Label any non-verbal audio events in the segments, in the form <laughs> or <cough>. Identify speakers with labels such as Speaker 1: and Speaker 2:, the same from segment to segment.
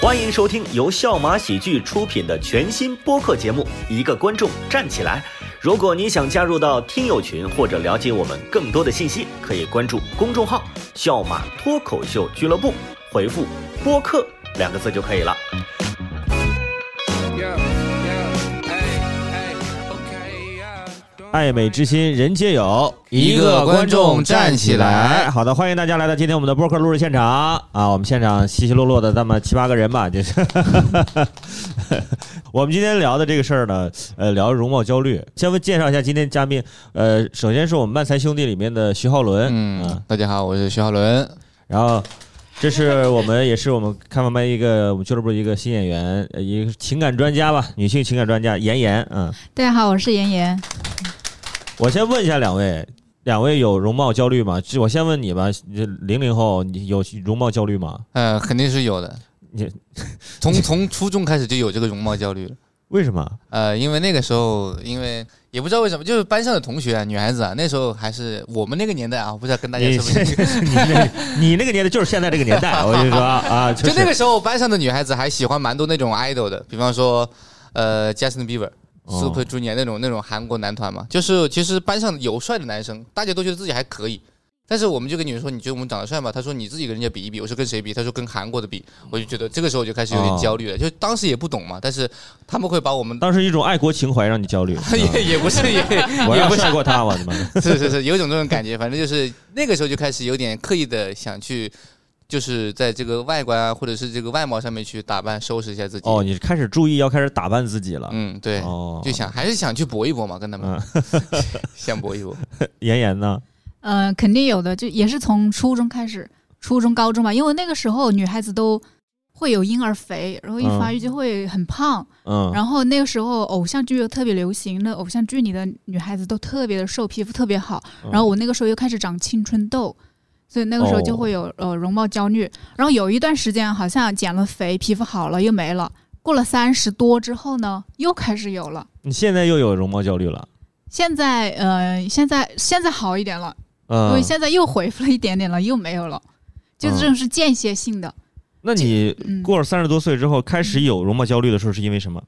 Speaker 1: 欢迎收听由笑马喜剧出品的全新播客节目《一个观众站起来》。如果你想加入到听友群或者了解我们更多的信息，可以关注公众号“笑马脱口秀俱乐部”，回复“播客”两个字就可以了。
Speaker 2: 爱美之心，人皆有。
Speaker 3: 一个观众站起来
Speaker 2: 好的，欢迎大家来到今天我们的播客录制现场啊！我们现场稀稀落落的那么七八个人吧，就是 <laughs> 我们今天聊的这个事儿呢，呃，聊容貌焦虑。先为介绍一下今天嘉宾，呃，首先是我们漫才兄弟里面的徐浩伦，
Speaker 3: 嗯
Speaker 2: 啊，
Speaker 3: 大家好，我是徐浩伦。
Speaker 2: 然后。这是我们也是我们开放麦一个我们俱乐部一个新演员，呃一个情感专家吧，女性情感专家妍妍，嗯，
Speaker 4: 大家好，我是妍妍。
Speaker 2: 我先问一下两位，两位有容貌焦虑吗？就我先问你吧，零零后你有容貌焦虑吗？
Speaker 3: 呃，肯定是有的
Speaker 2: 你。
Speaker 3: <laughs> 从从初中开始就有这个容貌焦虑了。
Speaker 2: 为什么？
Speaker 3: 呃，因为那个时候，因为也不知道为什么，就是班上的同学啊，女孩子啊，那时候还是我们那个年代啊，我不知道跟大家
Speaker 2: 你
Speaker 3: 是不是
Speaker 2: 这你那你那个年代就是现在这个年
Speaker 3: <laughs>
Speaker 2: 代，我跟你说啊， <laughs>
Speaker 3: 就那
Speaker 2: 是
Speaker 3: 个时候，班上的女孩子还喜欢蛮多那种 idol 的，比方说，呃，Justin Bieber、
Speaker 2: 哦
Speaker 3: Super Junior 那种那种韩国男团嘛。就是其实班上有帅的男生，大家都觉得自己还可以，但是我们就跟女生说，你觉得我们长得帅吗？他说你自己跟人家比一比。我说跟谁比？他说跟韩国的比。我就觉得这个时候我就开始有点
Speaker 2: 哦
Speaker 3: 焦虑了，就当时也不懂嘛，但是他们会把
Speaker 2: <laughs>
Speaker 3: 我们。
Speaker 2: 当时一种爱国情怀让你焦虑，
Speaker 3: <laughs>
Speaker 2: 啊
Speaker 3: 也也不是也 <laughs>
Speaker 2: 我
Speaker 3: 也
Speaker 2: 要
Speaker 3: 不是
Speaker 2: 晒过他，我的妈！
Speaker 3: <laughs> 是是是，有一种这种感觉，反正就是那个时候就开始有点刻意的想去，就是在这个外观啊，或者是这个外貌上面去打扮、收拾一下自己。
Speaker 2: 哦，你开始注意要开始打扮自己了，
Speaker 3: 嗯，对，
Speaker 2: 哦，
Speaker 3: 就想还是想去搏一搏嘛，跟他们、
Speaker 2: 嗯，
Speaker 3: <laughs> 想搏一
Speaker 2: <laughs>
Speaker 3: 搏。
Speaker 2: 妍妍呢？
Speaker 4: 呃，肯定有的，就也是从初中开始，初中、高中吧，因为那个时候女孩子都会有婴儿肥，然后一
Speaker 2: 嗯
Speaker 4: 发育就会很胖。
Speaker 2: 嗯，
Speaker 4: 然后那个时候偶像剧又特别流行，那偶像剧里的女孩子都特别的瘦，皮肤特别好。
Speaker 2: 嗯
Speaker 4: 然后我那个时候又开始长青春痘，所以那个时候就会有、呃容貌焦虑。然后有一段时间好像减了肥，皮肤好了又没了。过了三十多之后呢，又开始有了。
Speaker 2: 你现在又有容貌焦虑了，
Speaker 4: 现在呃，现在现在好一点了，因
Speaker 2: 嗯
Speaker 4: 为，现在又恢复了一点点了，又没有了，就
Speaker 2: 嗯
Speaker 4: 这种是间歇性的。
Speaker 2: 那你
Speaker 4: 嗯，
Speaker 2: 过了三十多岁之后开始有容貌焦虑的时候是因为什么？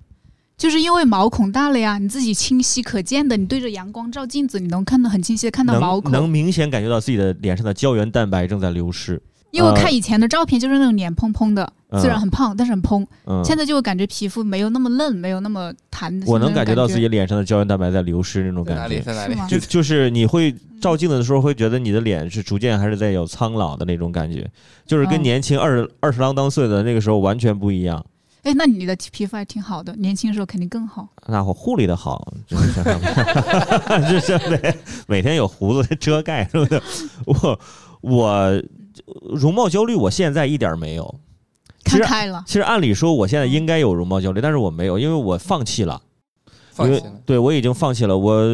Speaker 4: 就是因为毛孔大了呀，你自己清晰可见的，你对着阳光照镜子，你能看到很清晰的看到毛
Speaker 2: 能能
Speaker 4: 孔。
Speaker 2: 明显感觉到自己的脸上的胶原蛋白正在流失。
Speaker 4: 因为我看以前的照片就是那种脸蓬蓬的，
Speaker 2: 嗯
Speaker 4: 虽然很胖，但是很蓬。
Speaker 2: 嗯，
Speaker 4: 现在就会感觉皮肤没有那么嫩，没有那么弹的。
Speaker 2: 我能
Speaker 4: 那种
Speaker 2: 感
Speaker 4: 觉
Speaker 2: 觉到自己脸上的胶原蛋白在流失那种
Speaker 3: 在哪
Speaker 2: 感
Speaker 3: 里？啊
Speaker 2: 觉。
Speaker 3: 在哪里
Speaker 4: 是？嗯吗 <laughs>
Speaker 2: 就就是你会照镜子的时候，会觉得你的脸是逐渐还是在有苍老的那种感觉，就是跟
Speaker 4: 嗯
Speaker 2: 年轻二十二十郎当岁的那个时候完全不一样。
Speaker 4: 哎，那你的皮肤还挺好的，年轻时候肯定更好。
Speaker 2: 那会护理的好，真
Speaker 4: <laughs>
Speaker 2: 是就是每每天有胡子遮盖什么的。我我容貌焦虑，我现在一点儿没有。其
Speaker 4: 看
Speaker 2: 实
Speaker 4: 开了，
Speaker 2: 其实按理说我现在应该有容貌焦虑，但是我没有，因为我放弃了。
Speaker 3: 放
Speaker 2: 因
Speaker 3: 心
Speaker 2: 为
Speaker 3: 了。
Speaker 2: 对我已经放弃了。我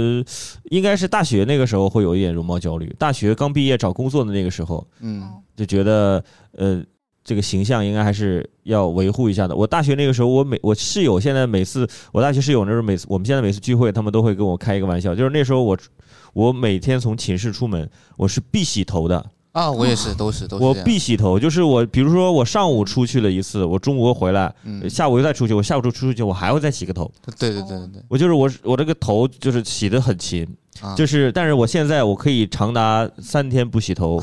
Speaker 2: 应该是大学那个时候会有一点容貌焦虑，大学刚毕业找工作的那个时候
Speaker 4: 哦
Speaker 3: 嗯，
Speaker 2: 就觉得，呃，这个形象应该还是要维护一下的。我大学那个时候，我每我室友现在每次我大学室友那时候每次我们现在每次聚会，他们都会跟我开一个玩笑，就是那时候我我每天从寝室出门，我是必洗头的，
Speaker 3: 啊，我也是，都是都是
Speaker 2: 我
Speaker 3: 这样
Speaker 2: 必洗头，就是我比如说我上午出去了一次，我中午回来，
Speaker 3: 嗯，
Speaker 2: 下午又再出去，我下午出出去我还会再洗个头。
Speaker 3: 对对对对对
Speaker 2: 我就是我是我这个头就是洗得很勤，
Speaker 3: 啊
Speaker 2: 就是但是我现在我可以长达三天不洗
Speaker 4: <laughs>
Speaker 2: 头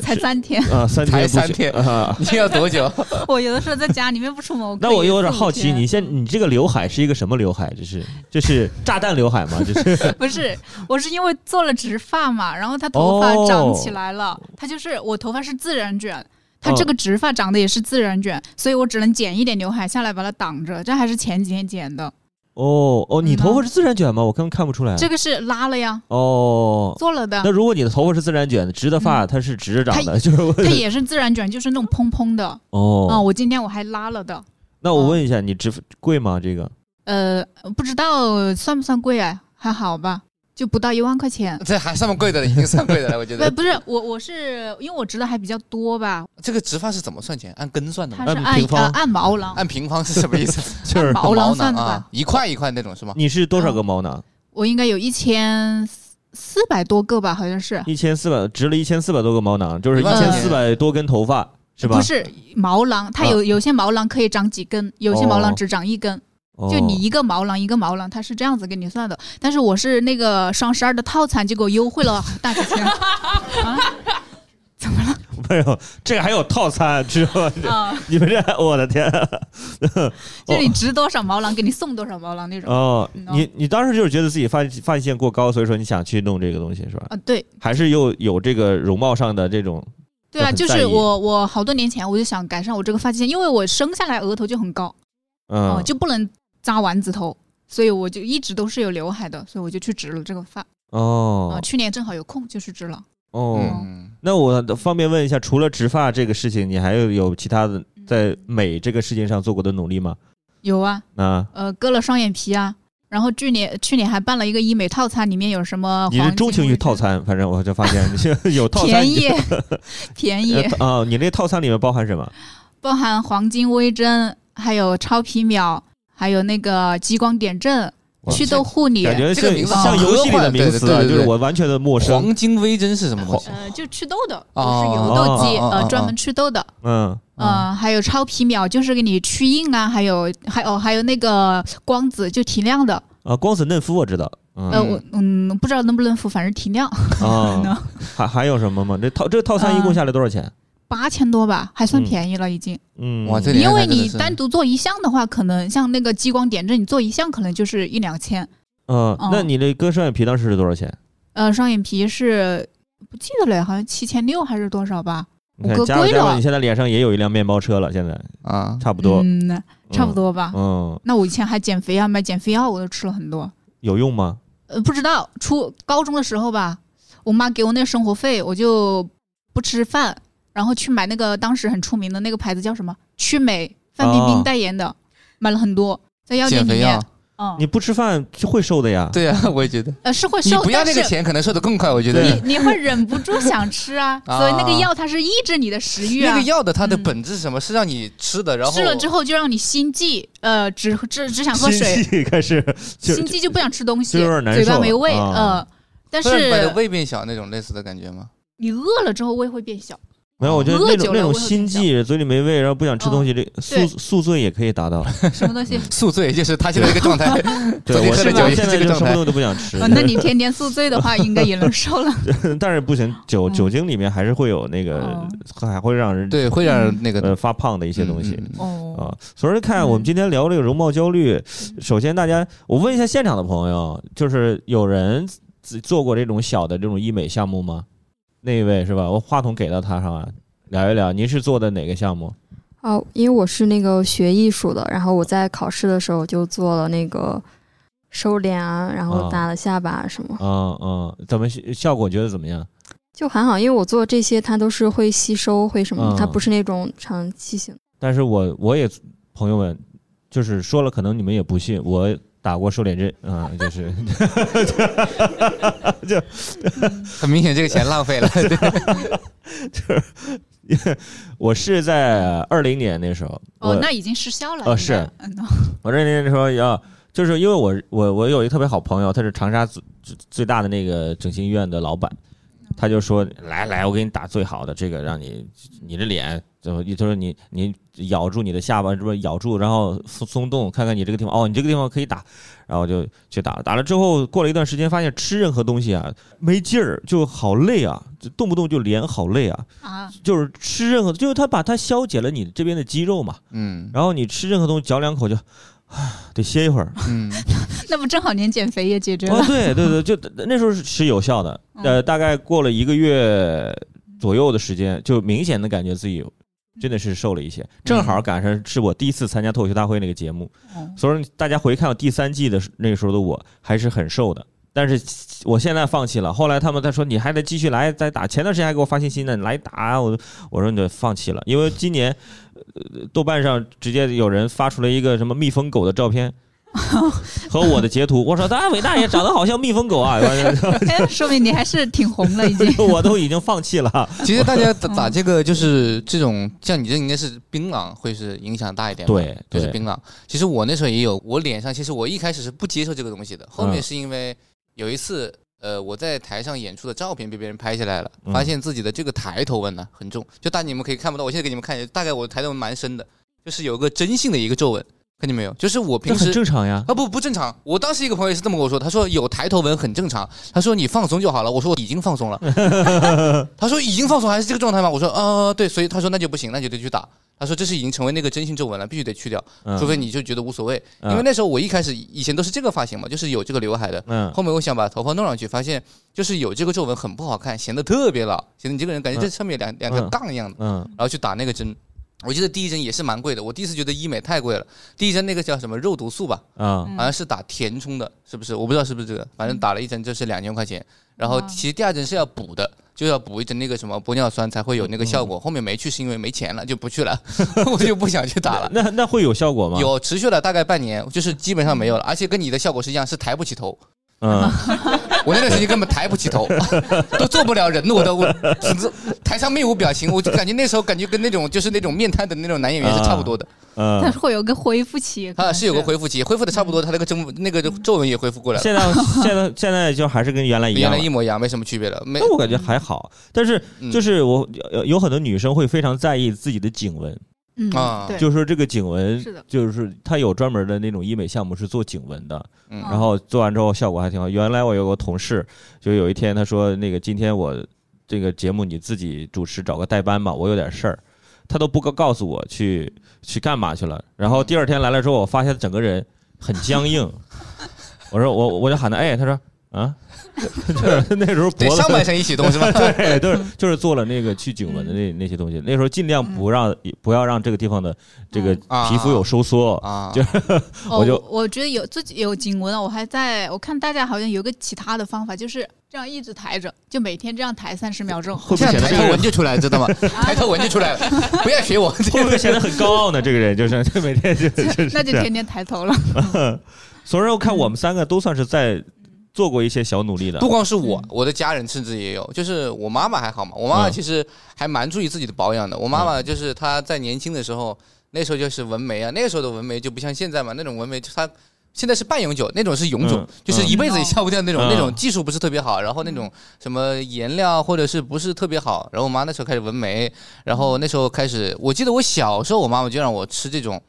Speaker 4: 才三天。 <laughs>
Speaker 2: 啊、三天不洗
Speaker 3: 才三
Speaker 2: <laughs>
Speaker 3: 天
Speaker 2: 啊。
Speaker 3: 你要多
Speaker 2: <laughs>
Speaker 3: 久？
Speaker 4: 我有的时候在家里面不出门，我
Speaker 2: 那
Speaker 4: 可以
Speaker 2: 我有点
Speaker 4: 四五
Speaker 2: 好奇，
Speaker 4: 天嗯啊
Speaker 2: 你现你这个刘海是一个什么刘海？这是这是炸弹刘海吗？这是
Speaker 4: <laughs> 不是，我是因为做了植发嘛，然后它头发长起来
Speaker 2: 哦
Speaker 4: 了，它就是我头发是自然卷，它这个植发长得也是自然卷，所以我只能剪一点刘海下来把它挡着，这还是前几天剪的，
Speaker 2: 哦哦，你
Speaker 4: 嗯
Speaker 2: 头发是自然卷吗？我根本看不出来。
Speaker 4: 这个是拉了呀，
Speaker 2: 嗯哦，
Speaker 4: 做了的
Speaker 2: 那，如果你的头发是自然卷的，直的发它是直着长的，就是我
Speaker 4: 它也是自然卷，就是那种蓬蓬的，啊、
Speaker 2: 哦。
Speaker 4: 我今天我还拉了的，
Speaker 2: 那我问一下，你植贵吗？这个
Speaker 4: 呃，不知道算不算贵哎，还好吧，就不到一万块钱。
Speaker 3: 这还上贵的了，已经上贵的了，我觉
Speaker 4: 不
Speaker 3: 得。
Speaker 4: 不是我，我是因为我植的还比较多吧，
Speaker 3: 这个植发是怎么算钱？按根算的
Speaker 4: 它
Speaker 3: 吗？
Speaker 4: 是
Speaker 2: 嗯按
Speaker 4: 按
Speaker 2: 平方
Speaker 4: 呃按毛囊，
Speaker 3: 按平方是什么意思？
Speaker 2: <laughs> 就是
Speaker 4: 毛囊算的吧
Speaker 3: 啊，一块一块那种是吗？
Speaker 2: 你是多少个毛囊？
Speaker 4: 我应该有一千四百多个吧，好像是。
Speaker 2: 一千四百植了一千四百多个毛囊，就是一
Speaker 3: 一万
Speaker 2: 千
Speaker 4: 块
Speaker 2: 四百多根头发，是吧？啊
Speaker 4: 不是毛囊，它有有些毛囊可以长几根，有些毛
Speaker 2: 哦
Speaker 4: 囊只长一根。
Speaker 2: 哦，
Speaker 4: 就你一个毛囊一个毛囊，它是这样子给你算的。但是我是那个双十二的套餐，结果优惠了大几
Speaker 2: <laughs>
Speaker 4: 千啊！
Speaker 2: 没有哎这个还有套餐， <laughs> 知道吗？
Speaker 4: 啊，
Speaker 2: 你们这，我的天！啊
Speaker 3: <laughs>
Speaker 4: 就你值多少毛囊，给你送多少毛囊那种。
Speaker 2: 哦，
Speaker 4: 嗯
Speaker 2: 你你当时就是觉得自己发际发际线过高，所以说你想去弄这个东西是吧？
Speaker 4: 啊，对
Speaker 2: 还是又有这个容貌上的这种
Speaker 4: 对啊，
Speaker 2: 很
Speaker 4: 就
Speaker 2: 在意
Speaker 4: 是我我好多年前我就想改善我这个发际线，因为我生下来额头就很高，
Speaker 2: 嗯、
Speaker 4: 哦、就不能扎丸子头，所以我就一直都是有刘海的，所以我就去植了这个发。啊，
Speaker 2: 哦
Speaker 4: 去年正好有空就去植了。
Speaker 2: 哦、
Speaker 3: 嗯，
Speaker 2: 那我方便问一下，除了植发这个事情，你还有有其他的
Speaker 3: 嗯
Speaker 2: 在美这个事情上做过的努力吗？
Speaker 4: 有啊，
Speaker 2: 啊，
Speaker 4: 呃，割了双眼皮啊，然后去年去年还办了一个医美套餐，里面有什么
Speaker 3: 哦
Speaker 2: 你
Speaker 4: 黄
Speaker 2: 是
Speaker 4: 金
Speaker 2: 钟情于
Speaker 4: 微
Speaker 2: 套
Speaker 4: 针，
Speaker 2: 餐，反正我就发现你 <laughs> 有套餐
Speaker 4: 便
Speaker 2: 你
Speaker 4: 宜
Speaker 2: 就。，
Speaker 4: <laughs> 便
Speaker 2: <laughs>
Speaker 4: 宜，
Speaker 2: 呃啊、你那套餐里面包含什么？
Speaker 4: 包含黄金微针，还有超皮秒，还有那个激光点阵、
Speaker 2: 哇
Speaker 4: 祛痘护理，
Speaker 2: 感觉
Speaker 3: 这个
Speaker 2: 像
Speaker 3: 名字好
Speaker 2: 像游戏里
Speaker 3: 科幻
Speaker 2: 的名
Speaker 3: 对
Speaker 2: 词
Speaker 3: 对
Speaker 2: 啊，
Speaker 3: 对对
Speaker 2: 就是
Speaker 3: 对
Speaker 2: 我完全的陌生。
Speaker 3: 黄金微针是什么东西？
Speaker 4: 呃，就祛痘的，就
Speaker 3: 哦
Speaker 4: 是油痘肌，
Speaker 3: 哦哦哦
Speaker 4: 呃，专
Speaker 3: 哦
Speaker 4: 门祛痘的。
Speaker 2: 嗯，
Speaker 4: 呃，还有超皮秒，就是给你去印啊，还有还有还有那个光子，就提亮的。
Speaker 2: 啊，光子嫩肤我知道。嗯
Speaker 4: 呃，我嗯不知道能不能敷，反正提亮，
Speaker 2: 啊，还还有什么吗？这套这个套餐一
Speaker 4: 嗯
Speaker 2: 共下来多少钱？
Speaker 4: 八千多吧，还算
Speaker 2: 嗯
Speaker 4: 便宜了已经。
Speaker 2: 嗯，
Speaker 3: 哇，这
Speaker 4: 因
Speaker 3: 连
Speaker 4: 为
Speaker 3: 看真的
Speaker 4: 你
Speaker 3: 是
Speaker 4: 单独做一项的话，可能像那个激光点阵，你做一项可能就是一两千。
Speaker 2: 嗯，
Speaker 4: 嗯
Speaker 2: 那你那割双眼皮当时是多少钱？
Speaker 4: 呃，双眼皮是不记得了，好像七千六还是多少吧？
Speaker 2: 你看
Speaker 4: 我割
Speaker 2: 加了
Speaker 4: 龟
Speaker 2: 加了，
Speaker 4: 了
Speaker 2: 你现在脸上也有一辆面包车了，现在
Speaker 3: 啊，
Speaker 2: 差不多，
Speaker 4: 嗯，差不多吧。
Speaker 2: 嗯，嗯，
Speaker 4: 那我以前还减肥啊，买减肥药我都吃了很多。
Speaker 2: 有用吗？
Speaker 4: 呃，不知道初高中的时候吧，我妈给我那个生活费，我就不吃饭，然后去买那个当时很出名的那个牌子叫什么？祛美，范冰
Speaker 2: 哦
Speaker 4: 冰代言的，买了很多，在药店
Speaker 3: 啊减
Speaker 4: 里
Speaker 3: 肥药
Speaker 4: 面，，嗯
Speaker 2: 你，不吃饭就会瘦的呀。
Speaker 3: 对啊，我也觉得，
Speaker 4: 呃是会
Speaker 3: 你
Speaker 4: 瘦，
Speaker 3: 不要
Speaker 4: 但
Speaker 3: 那
Speaker 4: 是
Speaker 3: 个钱，可能瘦得更快，我觉
Speaker 2: 对
Speaker 3: 得。，
Speaker 4: 你会忍不住想吃啊所以那个
Speaker 3: 啊
Speaker 4: 药它是抑制你的食欲
Speaker 3: 那
Speaker 4: 啊
Speaker 3: 个。药的它的
Speaker 4: 嗯
Speaker 3: 本质是什么？是让你吃的，然后
Speaker 4: 吃了之后就让你心悸，呃，只只只想喝水，
Speaker 2: 心悸开始 <laughs> 就
Speaker 4: 心悸就不想吃东西，
Speaker 2: 就有点难
Speaker 4: 嘴
Speaker 2: 受
Speaker 4: 巴没
Speaker 2: 了
Speaker 4: 味，
Speaker 2: 啊
Speaker 4: 呃，但
Speaker 3: 会让你把你的
Speaker 4: 是
Speaker 3: 胃变小那种类似的感觉吗？
Speaker 4: 你饿了之后胃会变小。
Speaker 2: 没有，我觉得
Speaker 4: 饿
Speaker 2: 那种
Speaker 4: 久了
Speaker 2: 那种
Speaker 4: 我会有嗯
Speaker 2: 心悸，嘴里没味，然后不想吃东西，这宿
Speaker 4: 对
Speaker 2: 宿醉也可以达
Speaker 4: <laughs>
Speaker 2: 到。
Speaker 4: 什么东西？
Speaker 3: 宿醉就是他现在这个状 <laughs> 态，
Speaker 2: 对
Speaker 3: 昨
Speaker 2: 我
Speaker 3: 天喝
Speaker 2: 现
Speaker 3: 了酒
Speaker 2: 在
Speaker 3: 也
Speaker 2: 现
Speaker 3: 是
Speaker 2: 在
Speaker 3: 这
Speaker 2: 就
Speaker 3: 个
Speaker 2: 什
Speaker 3: 状
Speaker 2: 么
Speaker 3: 态
Speaker 2: 都不想吃
Speaker 4: <laughs> 哦，，那你天天宿醉的话，应该也能瘦了。
Speaker 2: <laughs> 但是不行，酒
Speaker 4: 嗯
Speaker 2: 酒精里面还是会有那个
Speaker 4: 哦，
Speaker 2: 还会让人
Speaker 3: 对，会让人那个
Speaker 2: 呃发胖的一
Speaker 3: 一
Speaker 2: 些东西。
Speaker 3: 嗯
Speaker 4: 哦，
Speaker 2: 啊，所以看我们今天聊这个容貌焦虑，首先大家，我问一下现场的朋友，就是有人自做过这种小的这种医美项目吗？那一位是吧？我话筒给到他上来聊一聊，您是做的哪个项目？
Speaker 5: 哦，因为我是那个学艺术的，然后我在考试的时候就做了那个收敛啊，然
Speaker 2: 啊
Speaker 5: 后打了下巴啊什么，
Speaker 2: 嗯嗯，怎么效果觉得怎么样？
Speaker 5: 就还好，因为我做这些它都是会吸收，会什么，
Speaker 2: 嗯
Speaker 5: 它不是那种长期性。
Speaker 2: 但是我我也朋友们就是说了，可能你们也不信，我打过瘦脸针啊、就是 <laughs>
Speaker 3: 很明显这个钱浪费了。 <laughs> 对
Speaker 2: 我是在二零年那时候，我
Speaker 4: 哦，那已经失效了。
Speaker 2: 呃
Speaker 4: 应该
Speaker 2: 是，
Speaker 4: 嗯
Speaker 2: 我这年的时候要，就是因为我我我有一个特别好朋友，他是长沙最最最大的那个整形医院的老板，他就说来来，我给你打最好的这个，让你你的脸，就他说你你咬住你的下巴，这不咬住，然后松松动，看看你这个地方，哦，你这个地方可以打，然后就去打了，打了之后过了一段时间，发现吃任何东西啊没劲儿，就好累啊，就动不动就脸好累啊，
Speaker 4: 啊，
Speaker 2: 就是吃任何，就是他把它消解了你这边的肌肉嘛，
Speaker 3: 嗯
Speaker 2: 然后你吃任何东西嚼两口就，唉得歇一会儿。
Speaker 3: 嗯，
Speaker 4: 那不正好连减肥也解决
Speaker 2: 哦
Speaker 4: 了？，
Speaker 2: 对对对，就那时候是是有效的，呃，大概过了一个月左右的时间，就明显的感觉自己真的是瘦了一些。正好赶上是我第一次参加脱口秀大会那个节目，
Speaker 4: 哦
Speaker 2: 所以说大家回看我第三季的时那个时候的我还是很瘦的。但是我现在放弃了。后来他们在说你还得继续来再打，前段时间还给我发信息呢，你来打。啊我我说你得放弃了，因为今年、呃、豆瓣上直接有人发出了一个什么蜜蜂狗的照片和我的截图，我 <laughs> 说哎他伟大爷长得好像蜜蜂狗啊， <laughs> 完了。
Speaker 4: <laughs> 哎说明你还是挺红了已经
Speaker 2: <laughs> 我都已经放弃了。
Speaker 3: 其实大 <laughs> 家打打这个就是这种，像你这应该是槟榔会是影响大一点吧。
Speaker 2: 对
Speaker 3: 就
Speaker 2: 对
Speaker 3: 是槟榔。其实我那时候也有，我脸上其实我一开始是不接受这个东西的，后面
Speaker 2: 嗯
Speaker 3: 是因为有一次呃，我在台上演出的照片被别人拍下来了，
Speaker 2: 嗯
Speaker 3: 发现自己的这个抬头纹呢很重，就大你们可以看不到，我现在给你们看一下，大概我抬头纹蛮深的，就是有个真性的一个皱纹，看见没有？就是我
Speaker 2: 这
Speaker 3: 平时
Speaker 2: 很正常呀。
Speaker 3: 啊不不正常，我当时一个朋友也是这么跟我说，他说有抬头纹很正常，他说你放松就好了，我说我已经放松了，
Speaker 2: <laughs>
Speaker 3: 他说已经放松还是这个状态吗？我说呃对，所以他说那就不行，那就得去打，他说这是已经成为那个真性皱纹了，必须得去掉，
Speaker 2: 嗯
Speaker 3: 除非你就觉得无所谓，
Speaker 2: 嗯
Speaker 3: 因为那时候我一开始以前都是这个发型嘛，就是有这个刘海的，
Speaker 2: 嗯，
Speaker 3: 后面我想把头发弄上去，发现就是有这个皱纹很不好看，显得特别老，显得你这个人感觉这上面两两条杠一样的。
Speaker 2: 嗯
Speaker 3: 然后去打那个针。我记得第一针也是蛮贵的，我第一次觉得医美太贵了。第一针那个叫什么肉毒素吧，
Speaker 2: 啊
Speaker 4: 嗯
Speaker 3: 好像是打填充的，是不是？我不知道是不是这个，反正打了一针就是两千块钱。然后
Speaker 4: 哇
Speaker 3: 其实第二针是要补的，就要补一针那个什么玻尿酸才会有
Speaker 2: 嗯
Speaker 3: 那个效果。后面没去是因为没钱了，就不去了， <laughs> 我就不想去打了。
Speaker 2: 那那会有效果吗？，
Speaker 3: 有持续了大概半年，就是基本上没有了，而且跟你的效果是一样，是抬不起头。
Speaker 2: 嗯， <laughs>
Speaker 3: 我那段时间根本抬不起头，都做不了人了，我都我只是台上面无表情，我就感觉那时候感觉跟那种就是那种面瘫的那种男演员是差不多的，<laughs>
Speaker 4: 它
Speaker 2: 嗯，
Speaker 4: 会有个恢复期，可
Speaker 3: 啊
Speaker 4: 能
Speaker 3: 是有个恢复期，恢复的差不多，他那个皱那个皱纹也恢复过来了，
Speaker 2: 现在现在现在就还是跟原来一
Speaker 3: 比
Speaker 2: 样
Speaker 3: 原
Speaker 2: 了
Speaker 3: 来。一模一样，没什么区别了，没
Speaker 2: 那我感觉还好，但是
Speaker 3: 嗯
Speaker 2: 就是我有有很多女生会非常在意自己的颈纹，
Speaker 4: 嗯
Speaker 3: 啊
Speaker 4: 对，
Speaker 2: 就是说这个颈纹
Speaker 4: 是的，
Speaker 2: 就是它有专门的那种医美项目是做颈纹的，
Speaker 3: 嗯
Speaker 2: 然后做完之后效果还挺好。原来我有个同事，就有一天他说那个今天我这个节目你自己主持找个代班吧，我有点事儿，他都不告告诉我去去干嘛去了。然后第二天来了之后，我发现整个人很僵
Speaker 3: <laughs>
Speaker 2: 硬，我说我我就喊他哎，他说啊，就是那时候
Speaker 3: 对
Speaker 2: 脖子
Speaker 3: 上半身一起动是吧？
Speaker 2: <laughs>
Speaker 3: 啊
Speaker 2: 对，都是就是做了那个去颈纹的那那些东西。那时候尽量不让不要让这个地方的这个
Speaker 3: 嗯
Speaker 2: 皮肤有收缩。
Speaker 3: 啊，
Speaker 2: 就
Speaker 4: 哦
Speaker 2: 我就
Speaker 4: 我觉得有自己有颈纹了，我还在我看大家好像有个其他的方法，就是这样一直抬着，就每天这样抬三十秒钟，
Speaker 2: 会不
Speaker 3: 这
Speaker 2: <laughs> 会显
Speaker 3: 样
Speaker 2: 得
Speaker 3: 抬
Speaker 2: 这
Speaker 3: 头
Speaker 2: 个人
Speaker 3: 纹就出来了，知道
Speaker 2: <laughs>
Speaker 3: 吗？抬头纹就出来了，不要学我。
Speaker 2: 会不会显得很高傲呢？这个人就是 <laughs> 就每天就就是啊
Speaker 4: 那就
Speaker 2: 这样。
Speaker 4: 天天抬头了。
Speaker 2: 所以说我看我们三个都算是在做过一些小努力的
Speaker 3: 不。光是我，我的家人甚至也有，就是我妈妈还好嘛，我妈妈
Speaker 2: 嗯
Speaker 3: 其实还蛮注意自己的保养的。我妈妈就是她在年轻的时候，那时候就是纹眉啊，那个时候的纹眉就不像现在嘛，那种纹眉就她现在是半永久，那种是永久
Speaker 2: 嗯，
Speaker 3: 就是一辈子也消不掉那种
Speaker 2: 嗯，
Speaker 3: 那种技术不是特别好，然后那种什么颜料或者是不是特别好，然后我妈那时候开始纹眉，然后那时候开始，我记得我小时候我妈妈就让我吃这种。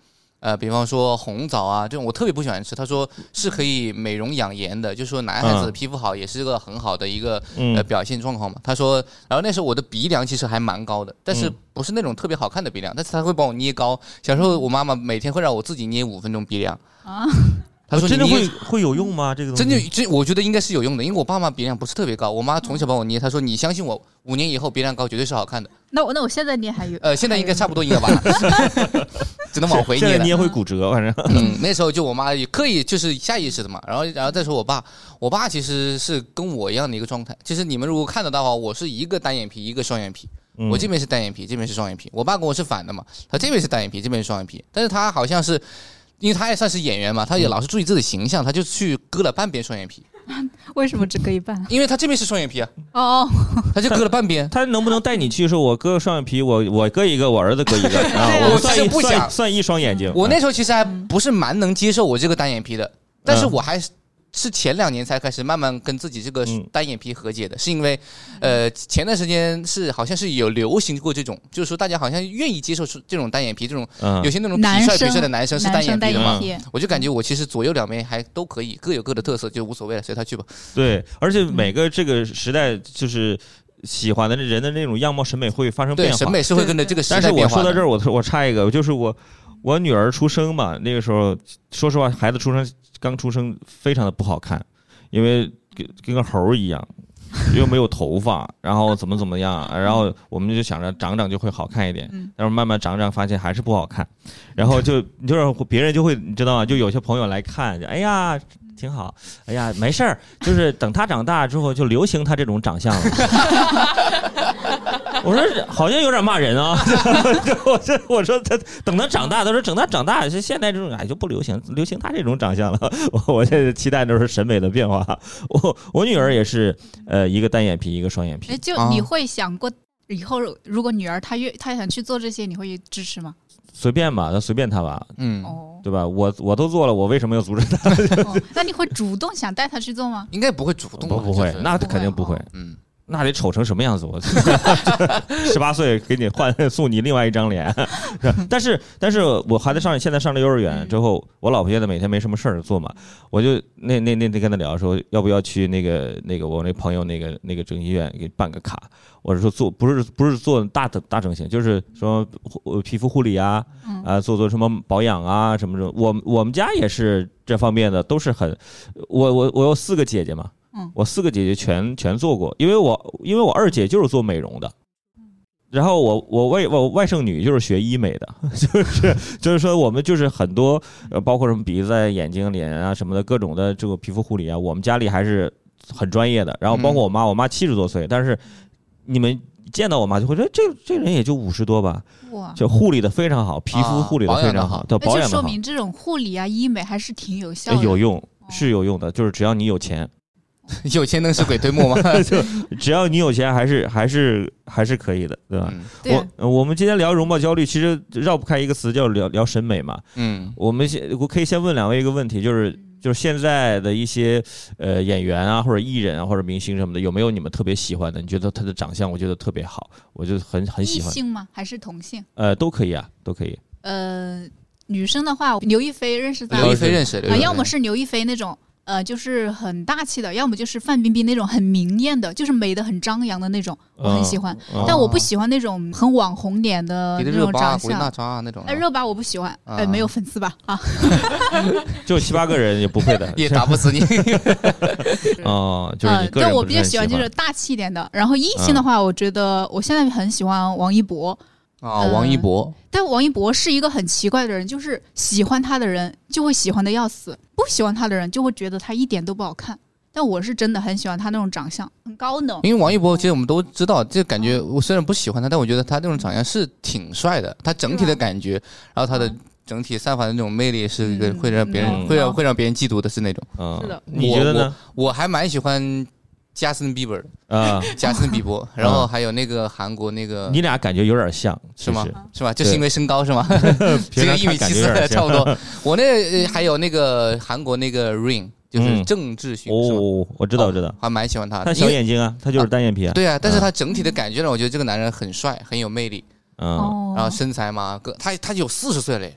Speaker 3: 呃，比方说红枣啊，这种我特别不喜欢吃。她说是可以美容养颜的，就说男孩子的
Speaker 2: 嗯
Speaker 3: 皮肤好也是个很好的一个
Speaker 2: 嗯
Speaker 3: 呃表现状况嘛。他说，然后那时候我的鼻梁其实还蛮高的，但是
Speaker 2: 嗯
Speaker 3: 不是那种特别好看的鼻梁，但是他会帮我捏高。小时候我妈妈每天会让我自己捏五分钟鼻梁
Speaker 4: 啊，
Speaker 3: 她说
Speaker 2: 真的
Speaker 3: 你
Speaker 2: 会
Speaker 3: 捏。
Speaker 2: 会有用吗？这个东西
Speaker 3: 真的真，我觉得应该是有用的，因为我爸妈鼻梁不是特别高，我妈从小帮我捏，她说你相信我，五年以后鼻梁高绝对是好看的。
Speaker 4: 那我那我现在捏还有，
Speaker 3: 呃，现在应该差不多应该
Speaker 2: <laughs>
Speaker 3: 完了， <laughs> 只能往回
Speaker 2: 现
Speaker 3: 捏
Speaker 2: 在
Speaker 3: 了。
Speaker 2: 捏会骨折，反正
Speaker 3: <laughs> 嗯，那时候就我妈也刻意就是下意识的嘛，然后然后再说我爸，我爸其实是跟我一样的一个状态，就是你们如果看得到的话，我是一个单眼皮，一个双眼皮，
Speaker 2: 嗯。
Speaker 3: 我这边是单眼皮，这边是双眼皮，我爸跟我是反的嘛，他这边是单眼皮，这边是双眼皮，但是他好像是。因为他也算是演员嘛，他也老是注意自己的形象，他就去割了半边双眼皮，
Speaker 4: 为什么只割一半？
Speaker 3: 因为他这边是双眼皮啊，
Speaker 4: 哦，
Speaker 3: 他就割了半边
Speaker 2: 他能不能带你去说，我割双眼皮，我我割一个，我儿子 <laughs> 割一个啊？
Speaker 3: 我
Speaker 2: 算
Speaker 3: 是
Speaker 2: 一
Speaker 3: 不
Speaker 2: 算
Speaker 3: 想
Speaker 2: 算一双眼睛。
Speaker 3: 我那时候其实还不是蛮能接受我这个单眼皮的，但是我还是是前两年才开始慢慢跟自己这个
Speaker 2: 嗯
Speaker 3: 单眼皮和解的，是因为，呃，前段时间是好像是有流行过这种，就是说大家好像愿意接受是这种单眼皮，这种
Speaker 2: 嗯
Speaker 3: 有些那种
Speaker 4: 男
Speaker 3: 痞帅痞
Speaker 4: 生
Speaker 3: 帅的男生是单眼
Speaker 4: 男
Speaker 3: 皮的
Speaker 4: 生
Speaker 3: 嘛
Speaker 4: 单，眼皮
Speaker 3: 我就感觉我其实左右两边还都可以，各有各的特色，就无所谓了，随他去吧。
Speaker 2: 对，而且每个这个时代就是喜欢的人的那种样貌审美会发生
Speaker 3: 对，
Speaker 2: 变化。
Speaker 3: 审美是会跟着这个时
Speaker 2: 但
Speaker 3: 代
Speaker 2: 是我
Speaker 3: 变化
Speaker 2: 说
Speaker 3: 的。
Speaker 2: 到这儿，我我插一个，就是我我女儿出生嘛，那个时候说实话，孩子出生刚出生非常的不好看，因为跟跟个猴儿一样，又没有头发，然后怎么怎么样，然后我们就想着长长就会好看一点
Speaker 4: 嗯，
Speaker 2: 但是慢慢长长发现还是不好看，然后就你就是别人就会你知道吗？就有些朋友来看，就哎呀。挺好，哎呀，没事儿，就是等他长大之后就流行他这种长相了。我说好像有点骂人啊， <laughs> 我这我说他等他长大，他说等他长大，现在这种哎就不流行，流行他这种长相了。 <laughs> 我我现在期待就是审美的变化。我我女儿也是，呃，一个单眼皮，一个双眼
Speaker 4: 哎，
Speaker 2: 皮。
Speaker 4: 就
Speaker 3: 啊
Speaker 4: 你会想过以后如果女儿她越她想去做这些，你会支持吗？
Speaker 2: 随便吧，那随便他吧，
Speaker 3: 嗯，
Speaker 4: 哦，
Speaker 2: 对吧？我我都做了，我为什么要阻止他？
Speaker 4: 哦那你会主动想带他去
Speaker 2: <laughs>
Speaker 4: 做吗？
Speaker 3: 应该不会主动吧，
Speaker 2: 不不会
Speaker 3: 嗯就，是
Speaker 2: 那肯定不会，
Speaker 3: 嗯，
Speaker 2: 那得丑成什么样子？我 <laughs> 十八岁给你换送你另外一张脸， <laughs> 是吧但是但是我孩子上现在上了幼儿园之后，我老婆现在每天没什么事儿做嘛，我就那那那天跟她聊说，要不要去那个那个我那朋友那个那个整形医院给办个卡，我是说做不是不是做大的大整形，就是说呃皮肤护理啊，
Speaker 4: 嗯
Speaker 2: 啊做做什么保养啊什么什么，我我们家也是这方面的都是很，我我我有四个姐姐嘛，我四个姐姐全全做过，因为我因为我二姐就是做美容的，然后我我外我外甥女就是学医美的， <laughs> 就是就是说我们就是很多呃包括什么鼻子、啊、眼睛、脸啊什么的各种的这个皮肤护理啊，我们家里还是很专业的。然后包
Speaker 4: 嗯
Speaker 2: 括我妈，我妈七十多岁，但是你们见到我妈就会说这这人也就五十多吧，
Speaker 4: 哇，
Speaker 2: 就护理的非常好，皮
Speaker 4: 啊
Speaker 2: 肤护理的非常好，对
Speaker 4: 那
Speaker 2: 保
Speaker 4: 就
Speaker 2: 养的
Speaker 4: 说
Speaker 2: 好，
Speaker 4: 明这种护理啊、医美还是挺有效
Speaker 2: 呃
Speaker 4: 的。
Speaker 2: 有用
Speaker 4: 哦
Speaker 2: 是有用的，就是只要你有钱。
Speaker 3: <laughs> 有钱能使鬼推磨吗？
Speaker 2: 只要你有钱，还是还是还是可以的，对吧？
Speaker 3: 嗯
Speaker 4: 对啊，
Speaker 2: 我我们今天聊容貌焦虑，其实绕不开一个词叫聊聊审美嘛。
Speaker 3: 嗯
Speaker 2: 我们先我可以先问两位一个问题，就是就是现在的一些呃演员啊，或者艺人啊，或者明星什么的，有没有你们特别喜欢的？你觉得他的长相，我觉得特别好，我就很很
Speaker 4: 异
Speaker 2: 喜欢。
Speaker 4: 性吗？还是同性？
Speaker 2: 呃，都可以啊，都可以。
Speaker 4: 呃，女生的话，刘亦菲认识她
Speaker 3: 刘亦菲认识，刘亦
Speaker 4: 啊，
Speaker 3: 菲
Speaker 4: 要么是刘亦菲那种。呃，就是很大气的，要么就是范冰冰那种很明艳的，就是美的很张扬的那种，我很喜欢。
Speaker 2: 嗯
Speaker 4: 但我不喜欢那种很网红脸的
Speaker 3: 别的
Speaker 4: 那
Speaker 3: 热
Speaker 4: 种
Speaker 3: 巴、
Speaker 4: 长
Speaker 3: 古力娜
Speaker 4: 相。
Speaker 3: 扎啊那种啊
Speaker 4: 哎，，热巴我不喜欢，哎，
Speaker 3: 啊。
Speaker 4: 没有粉丝吧？啊，
Speaker 2: 就七八个人也不会
Speaker 4: <laughs>
Speaker 2: 的
Speaker 3: 也打
Speaker 2: <laughs>
Speaker 3: 不死你。
Speaker 2: 哦、就是
Speaker 4: 呃
Speaker 2: 你，个人
Speaker 4: 但我
Speaker 2: 不
Speaker 4: 比
Speaker 2: 是
Speaker 4: 较
Speaker 2: 很
Speaker 4: 喜欢就是大气一点的。然后异性的话，我觉得我现在很喜欢王一博，
Speaker 3: 啊，王一
Speaker 2: 嗯
Speaker 3: 博，
Speaker 4: 但王一博是一个很奇怪的人，就是喜欢他的人就会喜欢的要死，不喜欢他的人就会觉得他一点都不好看。但我是真的很喜欢他那种长相，很高冷。
Speaker 3: 因为王一博，其实我们都知道，这感觉我虽然不喜欢他，但我觉得他那种长相是挺帅的，他整体的感觉，然后他的整体散发的那种魅力是一个
Speaker 4: 嗯
Speaker 3: 会让别人
Speaker 2: 嗯
Speaker 3: 会让会让别人嫉妒的是那种。
Speaker 2: 嗯，
Speaker 4: 是的
Speaker 2: 你觉得呢？
Speaker 3: 我还蛮喜欢加森比伯的，
Speaker 2: 啊、
Speaker 3: 加森
Speaker 2: <laughs>
Speaker 3: 比伯，然后还有那个韩国那个
Speaker 2: 嗯你俩感觉有点像，
Speaker 3: 是吗
Speaker 2: 其实？
Speaker 3: 是吧？就是因为身高是吗？
Speaker 2: <laughs> 平
Speaker 3: <laughs>
Speaker 2: 常
Speaker 3: 这个一米
Speaker 2: 看感
Speaker 3: 七
Speaker 2: 觉
Speaker 3: 四
Speaker 2: 有点
Speaker 3: 差
Speaker 2: 像
Speaker 3: 不。
Speaker 2: <laughs>
Speaker 3: 多。我那呃还有那个韩国那个 Rain，就是
Speaker 2: 嗯
Speaker 3: 郑智薰，是吗
Speaker 2: 哦，我知道，我知道，
Speaker 3: 还蛮喜欢他
Speaker 2: 他
Speaker 3: 的。
Speaker 2: 小
Speaker 3: 因为
Speaker 2: 眼睛啊，他就是单眼皮啊。
Speaker 3: 对啊，但是他整体的感觉让我觉得这个男人很帅，很有魅力，
Speaker 2: 嗯，
Speaker 4: 哦
Speaker 3: 然后身材嘛，各他他有四十岁嘞。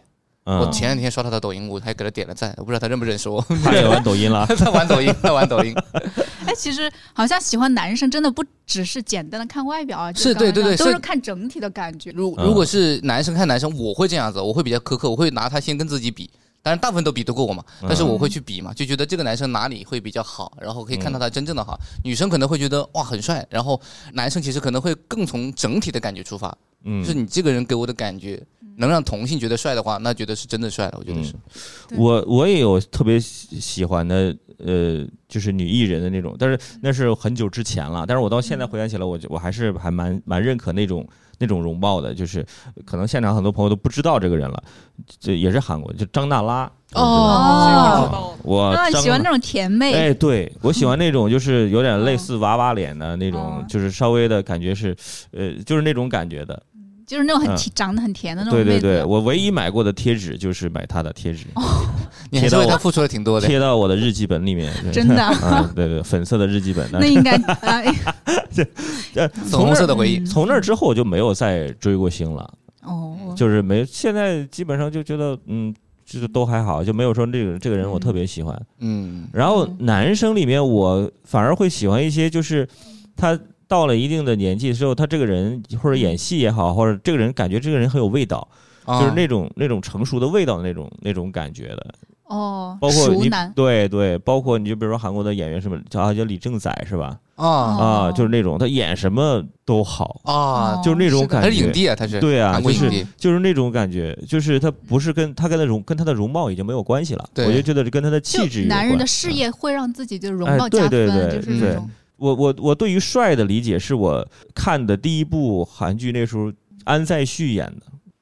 Speaker 3: 我
Speaker 2: 嗯，
Speaker 3: 前两天刷到他抖音，我还给他点了赞，我不知道他认不认识我。。
Speaker 2: 他也玩抖音了啊
Speaker 3: <laughs> 他玩抖音，他玩抖音，
Speaker 2: 嗯
Speaker 4: 哎，其实好像喜欢男生真的不只是简单的看外表啊，就是刚
Speaker 3: 对
Speaker 4: 刚
Speaker 3: 对
Speaker 4: 那样
Speaker 3: 对
Speaker 4: 都
Speaker 3: 是
Speaker 4: 是看整体的感觉。
Speaker 3: <laughs> 如
Speaker 2: 嗯
Speaker 3: 如果是男生看男生，我会这样子，我会比较苛刻，我会拿他先跟自己比。当然，大部分都比得过我嘛，但是
Speaker 2: 嗯
Speaker 3: 我会去比嘛，就觉得这个男生哪里会比较好，然后可以看到他真正的好。女生可能会觉得哇很帅，然后男生其实可能会更从整体的感觉出发，
Speaker 2: 嗯
Speaker 3: 就是，你这个人给我的感觉，能让同性觉得帅的话，那觉得是真的帅了，我觉得是。
Speaker 4: 嗯对
Speaker 2: 我我也有特别喜喜欢的，呃，就是女艺人的那种，但是
Speaker 4: 嗯
Speaker 2: 那是很久之前了。但是我到现在回想起来，我就我还是还蛮蛮认可那种那种容貌的，就是可能现场很多朋友都不知道这个人了，这也是韩国，就张娜拉。
Speaker 4: 哦
Speaker 2: 嗯，我
Speaker 4: 啊，
Speaker 2: 张
Speaker 4: 喜欢那种甜妹，
Speaker 2: 哎，对我喜欢那种就是有点类
Speaker 4: 嗯
Speaker 2: 似娃娃脸的那种，
Speaker 4: 嗯
Speaker 2: 就是稍微的感觉是，呃，就是那种感觉的。
Speaker 4: 就是那种很
Speaker 2: 嗯
Speaker 4: 甜、长得很甜的那种
Speaker 2: 对对
Speaker 4: 妹子。哦
Speaker 2: 对，我唯一买过的贴纸就是买他的贴纸，
Speaker 3: 你还是为他付出了挺多的。
Speaker 2: 贴到我的日记本里面。 <laughs> 对
Speaker 4: <laughs> 真的啊
Speaker 2: 啊，对对，粉色的日记本。但
Speaker 4: 那
Speaker 2: 是
Speaker 4: 应该啊，
Speaker 2: <laughs>
Speaker 4: 哎
Speaker 3: 粉红色的回忆，
Speaker 4: 嗯
Speaker 2: 从那之后我就没有再追过星了，
Speaker 4: 哦，
Speaker 2: 就是没现在基本上就觉得嗯。就是都还好，就没有说这个这个人我特别喜欢。
Speaker 3: 嗯，
Speaker 2: 然后
Speaker 4: 嗯
Speaker 2: 男生里面，我反而会喜欢一些，就是他到了一定的年纪之后，他这个人或者演戏也好，或者这个人感觉这个人很有味道，嗯
Speaker 3: 啊
Speaker 2: 就是那种那种成熟的味道的那种那种感觉的。
Speaker 4: 哦，
Speaker 2: 包括
Speaker 4: 熟
Speaker 2: 你
Speaker 4: 男，
Speaker 2: 对对，包括你就比如说韩国的演员什么叫啊叫李正宰是吧？
Speaker 3: 啊
Speaker 2: 啊，
Speaker 4: 哦
Speaker 2: 就是那种他演什么都好，
Speaker 3: 啊
Speaker 4: 哦，
Speaker 2: 就是那种
Speaker 4: 是的
Speaker 2: 感
Speaker 3: 他
Speaker 2: 觉。
Speaker 3: 是影帝啊，他是
Speaker 2: 对啊，
Speaker 3: 韩
Speaker 2: 就
Speaker 3: 国影
Speaker 2: 是
Speaker 3: 帝，
Speaker 2: 就是那种感觉，就是他不是跟他跟他容跟他的容貌已经没有关系了，
Speaker 3: 对
Speaker 2: 我就觉得是跟他的气质
Speaker 4: 就
Speaker 2: 有
Speaker 4: 男人的
Speaker 2: 关
Speaker 4: 事
Speaker 2: 嗯
Speaker 4: 业会让自己就容
Speaker 2: 哎
Speaker 4: 貌
Speaker 2: 对
Speaker 4: 加
Speaker 2: 对
Speaker 4: 分，
Speaker 2: 对
Speaker 4: 就是那
Speaker 3: 对
Speaker 4: 种
Speaker 2: 我我我对于帅的理解是我看的第一部韩剧，那时候安在旭演的《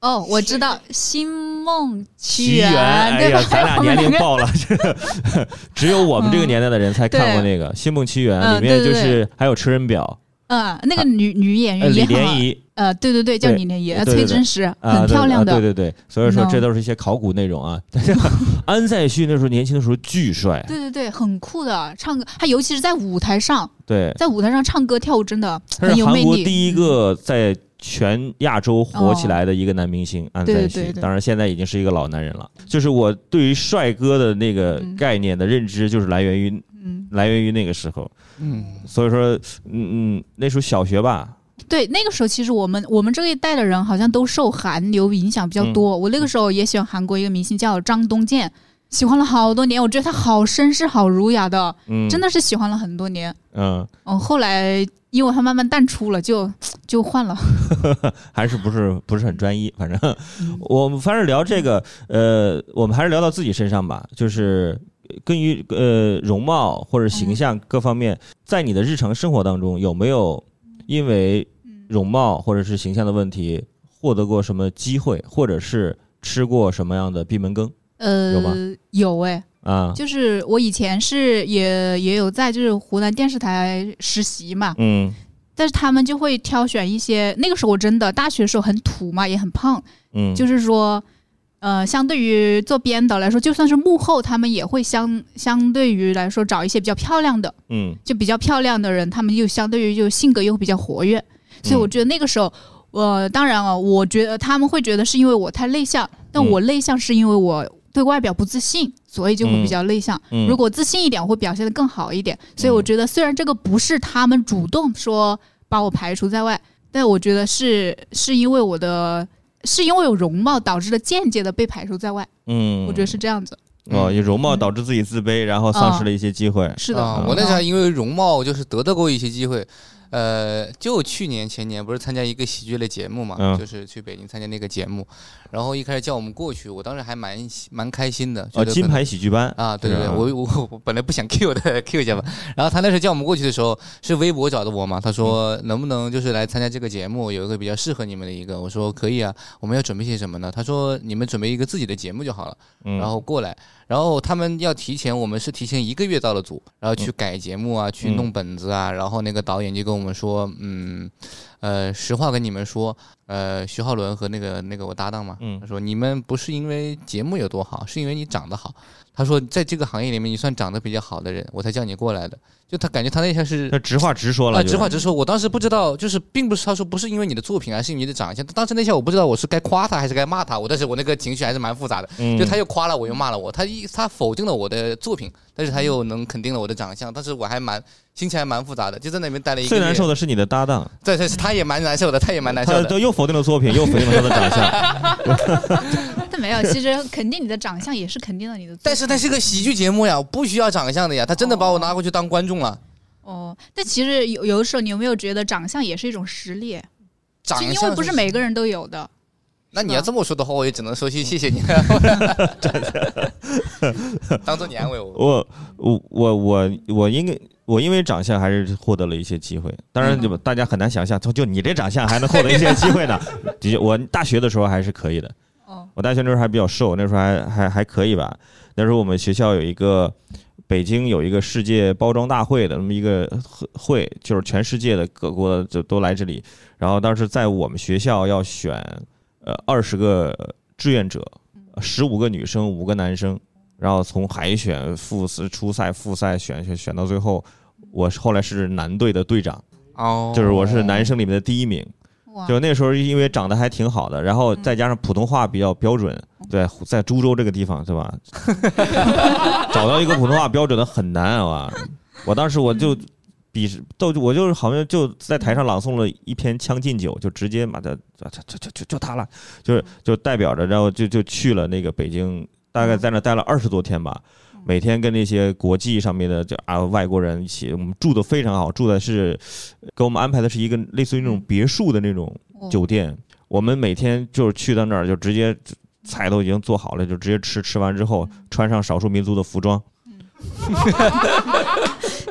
Speaker 4: 哦，我知道《星梦
Speaker 2: 奇
Speaker 4: 奇
Speaker 2: 缘》。
Speaker 4: 缘》
Speaker 2: 哎
Speaker 4: 对
Speaker 2: 呀
Speaker 4: 吧，？
Speaker 2: 咱俩
Speaker 4: <laughs> 我们
Speaker 2: 年龄
Speaker 4: 个
Speaker 2: 爆了，这个 <laughs> 只有我们这个年代的人才看过那个《星梦奇缘》，
Speaker 4: 嗯
Speaker 2: 里面
Speaker 4: 对
Speaker 2: 就
Speaker 4: 对对
Speaker 2: 是还有车仁表、
Speaker 4: 嗯，那个女女演
Speaker 2: 呃
Speaker 4: 员
Speaker 2: 李
Speaker 4: 也很
Speaker 2: 莲
Speaker 4: 好
Speaker 2: 怡，
Speaker 4: 呃，对对对，叫
Speaker 2: 对
Speaker 4: 你那爷
Speaker 2: 对对
Speaker 4: 呃崔
Speaker 2: 对
Speaker 4: 真实，
Speaker 2: 啊，
Speaker 4: 很
Speaker 2: 对
Speaker 4: 漂亮
Speaker 2: 啊对
Speaker 4: 的。
Speaker 2: 对对，所以说
Speaker 4: No
Speaker 2: 这都是一些考古内容啊。 <laughs> 安在旭那时候年轻的时候巨帅，
Speaker 4: 对对对，很酷的，唱歌，他尤其是在舞台上，
Speaker 2: 对，
Speaker 4: 在舞台上唱歌跳舞真的
Speaker 2: 他
Speaker 4: 很
Speaker 2: 是
Speaker 4: 有
Speaker 2: 韩
Speaker 4: 魅
Speaker 2: 国
Speaker 4: 力。哦
Speaker 2: 第一个在全亚洲火起来的一个男明星安在
Speaker 4: 对对
Speaker 2: 旭，
Speaker 4: 对对
Speaker 2: 当然现在已经是一个老男人了。就是我对于帅哥的那个
Speaker 4: 嗯
Speaker 2: 概念的认知，就是来源于
Speaker 4: 嗯，
Speaker 2: 来源于那个时候。
Speaker 3: 嗯，
Speaker 2: 所以说，嗯嗯，那时候小学吧，
Speaker 4: 对，那个时候其实我们我们这一代的人好像都受韩流影响比较
Speaker 2: 嗯
Speaker 4: 多。我那个时候也喜欢韩国一个明星叫张东健，喜欢了好多年，我觉得他好绅士、好儒雅的，
Speaker 2: 嗯，
Speaker 4: 真，的是喜欢了很多年。
Speaker 2: 嗯，
Speaker 4: 嗯，后来因为他慢慢淡出了，就就换了。
Speaker 2: 还是不是不是很专一， <laughs> 反正
Speaker 3: 嗯
Speaker 2: 我们反正聊这个，呃，我们还是聊到自己身上吧，就是根于呃容貌或者形象各方面，在你的日常生活当中有没有因为容貌或者是形象的问题获得过什么机会，或者是吃过什么样的闭门羹有吗
Speaker 4: 呃，有哎、
Speaker 2: 啊？
Speaker 4: 就是我以前是也也有在就是湖南电视台实习嘛，
Speaker 2: 嗯
Speaker 4: 但是他们就会挑选一些，那个时候我真的大学的时候很土嘛，也很胖，
Speaker 2: 嗯，
Speaker 4: 就是说，呃，相对于做编导来说，就算是幕后，他们也会相相对于来说找一些比较漂亮的，
Speaker 2: 嗯
Speaker 4: 就比较漂亮的人，他们就相对于就性格又比较活跃，所
Speaker 2: 嗯
Speaker 4: 以我觉得那个时候，呃，当然啊，我觉得他们会觉得是因为我太内向，但
Speaker 2: 嗯
Speaker 4: 我内向是因为我对外表不自信，所以就会比较内向。
Speaker 2: 嗯，
Speaker 4: 如果自信一点，我会表现得更好一点。所以我觉得，虽然这个不是他们主动说把我排除在外，但我觉得是是因为我的。是因为有容貌导致的间接的被排除在外，
Speaker 2: 嗯，
Speaker 4: 我觉得是这样子。
Speaker 2: 哦，以容貌导致自己自卑，然后丧失了一些机会。
Speaker 4: 是的，
Speaker 3: 啊，我那时候还因为容貌就是得到过一些机会，呃，就去年前年不是参加一个喜剧类节目嘛，
Speaker 2: 嗯
Speaker 3: 就是去北京参加那个节目，然后一开始叫我们过去，我当时还蛮喜蛮开心的，觉
Speaker 2: 哦，
Speaker 3: 得
Speaker 2: 金
Speaker 3: 可能
Speaker 2: 牌喜剧班
Speaker 3: 啊，对
Speaker 2: 是
Speaker 3: 对对，
Speaker 2: 吧
Speaker 3: 我我我本来不想 <laughs> Q 的 Q 一下吧，然后他那时候叫我们过去的时候，是微博找的我嘛，他说
Speaker 2: 嗯
Speaker 3: 能不能就是来参加这个节目，有一个比较适合你们的一个，我说可以啊，我们要准备些什么呢？他说你们准备一个自己的节目就好了，
Speaker 2: 嗯
Speaker 3: 然后过来，然后他们要提前，我们是提前一个月到了组，然后去
Speaker 2: 嗯
Speaker 3: 改节目啊，去弄本子啊，然后那个导演就跟我们说，嗯，呃，实话跟你们说，呃，徐浩伦和那个那个我搭档嘛，
Speaker 2: 嗯
Speaker 3: 他说你们不是因为节目有多好，是因为你长得好。他说在这个行业里面，你算长得比较好的人，我才叫你过来的。就他感觉他那下是
Speaker 2: 那直话直说了，
Speaker 3: 啊，
Speaker 2: 就是
Speaker 3: 直话直说，我当时不知道，就是并不是他说不是因为你的作品，而是因为你的长相。当时那下我不知道我是该夸他还是该骂他，我但是我那个情绪还是蛮复杂的，
Speaker 2: 嗯
Speaker 3: 就他又夸了我又骂了我，他一他否定了我的作品，但是他又能肯定了我的长相，但是我还蛮心情还蛮复杂的，就在那边待了一个
Speaker 2: 最难
Speaker 3: 月
Speaker 2: 受，的是你的搭档，
Speaker 3: 对对，他也蛮难受的，他也蛮难受
Speaker 2: 他
Speaker 3: 的。
Speaker 2: 都又否定了作
Speaker 3: <laughs>
Speaker 2: 品，又否定了他的长相。
Speaker 4: <laughs> 但没有，其实肯定你的长相也是肯定了你的。
Speaker 3: 但是那是个喜剧节目呀，我不需要长相的呀，他真的把我拿过去当观众了。
Speaker 4: 哦，但其实有有的时候，你有没有觉得长相也是一种实力？
Speaker 3: 长相
Speaker 4: 就因为不是，每个人都有的。
Speaker 3: 那你要这么说的话，我也只能说谢谢谢你，当做你安慰我。
Speaker 2: 我我我我我应该我因为长相还是获得了一些机会，当
Speaker 3: 嗯
Speaker 2: 然就大家很难想象，就就你这长相还能获得一些机
Speaker 3: <laughs>
Speaker 2: 会呢。的确，我大学的时候还是可以的，
Speaker 4: 哦，
Speaker 2: 我大学那时候还比较瘦，那时候还还还可以吧。那时候我们学校有一个北京有一个世界包装大会的那么一个会，就是全世界的各国就都来这里。然后当时在我们学校要选呃二十个志愿者，十五个女生，五个男生，然后从海选、复试、初赛、复赛选选选到最后，我后来是男队的队长，
Speaker 3: 哦
Speaker 2: 就是我是男生里面的第一名。
Speaker 4: 哇，
Speaker 2: 就那时候因为长得还挺好的，然后再加上普通话比较标准，对，在株洲这个地方是吧？ <laughs> 找到一个普通话标准的很难啊！我当时我就比都我就是好像就在台上朗诵了一篇《将进酒》，就直接把他就就就就就他了，就是就代表着，然后就就去了那个北京，大概在那待了二十多天吧。每天跟那些国际上面的就啊外国人一起，我们住的非常好，住的是给我们安排的是一个类似于那种别墅的那种
Speaker 4: 哦
Speaker 2: 酒店，我们每天就是去到那儿就直接菜都已经做好了，就直接吃，吃完之后穿上少数民族的服装，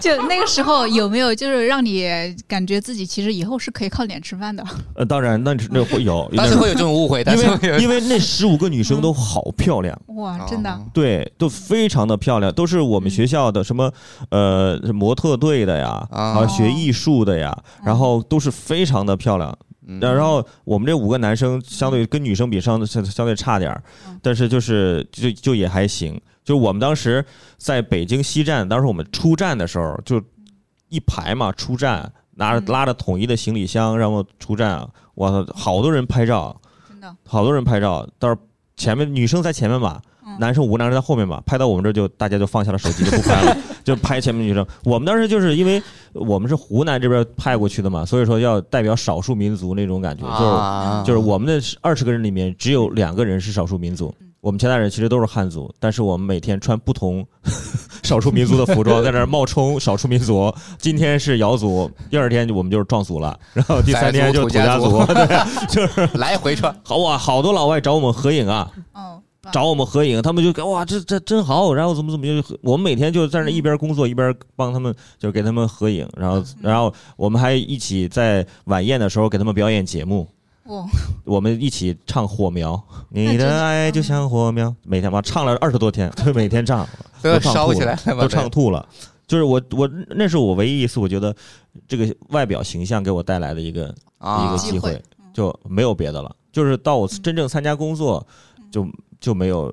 Speaker 4: 就那个时候有没有就是让你感觉自己其实以后是可以靠脸吃饭的？
Speaker 2: 呃，当然那那会
Speaker 3: <laughs>
Speaker 2: 有，
Speaker 3: 当时会有这种误会，但
Speaker 2: 因
Speaker 3: 是会有
Speaker 2: 为因为那十五个女生都好漂亮。
Speaker 4: 哇，真的，
Speaker 3: 哦
Speaker 2: 对，都非常的漂亮，都是我们学校的什么呃模特队的呀，
Speaker 3: 啊
Speaker 2: 啊学艺术的呀，然后都是非常的漂亮。
Speaker 3: 嗯
Speaker 2: 然后我们这五个男生相对跟女生比相相相对差点儿
Speaker 4: 嗯，
Speaker 2: 但是就是就就也还行。就我们当时在北京西站，当时我们出站的时候就一排嘛，出站拿
Speaker 4: 嗯
Speaker 2: 着拉着统一的行李箱，然后出站，我操，好多人拍照，
Speaker 4: 真的，
Speaker 2: 好多人拍照，到时候前面女生在前面嘛，
Speaker 4: 嗯
Speaker 2: 男生无奈在后面嘛，拍到我们这儿就大家就放下了手机就不拍
Speaker 4: <laughs>
Speaker 2: 了，就拍前面女生。我们当时就是因为我们是湖南这边派过去的嘛，所以说要代表少数民族那种感觉，就是
Speaker 3: 啊
Speaker 2: 就是我们的二十个人里面只有两个人是少数民族
Speaker 4: 嗯，
Speaker 2: 我们其他人其实都是汉族，但是我们每天穿不同 <laughs> 少数民族的服装在那儿冒充少数民族。
Speaker 4: <laughs>
Speaker 2: 今天是瑶族，第二天就我们就是壮族了，然后第三天就是土家族，
Speaker 3: 宰
Speaker 2: 对，
Speaker 3: 来回穿，
Speaker 2: <laughs> 好哇，好多老外找我们合影啊，
Speaker 4: 哦，哇
Speaker 2: 找我们合影，他们就给哇，这这真好，然后怎么怎么就，我们每天就在那一边工作一边帮他们，就给他们合影，然后
Speaker 3: 嗯
Speaker 2: 然后我们还一起在晚宴的时候给他们表演节目，
Speaker 4: 哇，
Speaker 2: 我们一起唱火苗，
Speaker 4: 真
Speaker 2: 你的爱就像火苗，每天嘛唱了二十多天， <laughs> 就每天唱，
Speaker 3: 都要烧起来了嘛，
Speaker 2: 都唱吐了。就是我我那是我唯一一次我觉得这个外表形象给我带来的一个一
Speaker 3: 啊
Speaker 2: 个
Speaker 4: 机
Speaker 2: 机
Speaker 4: 会
Speaker 2: 会，就没有别的了。就是到我
Speaker 4: 嗯
Speaker 2: 真正参加工作，就就没有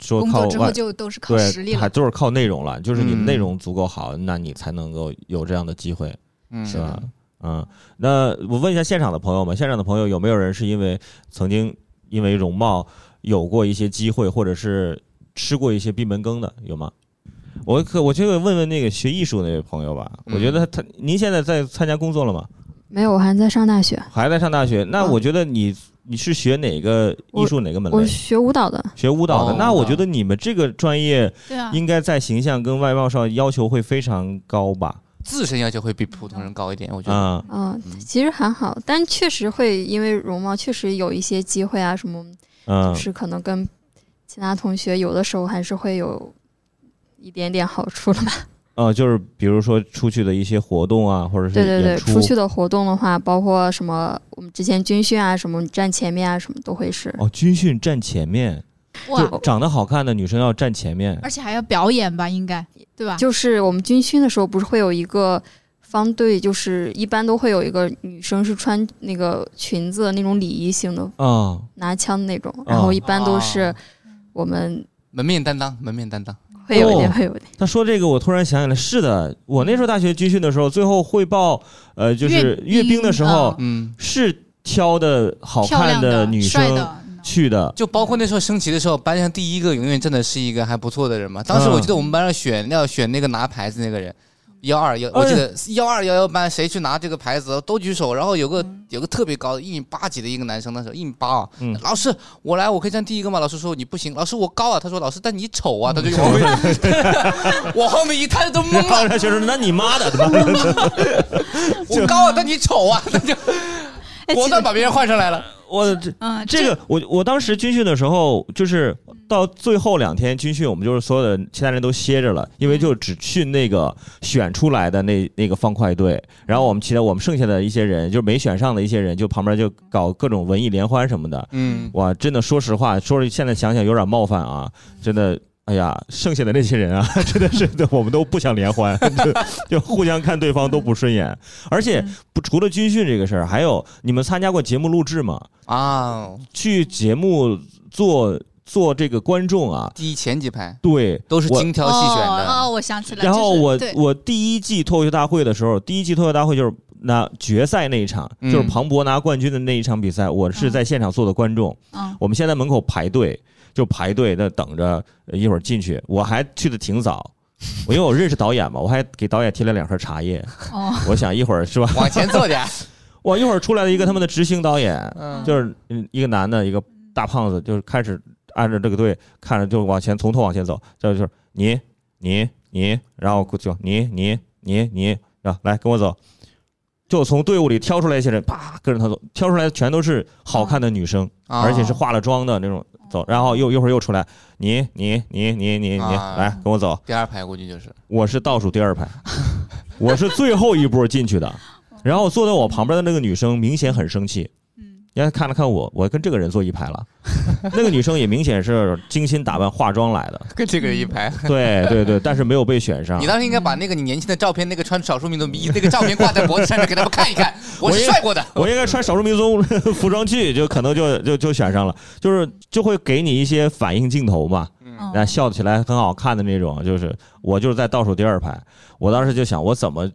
Speaker 2: 说
Speaker 4: 工
Speaker 2: 靠
Speaker 4: 作之后
Speaker 2: 外
Speaker 4: 就都是靠实力
Speaker 2: 对，还
Speaker 4: 了，
Speaker 2: 就是靠内容了。就是你
Speaker 3: 嗯
Speaker 2: 内容足够好，那你才能够有这样的机会，
Speaker 3: 嗯
Speaker 2: 是吧？嗯，那我问一下现场的朋友们，现场的朋友有没有人是因为曾经因为容貌有过一些机会，或者是吃过一些闭门羹的，有吗？我可我就问问那个学艺术的那位朋友吧，
Speaker 3: 嗯
Speaker 2: 我觉得他他您现在在参加工作了吗？
Speaker 5: 没有，我还在上大学，
Speaker 2: 还在上大学，那
Speaker 5: 嗯
Speaker 2: 我觉得你你是学哪个艺术哪个门
Speaker 5: 我
Speaker 2: 类？
Speaker 5: 学舞蹈的，
Speaker 2: 学舞蹈的，
Speaker 3: 哦
Speaker 2: 那我觉得你们这个专业
Speaker 4: 对啊，
Speaker 2: 应该在形象跟外貌上要求会非常高吧？
Speaker 3: 自身要求会比普通人高一点，我觉得。
Speaker 2: 啊、
Speaker 5: 嗯
Speaker 3: 嗯，
Speaker 5: 其实还好，但确实会因为容貌确实有一些机会啊，什么
Speaker 2: 嗯，
Speaker 5: 是可能跟其他同学有的时候还是会有一点点好处的吧。
Speaker 2: 呃，就是比如说出去的一些活动啊，或者是
Speaker 5: 对对对，
Speaker 2: 演出。
Speaker 5: 出去的活动的话，包括什么我们之前军训啊，什么你站前面啊，什么都会是。
Speaker 2: 哦，军训站前面，
Speaker 4: 哇，
Speaker 2: 就长得好看的女生要站前面。
Speaker 4: 而且还要表演吧，应该对吧？
Speaker 5: 就是我们军训的时候，不是会有一个方队，就是一般都会有一个女生是穿那个裙子那种礼仪型的，
Speaker 2: 啊、
Speaker 5: 拿枪的那种，然
Speaker 2: 哦
Speaker 5: 后一般都是
Speaker 3: 啊
Speaker 5: 我们
Speaker 3: 门面担当，门面担当，
Speaker 5: 会有一点，
Speaker 2: 哦
Speaker 5: 会有一点。
Speaker 2: 他说这个，我突然想起来，是的，我那时候大学军训的时候，最后汇报，呃，就是阅
Speaker 4: 阅兵
Speaker 2: 兵的时候
Speaker 4: 嗯，
Speaker 3: 嗯，
Speaker 2: 是挑的好
Speaker 4: 漂
Speaker 2: 看
Speaker 4: 亮的
Speaker 2: 女
Speaker 4: 帅
Speaker 2: 生
Speaker 4: 的嗯
Speaker 2: 去的，
Speaker 3: 就包括那时候升旗的时候，班上第一个永远站的是一个还不错的人
Speaker 2: 嗯
Speaker 3: 嘛。当时我记得我们班上选要选那个拿牌子那个人。
Speaker 2: 嗯
Speaker 3: 幺二幺，
Speaker 2: 哎
Speaker 3: 我记得幺二幺幺班谁去拿这个牌子都举手，然后有个有个特别高的一米八几的一个男生，那时候一米八啊，
Speaker 2: 嗯
Speaker 3: 老师我来我可以站第一个吗？老师说你不行，老师我高
Speaker 2: <laughs>
Speaker 3: 啊，他说老师但你丑啊，他就往后面， <laughs> 我后面一看
Speaker 2: <laughs>
Speaker 3: 都懵
Speaker 2: 然后
Speaker 3: 了，
Speaker 2: 他学生说，那你妈的，
Speaker 3: 我高啊但你丑啊，他就
Speaker 4: 哎
Speaker 3: 果
Speaker 4: 其
Speaker 3: 断
Speaker 4: 实
Speaker 3: 把别人换上来了，
Speaker 2: 我这
Speaker 4: 嗯，
Speaker 2: 这个我我当时军训的时候，就是到最后两天军训，我们就是所有的其他人都歇着了，因为就只训那个选出来的那那个方块队，然后我们其他我们剩下的一些人，就是没选上的一些人，就旁边就搞各种文艺联欢什么的。
Speaker 3: 嗯，
Speaker 2: 哇，真的，说实话，说现在想想有点冒犯啊，真的。哎呀，剩下的那些人啊， <laughs> 真的是的我们都不想联欢， <laughs> 就就互相看对方都不顺眼。而且
Speaker 4: 嗯
Speaker 2: 不除了军训这个事儿，还有你们参加过节目录制吗？
Speaker 3: 啊，
Speaker 2: 去节目做做这个观众啊，
Speaker 3: 第一前几排
Speaker 2: 对，
Speaker 3: 都是
Speaker 2: 我
Speaker 3: 精挑细选的，
Speaker 4: 哦，哦我想起来，
Speaker 2: 然后
Speaker 4: 就是
Speaker 2: 我
Speaker 4: 对
Speaker 2: 我第一季脱口秀大会的时候，第一季脱口秀大会就是拿决赛那一场，
Speaker 3: 嗯
Speaker 2: 就是庞博拿冠军的那一场比赛，我是在现场做的观众。
Speaker 4: 嗯
Speaker 2: 我们先在门口排队，就排队那等着呃一会儿进去。我还去的挺早，我因为我认识导演嘛，我还给导演提了两盒茶叶。
Speaker 4: 哦，
Speaker 2: 我想一会儿是吧？
Speaker 3: 往前坐点。
Speaker 2: 我一会儿出来了一个他们的执行导演，
Speaker 3: 嗯
Speaker 2: 就是嗯一个男的，一个大胖子，就是开始按照这个队看着就往前从头往前走，这就是你你你，然后过去你你你你，啊，来跟我走，就从队伍里挑出来一些人，啪跟着他走，挑出来全都是好看的女生，
Speaker 3: 啊
Speaker 2: 而且是化了妆的那种走，然后又一会儿又出来，你你你你你你，
Speaker 3: 啊
Speaker 2: 来跟我走，
Speaker 3: 第二排，估计
Speaker 2: <laughs>
Speaker 3: 就是
Speaker 2: 我是倒数第二排， <laughs> 我是最后一波进去的，然后坐在我旁边的那个女生明显很生气。
Speaker 4: 嗯，
Speaker 2: 人家看了看我，我跟这个人坐一排了。那个女生也明显是精心打扮、化妆来的，
Speaker 3: 跟这个一排。
Speaker 2: 对对对，但是没有被选上
Speaker 3: 你。当时应该把那个你年轻的照片，那个穿少数民族迷那个照片挂在脖子上面给他们看
Speaker 2: <laughs>
Speaker 3: 一看，我是帅过的。
Speaker 2: 我应该穿少数民族 <laughs> 服装去，就可能就就就选上了，就是就会给你一些反应镜头嘛，
Speaker 4: 嗯
Speaker 2: 那笑起来很好看的那种。就是我就是在倒数第二排，我当时就想，我怎么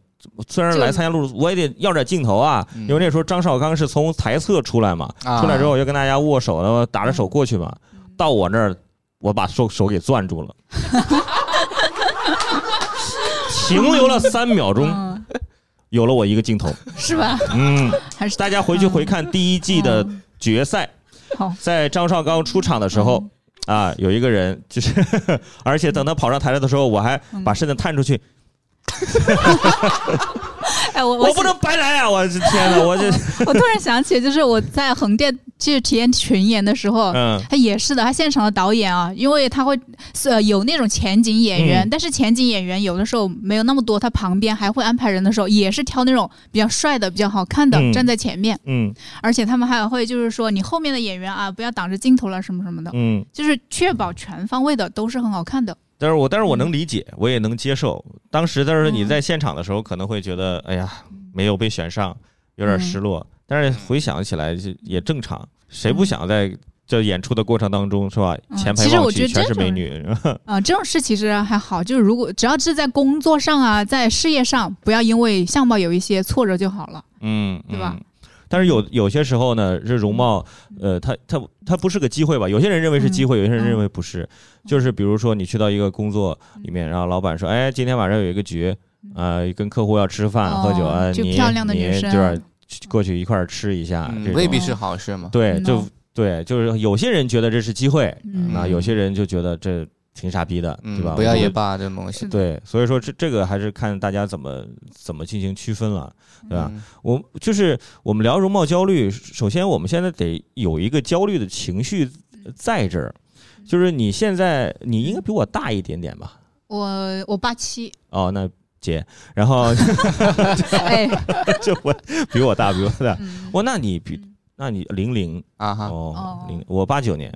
Speaker 2: 虽然来参加露露，我也得要点镜头啊，
Speaker 3: 嗯
Speaker 2: 因为那时候张绍刚是从台侧出来嘛，
Speaker 3: 啊
Speaker 2: 出来之后我就跟大家握手，然后打着手过去嘛，到我那儿我把手手给攥住了，停留了三秒钟，
Speaker 4: 嗯，
Speaker 2: 有了我一个镜头，
Speaker 4: 是吧？
Speaker 2: 嗯。
Speaker 4: 还是
Speaker 2: <laughs> 大家回去回看第一季的
Speaker 4: 嗯
Speaker 2: 决赛
Speaker 4: 好，嗯
Speaker 2: 在张绍刚出场的时候啊，有一个人就是，而且等他跑上台来的时候，我还
Speaker 4: 嗯
Speaker 2: 把身子探出去，
Speaker 4: 哎，我
Speaker 2: 我不能白来啊！我这天哪，
Speaker 4: <laughs>
Speaker 2: 我这
Speaker 4: 我突然想起，就是我在横店去体验群演的时候，
Speaker 2: 嗯
Speaker 4: 他也是的，他现场的导演啊，因为他会呃有那种前景演员，
Speaker 2: 嗯
Speaker 4: 但是前景演员有的时候没有那么多，他旁边还会安排人的时候，也是挑那种比较帅的、比较好看的、
Speaker 2: 嗯
Speaker 4: 站在前面，
Speaker 2: 嗯
Speaker 4: 而且他们还会就是说你后面的演员啊，不要挡着镜头了什么什么的，
Speaker 2: 嗯。
Speaker 4: 就是确保全方位的都是很好看的。
Speaker 2: 但是我但是我能理解，我也能接受。当时但是你
Speaker 4: 嗯
Speaker 2: 在现场的时候，可能会觉得，哎呀，没有被选上，有
Speaker 4: 嗯
Speaker 2: 点失落。但是回想起来就也正常，谁不想在这演出的过程当中是吧？
Speaker 4: 嗯
Speaker 2: 前排
Speaker 4: 其实
Speaker 2: 望
Speaker 4: 我觉
Speaker 2: 去
Speaker 4: 得
Speaker 2: 全是
Speaker 4: 这
Speaker 2: 美
Speaker 4: 种
Speaker 2: 女，
Speaker 4: 啊、这种事其实还好，就是如果只要是在工作上啊，在事业上，不要因为相貌有一些挫折就好了。
Speaker 2: 嗯，
Speaker 4: 对吧
Speaker 2: 嗯？但是有有些时候呢，这容貌，呃，它它它不是个机会吧？有些人认为
Speaker 4: 嗯
Speaker 2: 是机会，有些人认为不是。就是比如说你去到一个工作
Speaker 4: 嗯
Speaker 2: 里面，然后老板说：“哎，今天晚上有一个局，呃，跟客户要吃饭、
Speaker 4: 哦
Speaker 2: 喝酒啊，
Speaker 4: 就
Speaker 2: 你
Speaker 4: 漂亮的
Speaker 2: 你
Speaker 4: 女生
Speaker 2: 就是过去一块儿吃一下。
Speaker 3: 嗯
Speaker 2: 啊这种
Speaker 3: 未必是好事嘛。
Speaker 2: 对，
Speaker 4: 嗯
Speaker 2: 就
Speaker 4: 哦
Speaker 2: 对，就是有些人觉得这是机会，
Speaker 4: 嗯
Speaker 2: 那有些人就觉得这挺傻逼的，
Speaker 3: 嗯
Speaker 2: 对吧？，
Speaker 3: 不要
Speaker 2: 我
Speaker 3: 也罢，这种东西
Speaker 4: 是。的
Speaker 2: 对，所以说这这个还是看大家怎么怎么进行区分了，对吧？
Speaker 3: 嗯
Speaker 2: 我就是我们聊容貌焦虑，首先我们现在得有一个焦虑的情绪在这儿，
Speaker 4: 嗯
Speaker 2: 就是你现在你应该比我大一点点吧？
Speaker 4: 我我八
Speaker 2: <laughs>
Speaker 4: 七，
Speaker 2: 哦，那姐，然后 <laughs>
Speaker 4: 哎，
Speaker 2: 就我比我大，比我大， <laughs>
Speaker 4: 嗯
Speaker 2: 我那你比那你零零
Speaker 3: 啊哈
Speaker 2: 哦
Speaker 4: 哦，
Speaker 2: 零我八九年，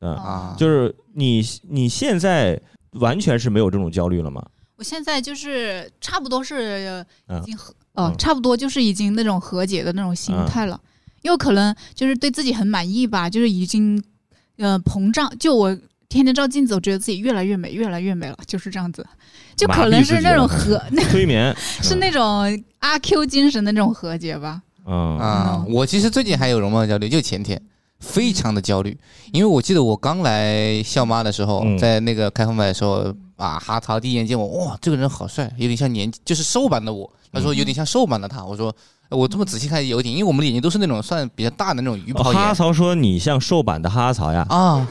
Speaker 2: 嗯，
Speaker 3: 啊，
Speaker 2: 就是你你现在完全是没有这种焦虑了吗？
Speaker 4: 我现在就是差不多是
Speaker 2: 嗯
Speaker 4: 已经和哦
Speaker 2: 嗯，
Speaker 4: 差不多就是已经那种和解的那种心态了，因为可能就是对自己很满意吧，就是已经呃膨胀，就我天天照镜子，我觉得自己越来越美，越来越美了，就是这样子，就可能是那
Speaker 2: <laughs>
Speaker 4: 种和那
Speaker 2: 催眠
Speaker 4: <laughs> 是那种阿 Q 精神的那种和解吧，
Speaker 2: 嗯
Speaker 3: 啊，
Speaker 4: 嗯
Speaker 3: 我其实最近还有容貌焦虑，就前天非常的焦虑，因为我记得我刚来校妈的时候，
Speaker 2: 嗯
Speaker 3: 在那个开放麦的时候啊，哈曹第一眼见我，哇，这个人好帅，有点像年就是瘦版的我，他说有点像瘦版的他，我说。呃我这么仔细看有点，因为我们的眼睛都是那种算比较大的那种鱼
Speaker 2: 哦
Speaker 3: 泡
Speaker 2: 哈
Speaker 3: 眼
Speaker 2: 曹说你像瘦版的哈曹呀，
Speaker 3: 啊，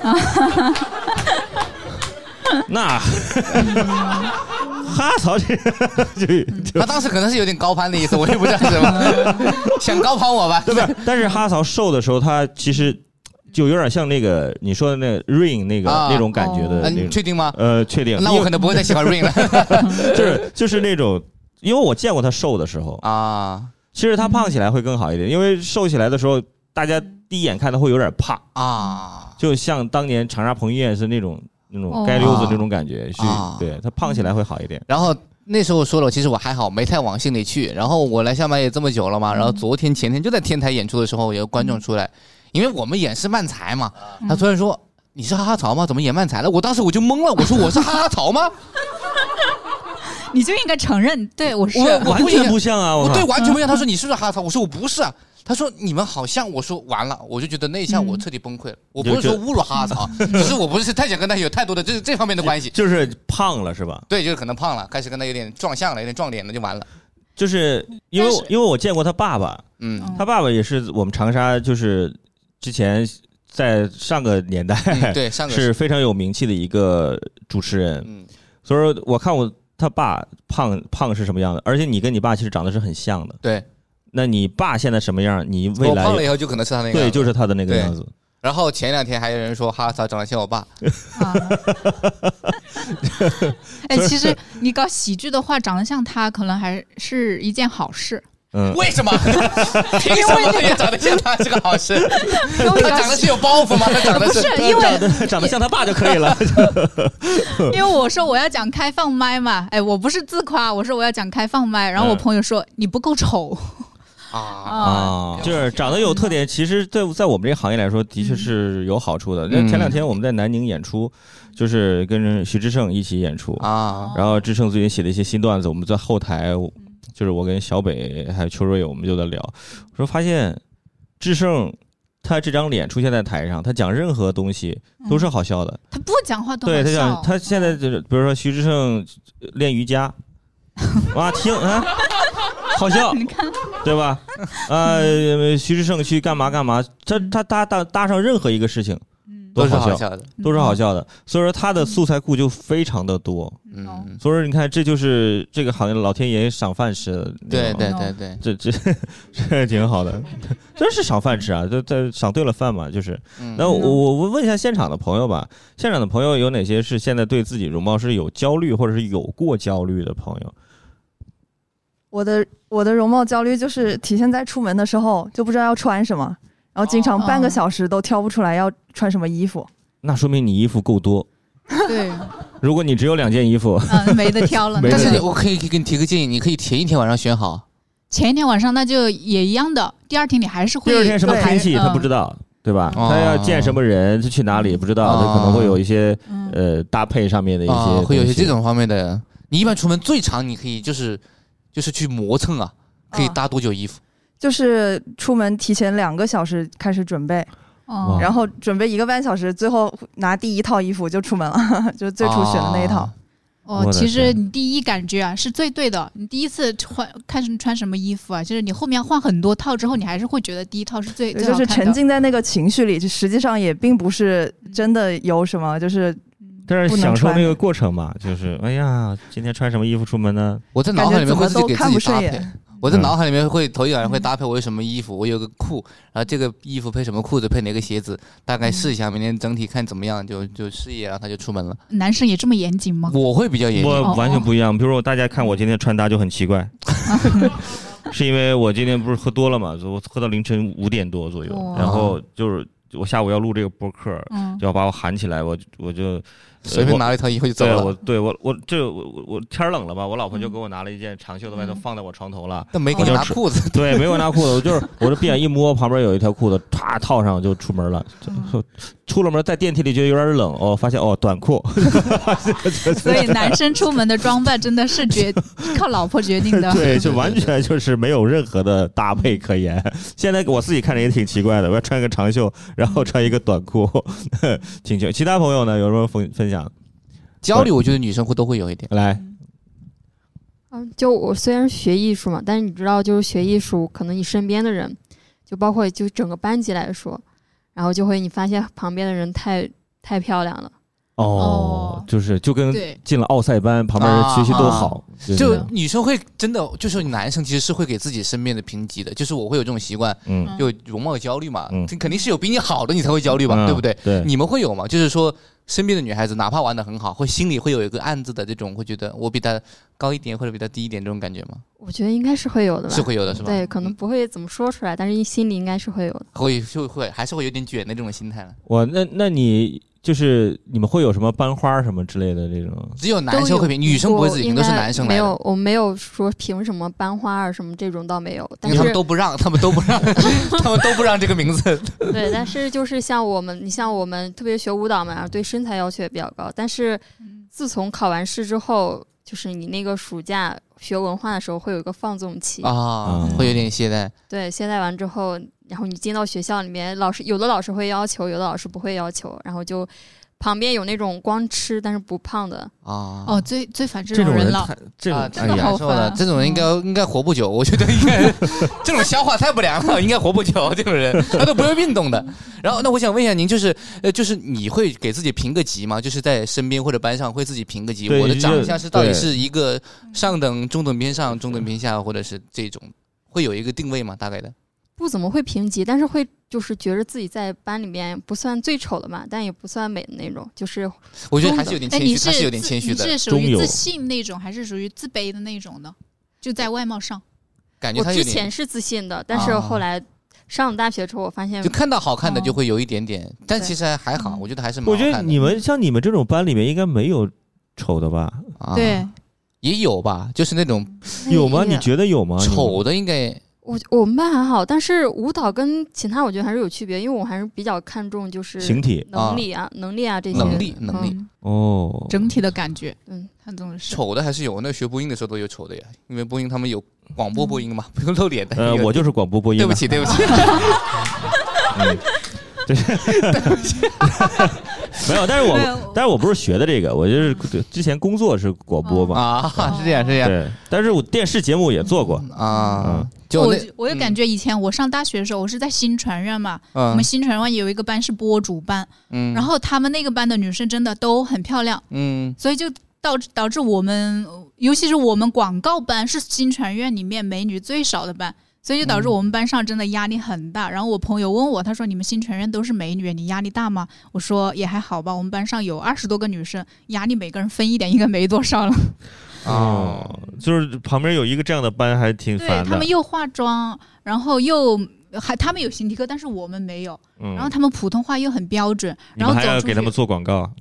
Speaker 2: 那 <laughs> 哈曹这 <laughs> 就
Speaker 4: 嗯
Speaker 2: 就
Speaker 3: 他当时可能是有点高攀的意思，我也不知道是
Speaker 2: <laughs>
Speaker 3: 什么，想高攀我吧？
Speaker 2: 对不是？ <laughs> 但是哈曹瘦的时候，他其实就有点像那个你说的那个 Rain 那个
Speaker 3: 啊
Speaker 2: 那种感觉
Speaker 4: 哦
Speaker 2: 的
Speaker 3: 啊，
Speaker 2: 那
Speaker 3: 你
Speaker 2: 种。
Speaker 3: 确定吗？
Speaker 2: 呃，确定，
Speaker 3: 那
Speaker 2: 因
Speaker 3: 我
Speaker 2: 为
Speaker 3: 可能不会再喜欢 Rain
Speaker 2: <laughs>
Speaker 3: 了
Speaker 2: 就是就是那种，因为我见过他瘦的时候，
Speaker 3: 啊
Speaker 2: 其实他胖起来会更好一点，因为瘦起来的时候，大家第一眼看他会有点怕，
Speaker 3: 啊！
Speaker 2: 就像当年长沙彭于晏是那种那种
Speaker 4: 哦
Speaker 2: 街溜子那种感觉，是
Speaker 3: 啊
Speaker 2: 对他胖起来会好一点。
Speaker 3: 然后那时候说了，其实我还好，没太往心里去。然后我来厦门也这么久了嘛，然后昨天前天就在天台演出的时候，有个观众出来，因为我们演是漫才嘛，他突然说。你是哈哈曹吗？怎么演漫才了？我当时我就懵了，我说我是哈哈曹吗？
Speaker 4: 你就应该承认，对我是
Speaker 3: 我我
Speaker 2: 完
Speaker 3: 不一
Speaker 2: 全
Speaker 3: 样
Speaker 2: 不像啊！
Speaker 3: 我
Speaker 2: 我
Speaker 3: 对
Speaker 2: 靠，
Speaker 3: 完全不一样。他说你是不是哈哈曹？我说我不是啊。他说你们好像，我说完了，我就觉得那一下我彻底崩溃了。我不是说侮辱哈哈曹， <laughs> 只是我不是太想跟他有太多的这这方面的
Speaker 2: <laughs>
Speaker 3: 关系。
Speaker 2: 就是胖了是吧？
Speaker 3: 对，就是可能胖了，开始跟他有点撞相了，有点撞脸了，就完了。
Speaker 2: 就是因为
Speaker 4: 但是
Speaker 2: 因为我见过他爸爸，
Speaker 3: 嗯，
Speaker 4: 嗯
Speaker 2: 他爸爸也是我们 <laughs> 长沙，就是之前在上个年代、<laughs>
Speaker 3: 嗯对，上个
Speaker 2: 是非常有名气的一个主持人，
Speaker 3: 嗯
Speaker 2: 所以说我看我他爸胖胖是什么样的，而且你跟你爸其实长得是很像的，
Speaker 3: 对，
Speaker 2: 那你爸现在什么样，你未
Speaker 3: 我
Speaker 2: 来
Speaker 3: 胖了以后就可能是他那个。
Speaker 2: 对就是他的那个
Speaker 3: 对
Speaker 2: 样子，
Speaker 3: 然后前两天还有人说哈哈曹长得像我爸，
Speaker 4: <laughs> 啊。 <laughs> 哎，其实你搞喜剧的话，长得像他，可能还是一件好事。
Speaker 2: 嗯，
Speaker 3: 为什么？凭什么也长得像他是个
Speaker 2: <laughs>
Speaker 3: 好事？
Speaker 5: 跟
Speaker 3: 他
Speaker 5: 我有关
Speaker 3: 长得
Speaker 5: 系
Speaker 3: 是有包袱吗？他长得
Speaker 4: 不是
Speaker 3: 是
Speaker 4: <laughs> 因为
Speaker 2: 长得长
Speaker 4: <laughs>
Speaker 2: 得像他爸就可以了。
Speaker 4: 因为我说我要讲开放麦嘛，哎，我不是自夸，我说我要讲开放麦，然后我
Speaker 2: 嗯
Speaker 4: 朋友说你不够丑
Speaker 3: <laughs> 啊，嗯
Speaker 4: 啊，
Speaker 2: 啊，就是长得有特点，其实对在我们这个行业来说，的确是有好处的。那、
Speaker 3: 嗯
Speaker 2: 前两天我们在南宁演出，就是跟徐志胜一起演出，
Speaker 4: 哦
Speaker 3: 啊，
Speaker 2: 然后志胜最近写的一些新段子，我们在后台，
Speaker 4: 嗯
Speaker 2: 就是我跟小北还有邱若友，我们就在聊，我说发现志胜他这张脸出现在台上，他讲任何东西都是好笑的。
Speaker 4: 嗯他不讲话都
Speaker 2: 对他
Speaker 4: 好笑嗯
Speaker 2: 讲，他现在就是，比如说徐志胜呃练瑜
Speaker 4: <laughs>
Speaker 2: 伽，哇，听啊，好笑，
Speaker 4: 你看
Speaker 2: 对吧？呃，徐志胜去干嘛干嘛，他他搭搭搭上任何一个事情
Speaker 4: 嗯
Speaker 2: 都
Speaker 3: 都是
Speaker 2: 好
Speaker 3: 好
Speaker 2: 笑，
Speaker 3: 笑的，
Speaker 2: 都是好笑的。所以说他的素材库就非常的多。
Speaker 4: 哦
Speaker 3: 嗯，
Speaker 2: 所以说你看，这就是这个行业老天爷赏饭吃的那
Speaker 3: 对
Speaker 2: 种，
Speaker 3: 对对对，
Speaker 2: 这这这挺好的，真是赏饭吃啊，这这赏对了饭嘛，就是。
Speaker 3: 嗯
Speaker 2: 那我我我问一下现场的朋友吧，现场的朋友有哪些是现在对自己容貌是有焦虑，或者是有过焦虑的朋友？
Speaker 6: 我的我的容貌焦虑就是体现在出门的时候就不知道要穿什么，然后经常半个小时都挑不出来要穿什么衣服。
Speaker 2: 那说明你衣服够多。
Speaker 4: 对，
Speaker 2: 如果你只有两件衣服，
Speaker 4: 嗯，没得挑了。
Speaker 2: 没得
Speaker 3: 但是
Speaker 2: 挑
Speaker 3: 你我可以可以给你提个建议，你可以前一天晚上选好，
Speaker 4: 前一天晚上那就也一样的，第二天你还是会
Speaker 2: 第二天什么
Speaker 6: 对
Speaker 2: 天气
Speaker 4: 嗯
Speaker 2: 他不知道，对吧？
Speaker 3: 哦
Speaker 2: 他要见什么人，他去哪里不知道，他可能会有一些
Speaker 4: 嗯
Speaker 2: 呃搭配上面的一
Speaker 3: 啊，
Speaker 2: 些，
Speaker 3: 会有一些这。种方面的。你一般出门最长你可以就是就是去磨蹭啊，可以
Speaker 6: 啊
Speaker 3: 搭多久衣服？
Speaker 6: 就是出门提前两个小时开始准备，
Speaker 4: 哦
Speaker 2: 哇
Speaker 6: 然后准备一个半小时，最后拿第一套衣服就出门了， <laughs> 就是最初选的那一套
Speaker 3: 啊。
Speaker 2: 我
Speaker 4: 哦，
Speaker 2: 的
Speaker 4: 其实
Speaker 2: 天
Speaker 4: 你第一感觉啊是最对的。你第一次穿看是穿什么衣服啊，就是你后面换很多套之后，你还是会觉得第一套是最
Speaker 6: 对，
Speaker 4: 最好
Speaker 6: 就是
Speaker 4: 看的。
Speaker 6: 沉浸在那个情绪里，就实际上也并不是真的有什么，就是
Speaker 2: 但是
Speaker 6: 不能
Speaker 2: 享受
Speaker 6: 穿
Speaker 2: 那个过程嘛，
Speaker 6: <laughs>
Speaker 2: 就是哎呀，今天穿什么衣服出门呢？
Speaker 3: 我在
Speaker 6: 感
Speaker 3: 脑海里
Speaker 6: 觉
Speaker 3: 面
Speaker 6: 怎
Speaker 3: 会
Speaker 6: 么
Speaker 3: 自己
Speaker 6: 都
Speaker 3: 给自
Speaker 6: 看
Speaker 3: 己
Speaker 6: 不顺
Speaker 3: 搭配，
Speaker 6: 眼。
Speaker 3: 我在
Speaker 2: 嗯
Speaker 3: 脑海里面会头一晚上会搭配我有什么衣服，我有个裤，然后这个衣服配什么裤子，配哪个鞋子，大概试一下，明天整体看怎么样，就就试一，然后他就出门了。
Speaker 4: 男生也这么严谨吗？
Speaker 3: 我会比较严谨，
Speaker 2: 我完
Speaker 6: 哦
Speaker 2: 全不一样。比如说，大家看我今天穿搭就很奇
Speaker 6: <laughs>
Speaker 2: 怪，是因为我今天不是喝多了嘛，我喝到凌晨五点多左右
Speaker 4: 哇，
Speaker 2: 然后就是我下午要录这个播客，
Speaker 4: 嗯，
Speaker 2: 就要把我喊起来，我我就
Speaker 3: 随便拿了一套衣服就走
Speaker 2: 对
Speaker 3: 了
Speaker 2: 我。对我我这我我我天儿冷了吧，我老
Speaker 6: 嗯
Speaker 2: 婆就给我拿了一件长袖的外套
Speaker 4: 嗯
Speaker 2: 放在我床头了。
Speaker 3: 但没给你拿裤子，
Speaker 2: 对，没有拿裤子，我就是我这闭眼一摸，旁边有一条裤子，啪套上就出门了。
Speaker 4: 嗯
Speaker 2: 就出了门，在电梯里觉得有点冷，哦，发现哦短裤，
Speaker 4: 所以男生出门的装扮真的是决 <laughs> 靠老婆决定
Speaker 2: <laughs>
Speaker 4: 的。
Speaker 2: 对，就完全就是没有任何的搭配可言。现在我自己看着也挺奇怪的，我要穿个长袖，然后穿一个短裤， <laughs> 挺奇怪。其他朋友呢，有什么分分享？
Speaker 3: 焦虑我觉得女生会都会有一点。
Speaker 2: 来，
Speaker 5: 嗯，就我虽然是学艺术嘛，但是你知道，就是学艺术，可能你身边的人，就包括就整个班级来说，然后就会你发现旁边的人太太漂亮了，
Speaker 2: 哦
Speaker 4: 哦，
Speaker 2: 就是就跟
Speaker 4: 对
Speaker 2: 进了奥赛班，旁边人学习都好，是这
Speaker 3: 就
Speaker 2: 样
Speaker 3: 女生会真的，就是男生其实是会给自己身边的评级的，就是我会有这种习惯，
Speaker 2: 嗯，
Speaker 3: 就容貌焦虑嘛
Speaker 2: 嗯，
Speaker 3: 这肯定是有比你好的你才会焦虑
Speaker 2: 对
Speaker 3: 吧，对不对？？
Speaker 2: 嗯对，
Speaker 3: 你们会有吗？就是说，身边的女孩子哪怕玩的很好，会心里会有一个暗自的这种，会觉得我比她高一点或者比她低一点这种感觉吗？
Speaker 5: 我觉得应该是会有的吧。
Speaker 3: 是会有的，是吧？嗯
Speaker 5: 对，可能不会怎么说出来，但是心里应该是会有的。
Speaker 3: 会就会还是会有点卷的这种心态了。
Speaker 2: 我那那你就是你们会有什么班花什么之类的这种？
Speaker 3: 只有男生会评，女生不会自己评，
Speaker 5: 应
Speaker 3: 都
Speaker 5: 该
Speaker 3: 是男生
Speaker 5: 没
Speaker 3: 来的，
Speaker 5: 有，我没有说凭什么班花啊什么这种倒没有，
Speaker 3: 因
Speaker 5: 但
Speaker 3: 为他们
Speaker 5: 是
Speaker 3: 都不让，他们都不 <laughs> 让，他们都不让这个名字。
Speaker 5: 对，但是就是像我们，你像我们特别学舞蹈嘛，对身材要求也比较高。但是自从考完试之后，就是你那个暑假学文化的时候会有一个放纵
Speaker 3: <laughs>
Speaker 5: 期，
Speaker 3: 啊，会有点懈怠。
Speaker 5: 对，懈怠完之后，然后你进到学校里面，老师有的老师会要求，有的老师不会要求，然后就旁边有那种光吃但是不胖的，
Speaker 3: 啊，
Speaker 4: 哦，最最烦这种人了。
Speaker 2: 太这
Speaker 3: 啊，
Speaker 2: 哎
Speaker 3: 这种
Speaker 4: 呀
Speaker 3: 难受了，这种人应该应该活不久，我觉得应该 <laughs> 这种消化太不良了，应该活不久。这种人他都不会运动的。然后，那我想问一下您，就是呃，就是你会给自己评个级吗？就是在身边或者班上会自己评个级，
Speaker 2: 对
Speaker 3: 我的长相是到底
Speaker 2: 对
Speaker 3: 是一个上等、中等偏上、中等偏下，或者是这种，会有一个定位吗？大概的
Speaker 5: 不怎么会评级，但是会就是觉着自己在班里面不算最丑的嘛，但也不算美的那种，就是
Speaker 3: 我觉得还是有点
Speaker 4: 哎，
Speaker 3: 谦
Speaker 4: 你
Speaker 3: 虚，他是有点
Speaker 4: 自
Speaker 3: 谦虚
Speaker 4: 你
Speaker 3: 的。
Speaker 4: 是属于
Speaker 2: 中游
Speaker 4: 自信那种，还是属于自卑的那种呢？就在外貌上，
Speaker 3: 感觉
Speaker 5: 我
Speaker 3: 他有
Speaker 5: 之
Speaker 3: 点
Speaker 5: 前是自信的，但是
Speaker 3: 啊
Speaker 5: 后来上了大学之后，我发现
Speaker 3: 就看到好看的就会有一点点，但
Speaker 5: 对
Speaker 3: 其实还还好，我觉得还是蛮
Speaker 2: 我
Speaker 3: 好
Speaker 2: 觉
Speaker 3: 看
Speaker 2: 得
Speaker 3: 的
Speaker 2: 你们像你们这种班里面应该没有丑的吧？
Speaker 3: 啊
Speaker 4: 对，
Speaker 3: 也有吧，就是那种
Speaker 2: 嗯有吗？
Speaker 4: 嗯
Speaker 5: 哎呀
Speaker 2: 啊你觉得有吗？
Speaker 3: 丑的应该
Speaker 5: 我我们班还好，但是舞蹈跟其他我觉得还是有区别，因为我还是比较看重就是
Speaker 2: 形体
Speaker 5: 能力啊、能力啊这些
Speaker 3: 能力能力，
Speaker 4: 嗯
Speaker 2: 哦，
Speaker 4: 整体的感觉，
Speaker 5: 嗯，
Speaker 4: 看重的是
Speaker 3: 丑的还是有，那学播音的时候都有丑的呀，因为播音他们有广播播音
Speaker 4: 嗯
Speaker 3: 嘛，不用露脸的。
Speaker 2: 呃，
Speaker 3: 有
Speaker 2: 我就是广播播音
Speaker 3: 对
Speaker 2: 的。
Speaker 3: 不起对不起，
Speaker 2: 嗯，对，没有，但是
Speaker 4: 对
Speaker 2: 我
Speaker 4: 我，
Speaker 2: 但是我不是学的这个，我就是
Speaker 4: 嗯
Speaker 2: 对之前工作是广播
Speaker 4: 哦
Speaker 2: 嘛，
Speaker 3: 啊，是这样是这样
Speaker 2: 对，但是我电视节目也做过，
Speaker 3: 啊
Speaker 2: 嗯，
Speaker 3: 就
Speaker 4: 我
Speaker 3: 那
Speaker 4: 我就感觉以前我上大学的时候，我是在新传院嘛，我
Speaker 3: 嗯
Speaker 4: 们新传院有一个班是播主班，
Speaker 3: 嗯，
Speaker 4: 然后他们那个班的女生真的都很漂亮，
Speaker 3: 嗯
Speaker 4: 所以就导致导致我们，尤其是我们广告班是新传院里面美女最少的班，所以就导
Speaker 3: 嗯
Speaker 4: 致我们班上真的压力很大。然后我朋友问我，他说：“你们新传院都是美女，你压力大吗？”我说：“也还好吧，我们班上有二十多个女生，压力每个人分一点，应该没多少了。
Speaker 3: 啊，，
Speaker 2: 嗯就是旁边有一个这样的班，还挺
Speaker 4: 哦对
Speaker 2: 烦
Speaker 4: 他
Speaker 2: 的
Speaker 4: 们。又化妆，然后又。”还他们有形体课，但是我们没有。
Speaker 2: 嗯
Speaker 4: 然后他们普通话又很标准，
Speaker 2: 你们
Speaker 4: 然后
Speaker 2: 还
Speaker 4: 走
Speaker 2: 要
Speaker 4: 出
Speaker 2: 给他们
Speaker 4: 去
Speaker 2: 做广告，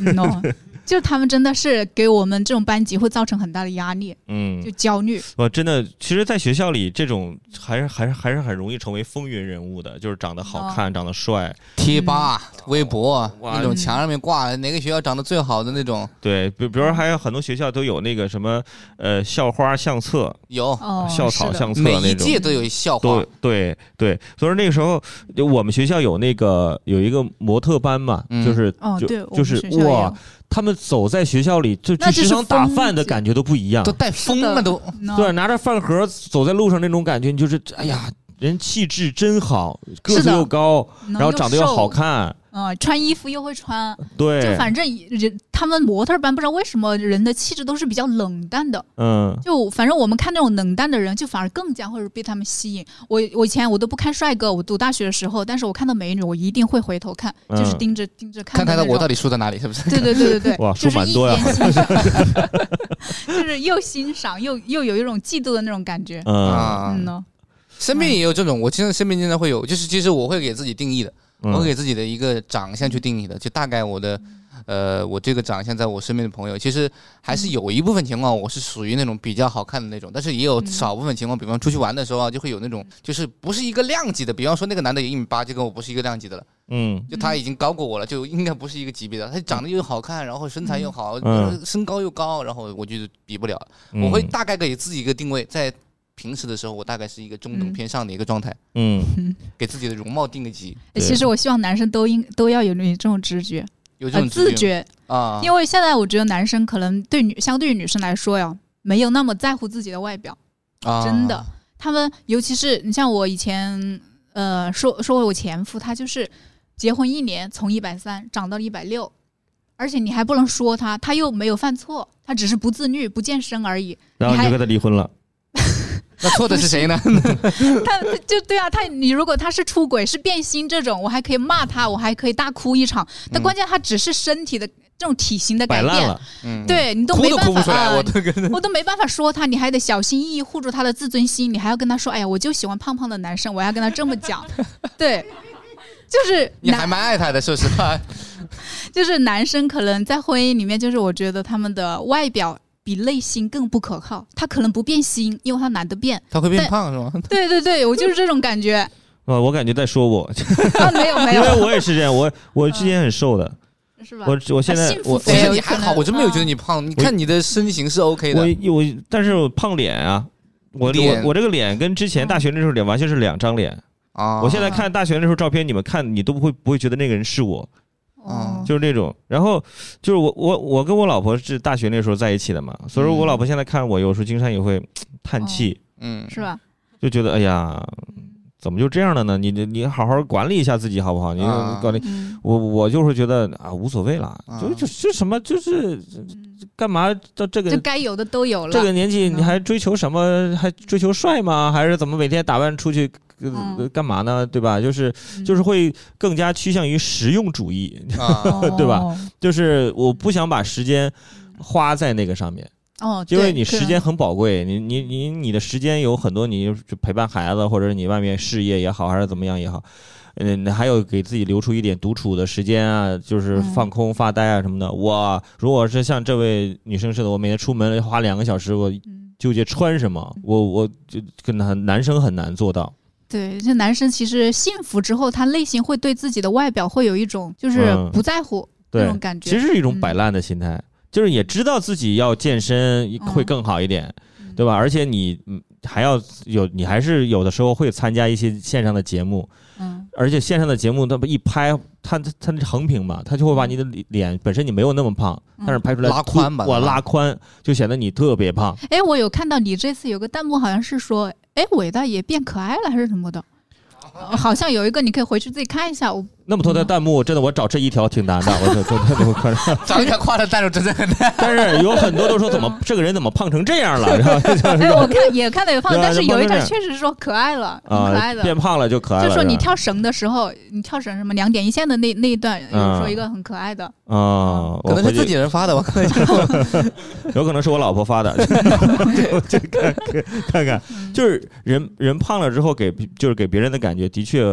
Speaker 4: 嗯，no，就 <laughs> 他们真的是给我们这种班级会造成很大的压力，
Speaker 2: 嗯
Speaker 4: 就，
Speaker 2: <laughs>
Speaker 4: 焦虑。
Speaker 2: 我真的，其实，在学校里，这种还是还是还是很容易成为风云人物的，就是长得好看，
Speaker 4: 哦
Speaker 2: 长得帅，
Speaker 3: 贴吧、
Speaker 4: 嗯
Speaker 3: 微博
Speaker 2: 哇
Speaker 3: 那种墙上面挂的哪个学校长得最好的那种，
Speaker 2: 对，比比如说还有很多学校都有那个什么，呃，校花相册、
Speaker 3: 有
Speaker 4: 哦，
Speaker 2: 校
Speaker 4: 是
Speaker 2: 草
Speaker 4: 的
Speaker 2: 相册
Speaker 3: 每
Speaker 2: 那
Speaker 3: 一
Speaker 2: 种
Speaker 3: 届，都有笑话
Speaker 2: 都，对对，所以说那个时候，就我们学校有那个有一个模特班嘛，
Speaker 3: 嗯
Speaker 2: 就是
Speaker 4: 哦，
Speaker 2: 就
Speaker 4: 对，我
Speaker 2: 就
Speaker 4: 们
Speaker 2: 是
Speaker 4: 学校也
Speaker 2: 哇
Speaker 4: 有，
Speaker 2: 他们走在学校里，就
Speaker 4: 那
Speaker 2: 去
Speaker 4: 就是
Speaker 2: 食堂打
Speaker 4: 风
Speaker 2: 饭的
Speaker 4: 景
Speaker 2: 感觉都不一样
Speaker 3: 都，带疯
Speaker 4: 是
Speaker 3: 了
Speaker 4: 的
Speaker 3: 都。
Speaker 4: no
Speaker 2: 对，拿着饭盒走在路上那种感觉，你就是哎呀，人气质真好，个
Speaker 4: 是
Speaker 2: 子
Speaker 4: 的
Speaker 2: 又高，
Speaker 4: no，
Speaker 2: 然后长得又
Speaker 4: 瘦
Speaker 2: 好，看，
Speaker 4: 嗯，穿衣服又会穿，
Speaker 2: 对，
Speaker 4: 就反正人他们模特班不知道为什么人的气质都是比较冷淡的，
Speaker 2: 嗯
Speaker 4: 就反正我们看那种冷淡的人，就反而更加会被他们吸引。我我以前我都不看帅哥，我读大学的时候，但是我看到美女，我一定会回头看，就是
Speaker 2: 嗯
Speaker 4: 盯着盯着看
Speaker 3: 看
Speaker 4: 的
Speaker 3: 他
Speaker 4: 那
Speaker 3: 的
Speaker 4: 种。
Speaker 3: 我到底输在哪里，是
Speaker 2: <laughs>
Speaker 3: 不是？
Speaker 4: 对对对对对，
Speaker 2: 哇说
Speaker 4: 就是
Speaker 2: 蛮
Speaker 4: 一
Speaker 2: 多呀 <laughs>
Speaker 4: 边欣赏， <laughs> 就是又欣赏又又有一种嫉妒的那种感觉。
Speaker 2: 嗯
Speaker 3: 啊，
Speaker 4: 嗯呢，
Speaker 3: 身边也有这种，我经常身边经常会有，就是其实我会给自己定义的，我
Speaker 2: 嗯
Speaker 3: 会给自己的一个长相去定义的，就大概我的，呃，我这个长相在我身边的朋友，其实还是有一部分情况我是属于那种比较好看的那种，但是也有
Speaker 4: 嗯
Speaker 3: 少部分情况，比方出去玩的时候啊，就会有那种就是不是一个量级的，比方说那个男的有一米八，就跟我不是一个量级的了，
Speaker 2: 嗯
Speaker 3: 就他已经高过我了，就应该不是一个级别的，他长得又好看，然后身材又好，呃
Speaker 2: 嗯
Speaker 3: 身高又高，然后我就比不了，
Speaker 2: 嗯，
Speaker 3: 我会大概给自己一个定位，在平时的时候，我大概是一个中等偏上的一个状态，
Speaker 2: 嗯
Speaker 3: 给自己的容貌定个级，
Speaker 2: 对
Speaker 4: 其实我希望男生都应都要有那这种直觉，
Speaker 3: 有这
Speaker 4: 呃，
Speaker 3: 种
Speaker 4: 自
Speaker 3: 觉
Speaker 4: 觉，
Speaker 3: 啊，
Speaker 4: 因为现在我觉得男生可能对女相对于女生来说呀，没有那么在乎自己的外表，
Speaker 3: 啊
Speaker 4: 真的，他们尤其是你像我以前，呃，说说我前夫，他就是结婚一年从一百三涨到了一百六，而且你还不能说他，他又没有犯错，他只是不自律、不健身而已。
Speaker 2: 然后你就
Speaker 4: 你还
Speaker 2: 跟他离婚了，
Speaker 3: 那错的是谁
Speaker 4: <laughs>
Speaker 3: 呢？
Speaker 4: 他就对啊，他你如果他是出轨、是变心这种，我还可以骂他，我还可以大哭一场。但
Speaker 3: 嗯
Speaker 4: 关键他只是身体的这种体型的改
Speaker 2: 摆烂
Speaker 4: 变，
Speaker 2: 了，
Speaker 3: 嗯，
Speaker 4: 对你都
Speaker 3: 哭
Speaker 4: 没
Speaker 3: 都
Speaker 4: 办
Speaker 3: 哭
Speaker 4: 法
Speaker 3: 不出来，
Speaker 4: 啊
Speaker 3: 我都跟
Speaker 4: 我都没办法说他，你还得小心翼翼护住他的自尊心，你还要跟他说，哎呀，我就喜欢胖胖的男生，我要跟他这么讲，对，就是
Speaker 3: 你还
Speaker 4: 男
Speaker 3: 蛮爱他的，说实话，
Speaker 4: 就是男生可能在婚姻里面，就是我觉得他们的外表比内心更不可靠，他可能不变心，因为他懒得变，
Speaker 3: 他会变
Speaker 4: 对
Speaker 3: 胖是吗？
Speaker 4: 对对对，我就是这种感觉，
Speaker 2: 啊，我感觉在说我，
Speaker 4: <laughs> 啊，没有没
Speaker 2: 因为
Speaker 4: 有，
Speaker 2: 我也是这样，我我之前很瘦的，
Speaker 4: 是吧？
Speaker 2: 我我现在
Speaker 4: 幸福
Speaker 2: 我
Speaker 3: 其
Speaker 4: 肥
Speaker 3: 实
Speaker 4: 有
Speaker 3: 你
Speaker 4: 可
Speaker 3: 还好，
Speaker 4: 能
Speaker 3: 我真没有觉得
Speaker 4: 嗯
Speaker 3: 你胖，你看你的身形是 OK 的，
Speaker 2: 我我，但是我胖脸啊。我
Speaker 3: 脸
Speaker 2: 我我这个脸跟之前大学那时候脸完全是两张脸。
Speaker 3: 啊，
Speaker 2: 我现在看大学那时候照片，你们看你都不会不会觉得那个人是我，
Speaker 4: 哦
Speaker 2: 就是那种。然后就是我我我跟我老婆是大学那时候在一起的嘛，所以说我老婆现在看我有时候经常也会叹
Speaker 4: 哦
Speaker 2: 气，
Speaker 3: 嗯
Speaker 4: 是吧？
Speaker 2: 就觉得哎呀，怎么就这样了呢？你你你好好管理一下自己好不好？你
Speaker 3: 啊
Speaker 2: 管理
Speaker 4: 嗯，
Speaker 2: 我我就是觉得啊无所谓了，
Speaker 3: 啊
Speaker 2: 就就就什么就是
Speaker 4: 嗯
Speaker 2: 干嘛到这
Speaker 4: 就
Speaker 2: 个
Speaker 4: 该有的都有了，
Speaker 2: 这个年纪你
Speaker 4: 嗯
Speaker 2: 还追求什么？还追求帅吗？还是怎么每天打扮出去呃
Speaker 4: 嗯
Speaker 2: 呃干嘛呢？对吧？就是
Speaker 4: 嗯
Speaker 2: 就是会更加趋向于实用主义， <laughs>
Speaker 4: 哦
Speaker 3: 啊，
Speaker 2: 对吧？就是我不想把时间花在那个上面。
Speaker 4: 哦，
Speaker 2: 因为
Speaker 4: 对
Speaker 2: 你
Speaker 4: 可
Speaker 2: 时
Speaker 4: 能
Speaker 2: 间很宝贵，你你你你的时间有很多，你就是陪伴孩子，或者是你外面事业也好，还是怎么样也好，嗯，还有给自己留出一点独处的时间啊，就是
Speaker 4: 嗯
Speaker 2: 放空、发呆啊什么的。我如果是像这位女生似的，我每天出门花两个小时，我
Speaker 4: 嗯
Speaker 2: 纠结穿什么，我我就跟男男生很难做到。
Speaker 4: 对，这男生其实幸福之后，他内心会对自己的外表会有一种就是
Speaker 2: 嗯
Speaker 4: 不在乎那
Speaker 2: 对
Speaker 4: 种，感觉。
Speaker 2: 其实是一种摆烂的心态，就是也知道自己要健身会更好一点，
Speaker 4: 嗯
Speaker 2: 对吧？而且你嗯还要有，你还是有的时候会参加一些线上的节目，
Speaker 4: 嗯，
Speaker 2: 而且线上的节目它不一拍，它它它横屏嘛，它就会把你的脸本身你没有那么胖，
Speaker 4: 嗯
Speaker 2: 但是拍出来
Speaker 3: 拉宽吧
Speaker 2: 哇，
Speaker 3: 拉宽
Speaker 2: 拉宽就显得你特别胖。
Speaker 4: 哎，我有看到你这次有个弹幕好像是说，哎，伟大爷变可爱了还是什么的，呃好像有一个你可以回去自己看
Speaker 2: <laughs>
Speaker 4: 一下。我
Speaker 2: 那么多的弹幕，真的我找这一条挺难的，我就真的我看。
Speaker 3: 咱们家夸的弹幕真的很难。
Speaker 2: 但是有很多都说怎么这个人怎么胖成这样了，然后就
Speaker 4: 哎，我看也看到有放，
Speaker 2: 对啊
Speaker 4: 但是有一
Speaker 2: 就放在
Speaker 4: 张
Speaker 2: 这
Speaker 4: 确实说可爱了，挺可爱
Speaker 2: 啊
Speaker 4: 的。
Speaker 2: 变胖了就可爱了。
Speaker 4: 就说你
Speaker 2: 是吧
Speaker 4: 跳绳的时候，你跳绳什么两点一线的那那一段，
Speaker 2: 嗯
Speaker 4: 有说一个很可爱的，
Speaker 2: 啊，我
Speaker 3: 可能
Speaker 2: 回
Speaker 3: 是
Speaker 2: 去
Speaker 3: 自己人发的吧，可能就是
Speaker 2: 有可能是我老婆发的，
Speaker 3: <laughs>
Speaker 2: 我就看 <laughs> 看看看，
Speaker 4: 嗯
Speaker 2: 就是人人胖了之后给就是给别人的感觉的确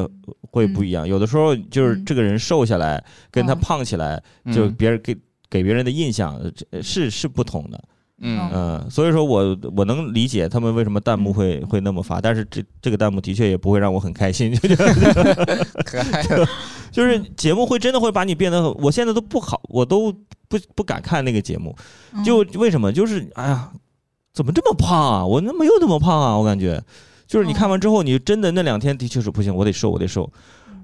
Speaker 2: 会不一样。有的时候就是
Speaker 4: 嗯
Speaker 2: 这个人瘦下来，跟他
Speaker 4: 嗯
Speaker 2: 胖起来，就
Speaker 3: 嗯
Speaker 2: 别人给给别人的印象呃这是是不同的。
Speaker 4: 哦
Speaker 3: 嗯，
Speaker 2: 嗯，所以说我我能理解他们为什么弹
Speaker 4: 嗯
Speaker 2: 幕会会那么发，但是这这个弹幕的确也不会让我很开心，就 <laughs>
Speaker 3: 可爱
Speaker 4: <laughs>
Speaker 3: 的，
Speaker 2: 就是节目会真的会把你变得很，我现在都不好，我都不不敢看那个节目。
Speaker 4: 嗯
Speaker 2: 就为什么？就是哎呀，怎么这么胖啊？我那没有那么胖啊，我感觉，就是你看完之后，你真的那两天的确是不行，我得瘦，我得瘦。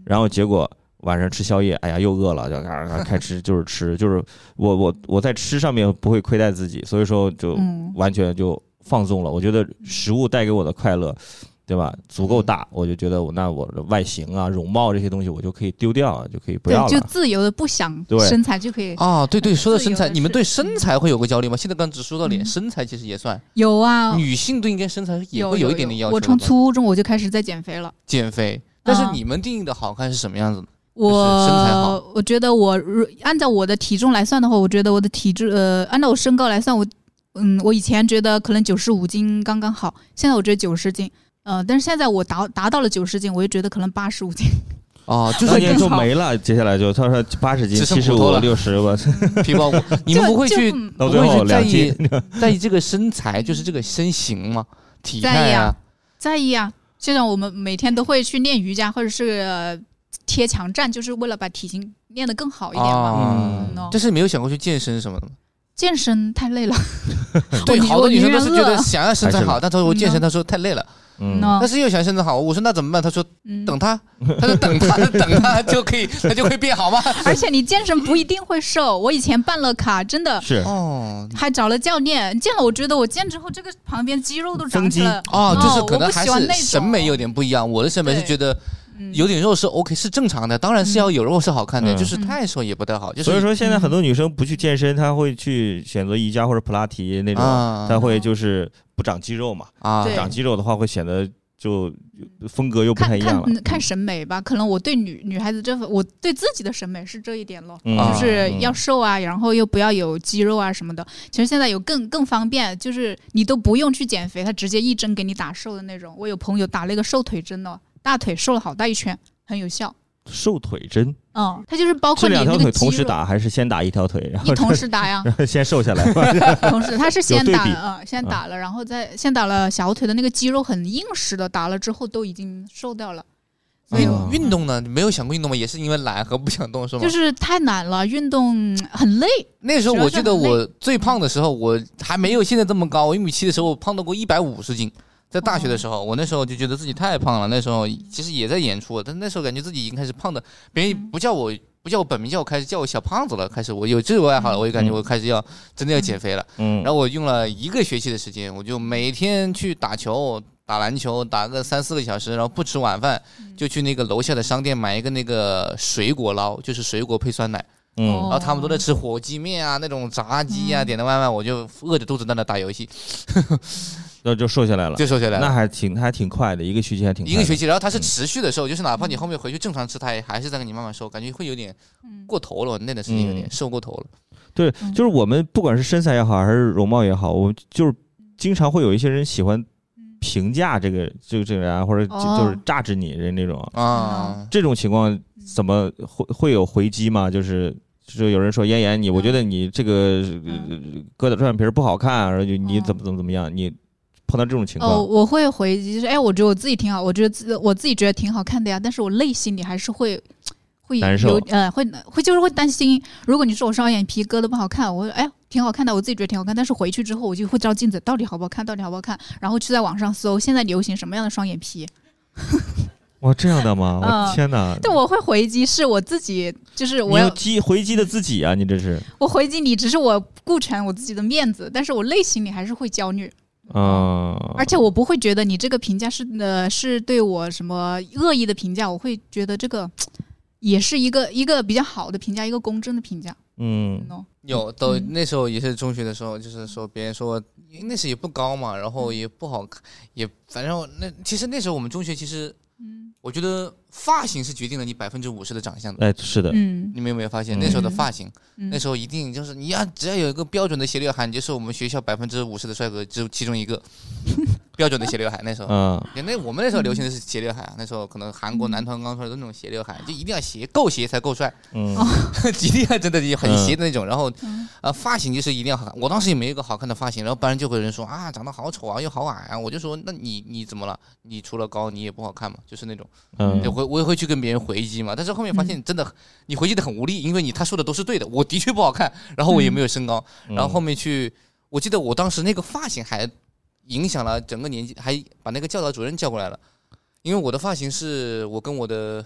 Speaker 2: 然后结果晚上吃宵夜，哎呀又饿了，就咔咔咔开吃，就是吃，就是我我我在吃上面不会亏待自己，所以说就
Speaker 4: 嗯
Speaker 2: 完全就放纵了。我觉得食物带给我的快乐。对吧？足够大，我就觉得我那我的外形啊、容貌这些东西，我就可以丢掉啊，就可以不
Speaker 4: 对
Speaker 2: 要，
Speaker 4: 就
Speaker 2: 了。
Speaker 4: 自由的不想
Speaker 2: 对
Speaker 4: 身材就可以。
Speaker 3: 哦，对对，说到身
Speaker 4: 自由
Speaker 3: 材，
Speaker 4: 的
Speaker 3: 你们
Speaker 4: 是
Speaker 3: 对身材会有个焦虑吗？现在刚只说到脸，
Speaker 4: 嗯
Speaker 3: 身材其实也算，
Speaker 4: 有啊，
Speaker 3: 女性对应该身材嗯也
Speaker 4: 有
Speaker 3: 会
Speaker 4: 有
Speaker 3: 一点点要求吧。
Speaker 4: 我从初中我就开始在减肥了。
Speaker 3: 减肥，但是
Speaker 4: 啊
Speaker 3: 你们定义的好看是什么样子呢？
Speaker 4: 我
Speaker 3: 身材好
Speaker 4: 我觉得我如按照我的体重来算的话，我觉得我的体质呃，按照我身高来算，我嗯，我以前觉得可能九十五斤刚刚好，现在我觉得九十斤，呃，但是现在我达达到了九十斤，我就觉得可能八十五斤，
Speaker 3: 哦，就
Speaker 2: 当
Speaker 3: 是
Speaker 2: 年
Speaker 4: 更
Speaker 2: 就
Speaker 4: 好
Speaker 2: 没了，接下来就他说八十斤、
Speaker 3: 只剩
Speaker 2: 七十
Speaker 3: 骨
Speaker 2: 五
Speaker 3: 头、了
Speaker 2: 六十吧， <laughs>
Speaker 3: 皮包骨，你们
Speaker 4: 就
Speaker 3: 不会
Speaker 4: 就
Speaker 3: 去
Speaker 4: 嗯
Speaker 2: 到
Speaker 3: 不
Speaker 2: 最
Speaker 3: 会
Speaker 2: 后
Speaker 3: 去在
Speaker 2: 两斤
Speaker 3: 意
Speaker 2: <laughs>
Speaker 3: 在意这个身材，就是这个身形吗？体
Speaker 4: 在
Speaker 3: 态
Speaker 4: 意
Speaker 3: 啊
Speaker 4: 啊，在意啊，就像我们每天都会去练瑜伽或者是、呃贴墙站，就是为了把体型练得更好一点嘛。
Speaker 3: 啊
Speaker 2: 嗯，
Speaker 4: 喏
Speaker 3: 但是没有想过去健身什么的吗？
Speaker 4: 健身太
Speaker 3: <laughs>
Speaker 4: 累了，
Speaker 3: 对，
Speaker 4: 我
Speaker 3: 好多
Speaker 4: 哦我
Speaker 3: 女生
Speaker 4: 宁
Speaker 3: 都
Speaker 4: 愿
Speaker 3: 是觉得
Speaker 4: 饿
Speaker 3: 想要身材
Speaker 2: 还
Speaker 3: 好，
Speaker 2: 是
Speaker 3: 但她说我健身，
Speaker 4: 嗯
Speaker 3: 她说太累了，
Speaker 2: 嗯，
Speaker 4: 喏
Speaker 3: 但是又想身材好。我说那怎么办？她说
Speaker 4: 嗯
Speaker 3: 等她，她说等她，等她就可以，她就会
Speaker 2: <laughs>
Speaker 3: 变好吗？
Speaker 4: 呃而且你健身不一定
Speaker 3: <laughs>
Speaker 4: 会瘦，我以前办了卡，真的
Speaker 2: 是
Speaker 3: 哦
Speaker 4: 还找了教练，健了，我觉得我健之后这个旁边肌肉都长起来了。
Speaker 3: 哦，就是可
Speaker 4: 我
Speaker 3: 能
Speaker 4: 不
Speaker 3: 还
Speaker 4: 喜欢
Speaker 3: 是
Speaker 4: 那种
Speaker 3: 审美有点不一样。我的审美是
Speaker 4: 对
Speaker 3: 觉得
Speaker 4: 嗯
Speaker 3: 有点肉是 OK，是正常的，当然是要有肉是好看的，
Speaker 2: 嗯
Speaker 3: 就是太瘦也不太好。就是
Speaker 2: 所以说
Speaker 4: 嗯
Speaker 2: 现在很多女生不去健身，她会去选择瑜伽或者普拉提那种，
Speaker 3: 啊
Speaker 2: 她会就是不长肌肉嘛，
Speaker 3: 啊，
Speaker 4: 对
Speaker 2: 长肌肉的话会显得就风格又不太
Speaker 4: 看
Speaker 2: 一
Speaker 4: 看
Speaker 2: 样了。
Speaker 4: 嗯看审美吧，可能我对女女孩子这份，我对自己的审美是这一点咯，
Speaker 2: 嗯
Speaker 4: 就是
Speaker 2: 嗯
Speaker 4: 要瘦啊，然后又不要有肌肉啊什么的。其实现在有更更方便，就是你都不用去减肥，他直接一针给你打瘦的那种。我有朋友打了一个瘦腿针哦，大腿瘦了好大一圈，很有效。
Speaker 2: 瘦腿针，
Speaker 4: 嗯，它就是包
Speaker 2: 是
Speaker 4: 括你
Speaker 2: 两条
Speaker 4: 那
Speaker 2: 腿
Speaker 4: 个肌
Speaker 2: 同
Speaker 4: 肉，
Speaker 2: 时打还是先打一条腿，然
Speaker 4: 你
Speaker 2: 后
Speaker 4: 同时
Speaker 2: <laughs>
Speaker 4: 打呀，
Speaker 2: 然后先瘦下来？
Speaker 4: <laughs> 同时，他是先
Speaker 2: 对
Speaker 4: 打
Speaker 2: 比
Speaker 4: 了，嗯，先打了，然后再先打了小腿的那个肌肉很硬实的，打了之后都已经瘦掉了，所以
Speaker 3: 运
Speaker 2: 哎呦
Speaker 3: 运动呢，你没有想过运动吗？也是因为懒和不想动是吗？
Speaker 4: 就是太难了，运动嗯很累。
Speaker 3: 那时候
Speaker 4: 主要
Speaker 3: 我
Speaker 4: 是
Speaker 3: 记得
Speaker 4: 很累
Speaker 3: 我最胖的时候，我还没有现在这么高，我一米七的时候，我胖到过一百五十斤。在大学的时候，我那时候就觉得自己太胖了。那时候其实也在演出，但那时候感觉自己已经开始胖的，别人不叫我不叫我本名，叫我开始叫我小胖子了。开始我有这种爱好了，我就感觉我开始要真的要减肥了。
Speaker 2: 嗯，
Speaker 3: 然后我用了一个学期的时间，我就每天去打球、打篮球，打个三四个小时，然后不吃晚饭，就去那个楼下的商店买一个那个水果捞，就是水果配酸奶。
Speaker 2: 嗯
Speaker 4: 哦
Speaker 3: 然后他们都在吃火鸡面啊，那种炸鸡
Speaker 2: 哦
Speaker 3: 啊，
Speaker 4: 嗯
Speaker 3: 点的外卖，我就饿着肚子在那打游戏，
Speaker 2: 那就瘦下来了。
Speaker 3: 就瘦下来
Speaker 2: 嗯那
Speaker 3: 了。
Speaker 2: 还挺还挺快的，一个学期还挺快
Speaker 3: 一
Speaker 2: 的嗯
Speaker 3: 个学期，然后它是持续的瘦，就是哪怕你后面回去正常吃，它也还是在给你慢慢瘦，感觉会有点过头了。那段时间有点
Speaker 2: 嗯
Speaker 3: 瘦过头了。
Speaker 2: 对，
Speaker 4: 嗯
Speaker 2: 就是我们不管是身材也好，还是容貌也好，我们就是经常会有一些人喜欢评价这个这个这个人啊，或者就
Speaker 4: 嗯哦嗯
Speaker 2: 就是榨着你人那种啊。
Speaker 3: 啊，
Speaker 2: 这种情况怎么会会有回击吗？就是。就有人说妍妍你，我觉得你这个
Speaker 4: 嗯
Speaker 2: 呃疙瘩双眼皮儿不好看，然后就你
Speaker 4: 嗯
Speaker 2: 怎么怎么怎么样，你碰到这种情
Speaker 4: 哦，
Speaker 2: 况，
Speaker 4: 我会回击，就是哎，我觉得我自己挺好，我觉得自我自己觉得挺好看的呀，但是我内心里还是会会
Speaker 2: 难
Speaker 4: 有
Speaker 2: 受
Speaker 4: 呃，会会就是会担心，如果你说我双眼皮割的不好看，我哎挺好看的，我自己觉得挺好看，但是回去之后我就会照镜子，到底好不好看，到底好不好看，然后去在网上搜现在流行什么样的双眼
Speaker 2: 嗯
Speaker 4: 皮，
Speaker 2: 哇，这样的吗？我
Speaker 4: <laughs> 嗯
Speaker 2: 天哪！
Speaker 4: 但我会回击，是我自己就是
Speaker 2: 你
Speaker 4: 我
Speaker 2: 有
Speaker 4: 要
Speaker 2: 击回击的自己啊，你这是
Speaker 4: 我回击你，只是我顾全我自己的面子，但是我内心里还是会焦虑。
Speaker 2: 啊，
Speaker 4: 哦而且我不会觉得你这个评价是呃是对我什么恶意的评价，我会觉得这个也是一个一个比较好的评价，一个公正的评价。
Speaker 2: 嗯，
Speaker 4: no，
Speaker 3: 有都
Speaker 4: 嗯
Speaker 3: 那时候也是中学的时候，就是说别人说哎那时也不高嘛，然后也不好看，也反正那其实那时候我们中学其实，
Speaker 4: 嗯
Speaker 3: 我觉得发型是决定了你百分之五十的长相的。
Speaker 2: 哎，是的，
Speaker 4: 嗯
Speaker 3: 你们有没有发现
Speaker 2: 嗯
Speaker 3: 那时候的发型？
Speaker 4: 嗯
Speaker 3: 那时候一定就是你要只要有一个标准的斜刘海，你就是我们学校百分之五十的帅哥只有其中一
Speaker 4: <laughs>
Speaker 3: 个标准的斜刘海。那时候，
Speaker 2: 嗯，
Speaker 3: 也那我们那时候流行的是斜刘海啊，那时候可能韩
Speaker 4: 嗯
Speaker 3: 国男团刚出来的那种斜刘海，就一定要斜够斜才够帅， <laughs>
Speaker 2: 嗯
Speaker 4: 哦
Speaker 3: 一定要真的很斜的那种。然后
Speaker 4: 嗯
Speaker 3: 呃，发型就是一定要好看。我当时也没有一个好看的发型，然后班上就会有人说啊，长得好丑啊，又好矮啊。我就说，那你你怎么了？你除了高，你也不好看嘛，就是那种。
Speaker 2: 嗯
Speaker 3: 哎对，我我也会去跟别人回击嘛。但是后面发现真的，你回击的很无力，因为你他说的都是对的，我的确不好看，然后我也没有身高，
Speaker 2: 嗯
Speaker 3: 然后后面去，我记得我当时那个发型还影响了整个年纪，还把那个教导主任叫过来了，因为我的发型是我跟我的。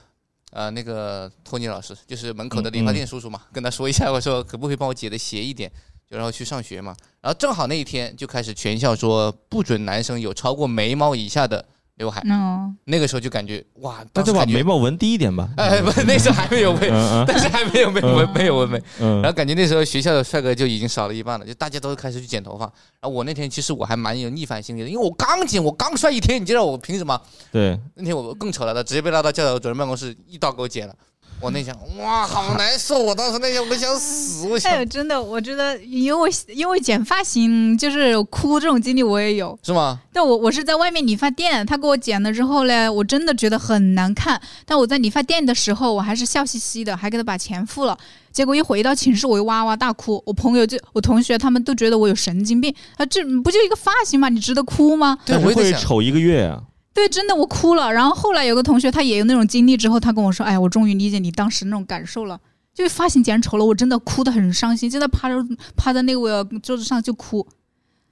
Speaker 3: 呃，那个托尼老师就是门口的
Speaker 2: 嗯
Speaker 3: 理发店叔叔嘛，跟他说一下，我说可不可以帮我解的斜一点，就然后去上学嘛。然后正好那一天就开始全校说不准男生有超过眉毛以下的刘海，
Speaker 4: no，
Speaker 3: 那个时候就感觉哇，
Speaker 2: 那
Speaker 3: 当时
Speaker 2: 就把
Speaker 3: 感觉
Speaker 2: 眉毛纹低一点吧。
Speaker 3: 哎，不，那时候还没有纹，
Speaker 2: 嗯
Speaker 3: 但是还没有没有纹，没有纹眉。
Speaker 2: 嗯
Speaker 3: 然后
Speaker 2: 嗯
Speaker 3: 感觉那时候学校的帅哥就已经少了一半了，就大家都开始去剪头发。然后我那天其实我还蛮有逆反心理的，因为我刚剪，我刚帅一天，你知道我凭什么？
Speaker 2: 对，
Speaker 3: 那天我更丑了的，直接被拉到教导主任办公室一刀给我剪了。我那想，
Speaker 2: 嗯
Speaker 3: 哇，好难受！我当时那想，我想死，我想
Speaker 4: 哎呦，真的，我觉得因为因为剪发型就是哭这种经历我也有，
Speaker 3: 是吗？
Speaker 4: 但我我是在外面理发店，他给我剪了之后嘞，我真的觉得很难看。但我在理发店的时候，我还是笑嘻嘻的，还给他把钱付了。结果一回到寝室，我又哇哇大哭。我朋友就我同学他们都觉得我有神经病啊，这不就一个发型嘛，你值得哭吗？
Speaker 3: 对，
Speaker 2: 但
Speaker 3: 我
Speaker 2: 是
Speaker 3: 也在
Speaker 2: 会
Speaker 3: 想，
Speaker 2: 丑一个月啊。
Speaker 4: 对，真的我哭了。然后后来有个同学他也有那种经历之后，他跟我说：“哎，我终于理解你当时那种感受了。”就是发型剪丑了，我真的哭得很伤心，真的趴着趴在那个桌子上就哭。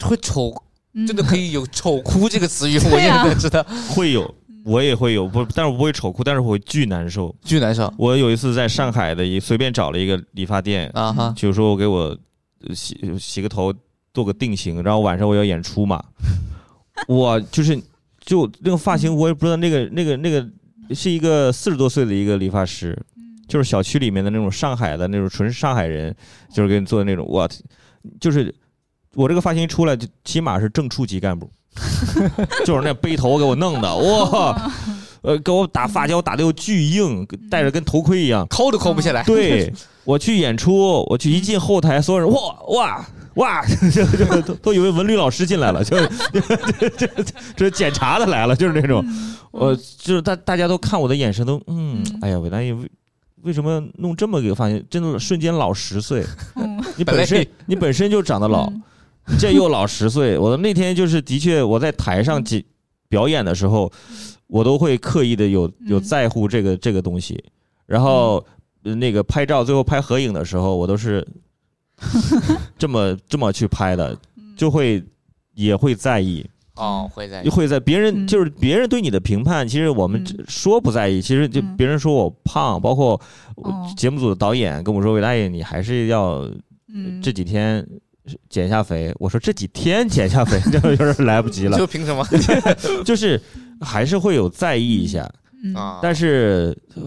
Speaker 3: 会丑，
Speaker 4: 嗯，
Speaker 3: 真的可以有“丑哭”这个词语，我
Speaker 4: 对
Speaker 3: 也
Speaker 4: 啊
Speaker 3: 知道，
Speaker 2: 会有，我也会有，不，但是我不会丑哭，但是我会 <laughs> 巨难受。
Speaker 3: 巨难受
Speaker 2: 我有一次在上海的一随便找了一个理发店，
Speaker 3: 啊哈！
Speaker 2: 比如说我给我呃洗洗个头，做个定型，然后晚上我要演出嘛，我就是就那个发型，我也不知道那个那个那个是一个四十多岁的一个理发师，就是小区里面的那种上海的那种纯上海人，就是给你做的那种，我就是我这个发型一出来就起码是正处级干部，就是那背头给我弄的，哇，呃，给我打发胶打的又巨硬，戴着跟头盔一样。
Speaker 3: 抠都抠不下
Speaker 2: 嗯
Speaker 3: 来，
Speaker 2: 对我去演出，我去一进后台，所有人哇哇哇，就就都都以为文旅老师进来了，就这这这检查的来了，就是那种，我就是大大家都看我的眼神都嗯
Speaker 4: 嗯，
Speaker 2: 哎呀，伟大爷为为什么弄这么个发型？真的瞬间老十岁，
Speaker 4: 嗯
Speaker 2: 你
Speaker 3: 本来
Speaker 2: 本身你本身就长得老，
Speaker 4: 嗯
Speaker 2: 这又老十岁。我那天就是的确，我在台上几表演的时候，我都会刻意的有有
Speaker 4: 嗯
Speaker 2: 在乎这个这个东西。然后呃那个拍照，最后拍合影的时候，我都
Speaker 4: <laughs>
Speaker 2: 是这么这么去拍的，就会也会在意，
Speaker 3: 哦，会在
Speaker 2: 会在别人
Speaker 4: 嗯
Speaker 2: 就是别人对你的评判，其实我们
Speaker 4: 嗯
Speaker 2: 只说不在意，其实就
Speaker 4: 嗯
Speaker 2: 别人说我胖，包括我
Speaker 4: 哦
Speaker 2: 节目组的导演跟我说：“魏大爷，你还是要
Speaker 4: 嗯，
Speaker 2: 这几天减一下肥，我说这几天减一下肥， <laughs> 就有点来不及了
Speaker 3: 就，凭什么
Speaker 2: 嗯就是还是会有在意一下，
Speaker 4: 嗯
Speaker 3: 啊？
Speaker 2: 但是呃